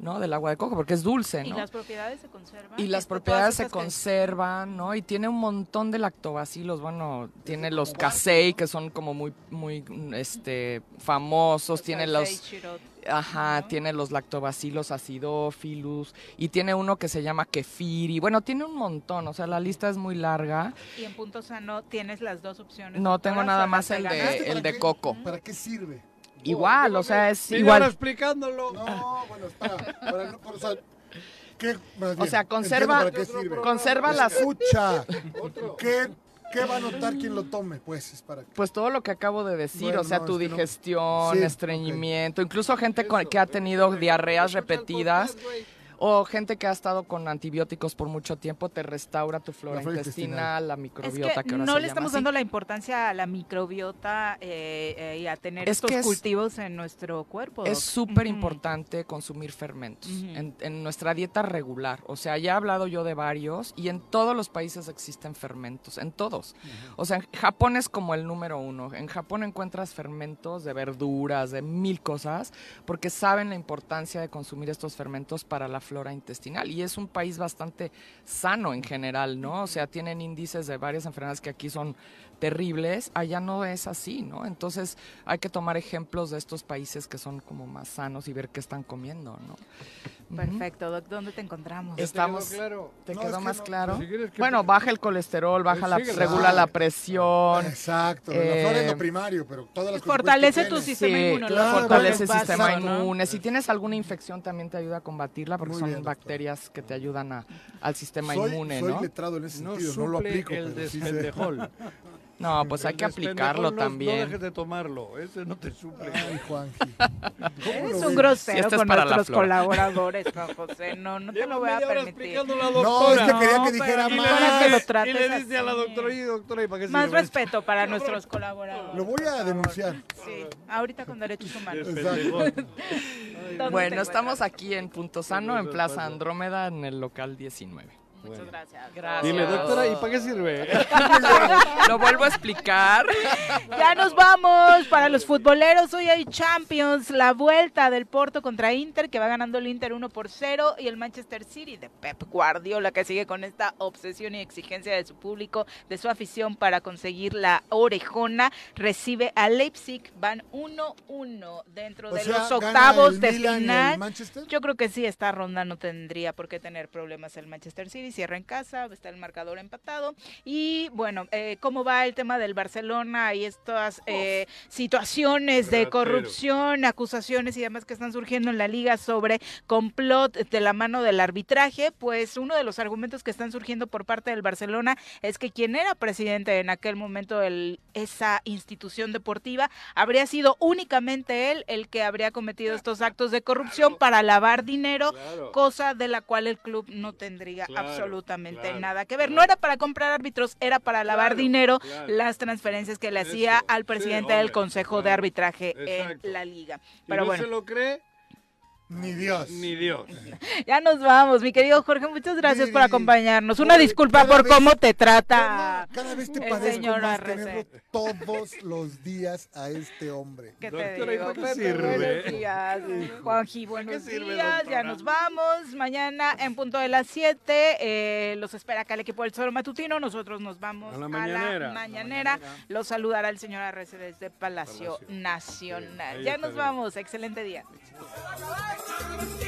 Speaker 15: ¿no? Del agua de coco, porque es dulce,
Speaker 2: Y
Speaker 15: ¿no?
Speaker 2: las propiedades se conservan.
Speaker 15: Y las
Speaker 2: Esto, todas
Speaker 15: propiedades se
Speaker 2: estas que-
Speaker 15: conservan, ¿no? Y tiene un montón de lactobacilos. Bueno, tiene los casei, que son como muy, muy mm, este, famosos. tiene los.
Speaker 2: casei, chirot,
Speaker 15: Ajá, tiene los lactobacilos acidophilus. Y tiene uno que se llama kefiri. Bueno, tiene un montón. O sea, la lista es muy larga.
Speaker 2: Y en punto sano tienes las dos opciones.
Speaker 15: No tengo
Speaker 2: doctora,
Speaker 15: nada
Speaker 2: son
Speaker 15: más
Speaker 2: las
Speaker 15: el
Speaker 2: veganas.
Speaker 15: de, el de coco.
Speaker 4: ¿Para qué sirve?
Speaker 15: Igual, o sea, es
Speaker 4: Mira
Speaker 15: igual.
Speaker 4: las
Speaker 13: explicándolo.
Speaker 4: No, bueno, está. Para no, para- o sea, ¿qué, más
Speaker 15: O
Speaker 4: bien,
Speaker 15: sea, conserva-
Speaker 4: entiendo para qué sirve.
Speaker 15: conserva las-
Speaker 4: Escucha. ¿Qué, ¿Qué va a notar quien lo tome? Pues es para
Speaker 15: Pues todo lo que acabo de decir,
Speaker 4: Bueno,
Speaker 15: o sea,
Speaker 4: no,
Speaker 15: tu
Speaker 4: es que no.
Speaker 15: digestión,
Speaker 4: Sí,
Speaker 15: estreñimiento, incluso gente con- que ha tenido diarreas repetidas. O gente que ha estado con antibióticos por mucho tiempo te restaura tu flora,
Speaker 2: La flora
Speaker 15: intestinal, la
Speaker 2: Es
Speaker 15: microbiota
Speaker 2: que
Speaker 15: que ahora
Speaker 2: no
Speaker 15: se
Speaker 2: le
Speaker 15: llama
Speaker 2: estamos
Speaker 15: así.
Speaker 2: dando la importancia a la microbiota eh, eh, y a tener
Speaker 15: Es
Speaker 2: estos
Speaker 15: que es-
Speaker 2: cultivos en nuestro cuerpo.
Speaker 15: Es
Speaker 2: doc.
Speaker 15: súper importante consumir fermentos
Speaker 2: Ujú.
Speaker 15: en, en nuestra dieta regular. O sea, ya he hablado yo de varios y en todos los países existen fermentos, en todos. O sea, en Japón es como el número uno. En Japón encuentras fermentos de verduras, de mil cosas, porque saben la importancia de consumir estos fermentos para la flora intestinal. Y es un país bastante sano en general, ¿no? O sea, tienen índices de varias enfermedades que aquí son terribles, allá no es así, ¿no? Entonces hay que tomar ejemplos de estos países que son como más sanos y ver qué están comiendo, ¿no?
Speaker 2: Perfecto, Doc. ¿Dónde te encontramos?
Speaker 15: ¿Ya te Estamos- quedó
Speaker 2: claro.
Speaker 15: ¿Te quedó más claro?
Speaker 2: Si quieres que-
Speaker 15: bueno, baja el colesterol, baja la,
Speaker 4: Sigue la- Ah,
Speaker 15: regula la presión. eh,
Speaker 4: Exacto, la flora
Speaker 15: em,
Speaker 4: es lo primario, pero todas las
Speaker 2: Fortalece
Speaker 4: consecuencias
Speaker 2: tu
Speaker 4: que tiene.
Speaker 2: sistema inmunológico,
Speaker 4: claro,
Speaker 15: fortalece el
Speaker 4: bueno,
Speaker 15: sistema
Speaker 4: exacto.
Speaker 15: inmune. Si tienes alguna infección también te ayuda a combatirla porque
Speaker 4: Muy
Speaker 15: son
Speaker 4: bien,
Speaker 15: bacterias que te ayudan a- al sistema
Speaker 4: Soy-
Speaker 15: inmune,
Speaker 4: soy
Speaker 15: ¿no?
Speaker 4: letrado en ese No sentido, no lo suple aplico, el pero sí sé. despendejol.
Speaker 15: No, pues hay
Speaker 13: El
Speaker 15: que
Speaker 13: despendejol
Speaker 15: aplicarlo
Speaker 13: no- No
Speaker 15: también.
Speaker 13: dejes de tomarlo, ese no te suple.
Speaker 4: Ay,
Speaker 2: Eres un grosero
Speaker 15: este
Speaker 2: con nuestros colaboradores, Juan José. No, no te lo voy a permitir.
Speaker 4: No, es que quería que dijera
Speaker 2: pero
Speaker 4: más.
Speaker 2: que lo trates
Speaker 13: Y le dice a la
Speaker 2: así.
Speaker 13: doctora, y doctora, ¿y para qué
Speaker 2: Más
Speaker 13: sirve?
Speaker 2: respeto para nuestros colaboradores.
Speaker 4: Lo voy a denunciar.
Speaker 2: Sí, ahorita con derechos humanos.
Speaker 4: Exacto.
Speaker 2: ¿Dónde
Speaker 15: Bueno,
Speaker 2: te
Speaker 15: estamos aquí en Punto Sano, en
Speaker 13: Punto
Speaker 15: Plaza
Speaker 13: Sano.
Speaker 15: Andrómeda, en el local 19.
Speaker 2: Muchas gracias.
Speaker 13: Dile, doctora, ¿y para qué sirve?
Speaker 15: Lo vuelvo a explicar.
Speaker 2: Ya nos vamos para los futboleros. Hoy hay Champions, la vuelta del Porto contra Inter, que va ganando el Inter 1 por 0, y el Manchester City de Pep Guardiola, que sigue con esta obsesión y exigencia de su público, de su afición para conseguir la orejona. Recibe a Leipzig, van 1-1 dentro
Speaker 4: O
Speaker 2: de
Speaker 4: sea,
Speaker 2: los
Speaker 4: ¿gana
Speaker 2: octavos
Speaker 4: el
Speaker 2: de
Speaker 4: Milan y el
Speaker 2: final.
Speaker 4: Manchester?
Speaker 2: Yo creo que sí, esta ronda no tendría por qué tener problemas el Manchester City. Cierra en casa, está el marcador empatado. Y bueno, eh, ¿cómo va el tema del Barcelona y estas eh, situaciones de
Speaker 12: ratero.
Speaker 2: corrupción, acusaciones y demás que están surgiendo en la liga sobre complot de la mano del arbitraje? Pues uno de los argumentos que están surgiendo por parte del Barcelona es que quien era presidente en aquel momento de esa institución deportiva habría sido únicamente él el que habría cometido estos actos de corrupción para lavar dinero,
Speaker 12: Claro.
Speaker 2: cosa de la cual el club no tendría
Speaker 12: Claro,
Speaker 2: absolutamente
Speaker 12: claro,
Speaker 2: nada que ver. No era para comprar árbitros, era para lavar dinero las transferencias que le hacía al presidente del
Speaker 13: hombre,
Speaker 2: Consejo de
Speaker 13: claro.
Speaker 2: Arbitraje
Speaker 13: Exacto.
Speaker 2: en la liga.
Speaker 13: ¿Y
Speaker 2: Pero
Speaker 13: no
Speaker 2: bueno,
Speaker 13: se lo cree?
Speaker 4: Ni Dios.
Speaker 13: Ni Dios.
Speaker 2: ya nos vamos, mi querido Jorge, muchas gracias por acompañarnos. Una
Speaker 4: Oye,
Speaker 2: disculpa
Speaker 4: cada
Speaker 2: por
Speaker 4: vez-
Speaker 2: cómo te trata.
Speaker 4: Cada vez te
Speaker 2: el
Speaker 4: parece
Speaker 2: señor
Speaker 4: más
Speaker 2: Arrece.
Speaker 4: tenerlo todos los días a este hombre.
Speaker 2: ¿Qué te digo? Pepe, Buenos días. Juanji, buenos
Speaker 4: sirve,
Speaker 2: días. Ya
Speaker 4: doctora?
Speaker 2: nos vamos. Mañana en punto de las 7. eh, los espera acá el equipo del Sol Matutino. Nosotros nos vamos a
Speaker 13: la
Speaker 2: la mañanera.
Speaker 13: mañanera.
Speaker 2: Los saludará el señor Arrece desde Palacio, Nacional.
Speaker 13: ahí
Speaker 2: ya
Speaker 13: está
Speaker 2: nos
Speaker 13: bien.
Speaker 2: vamos. Excelente día.
Speaker 1: Sí.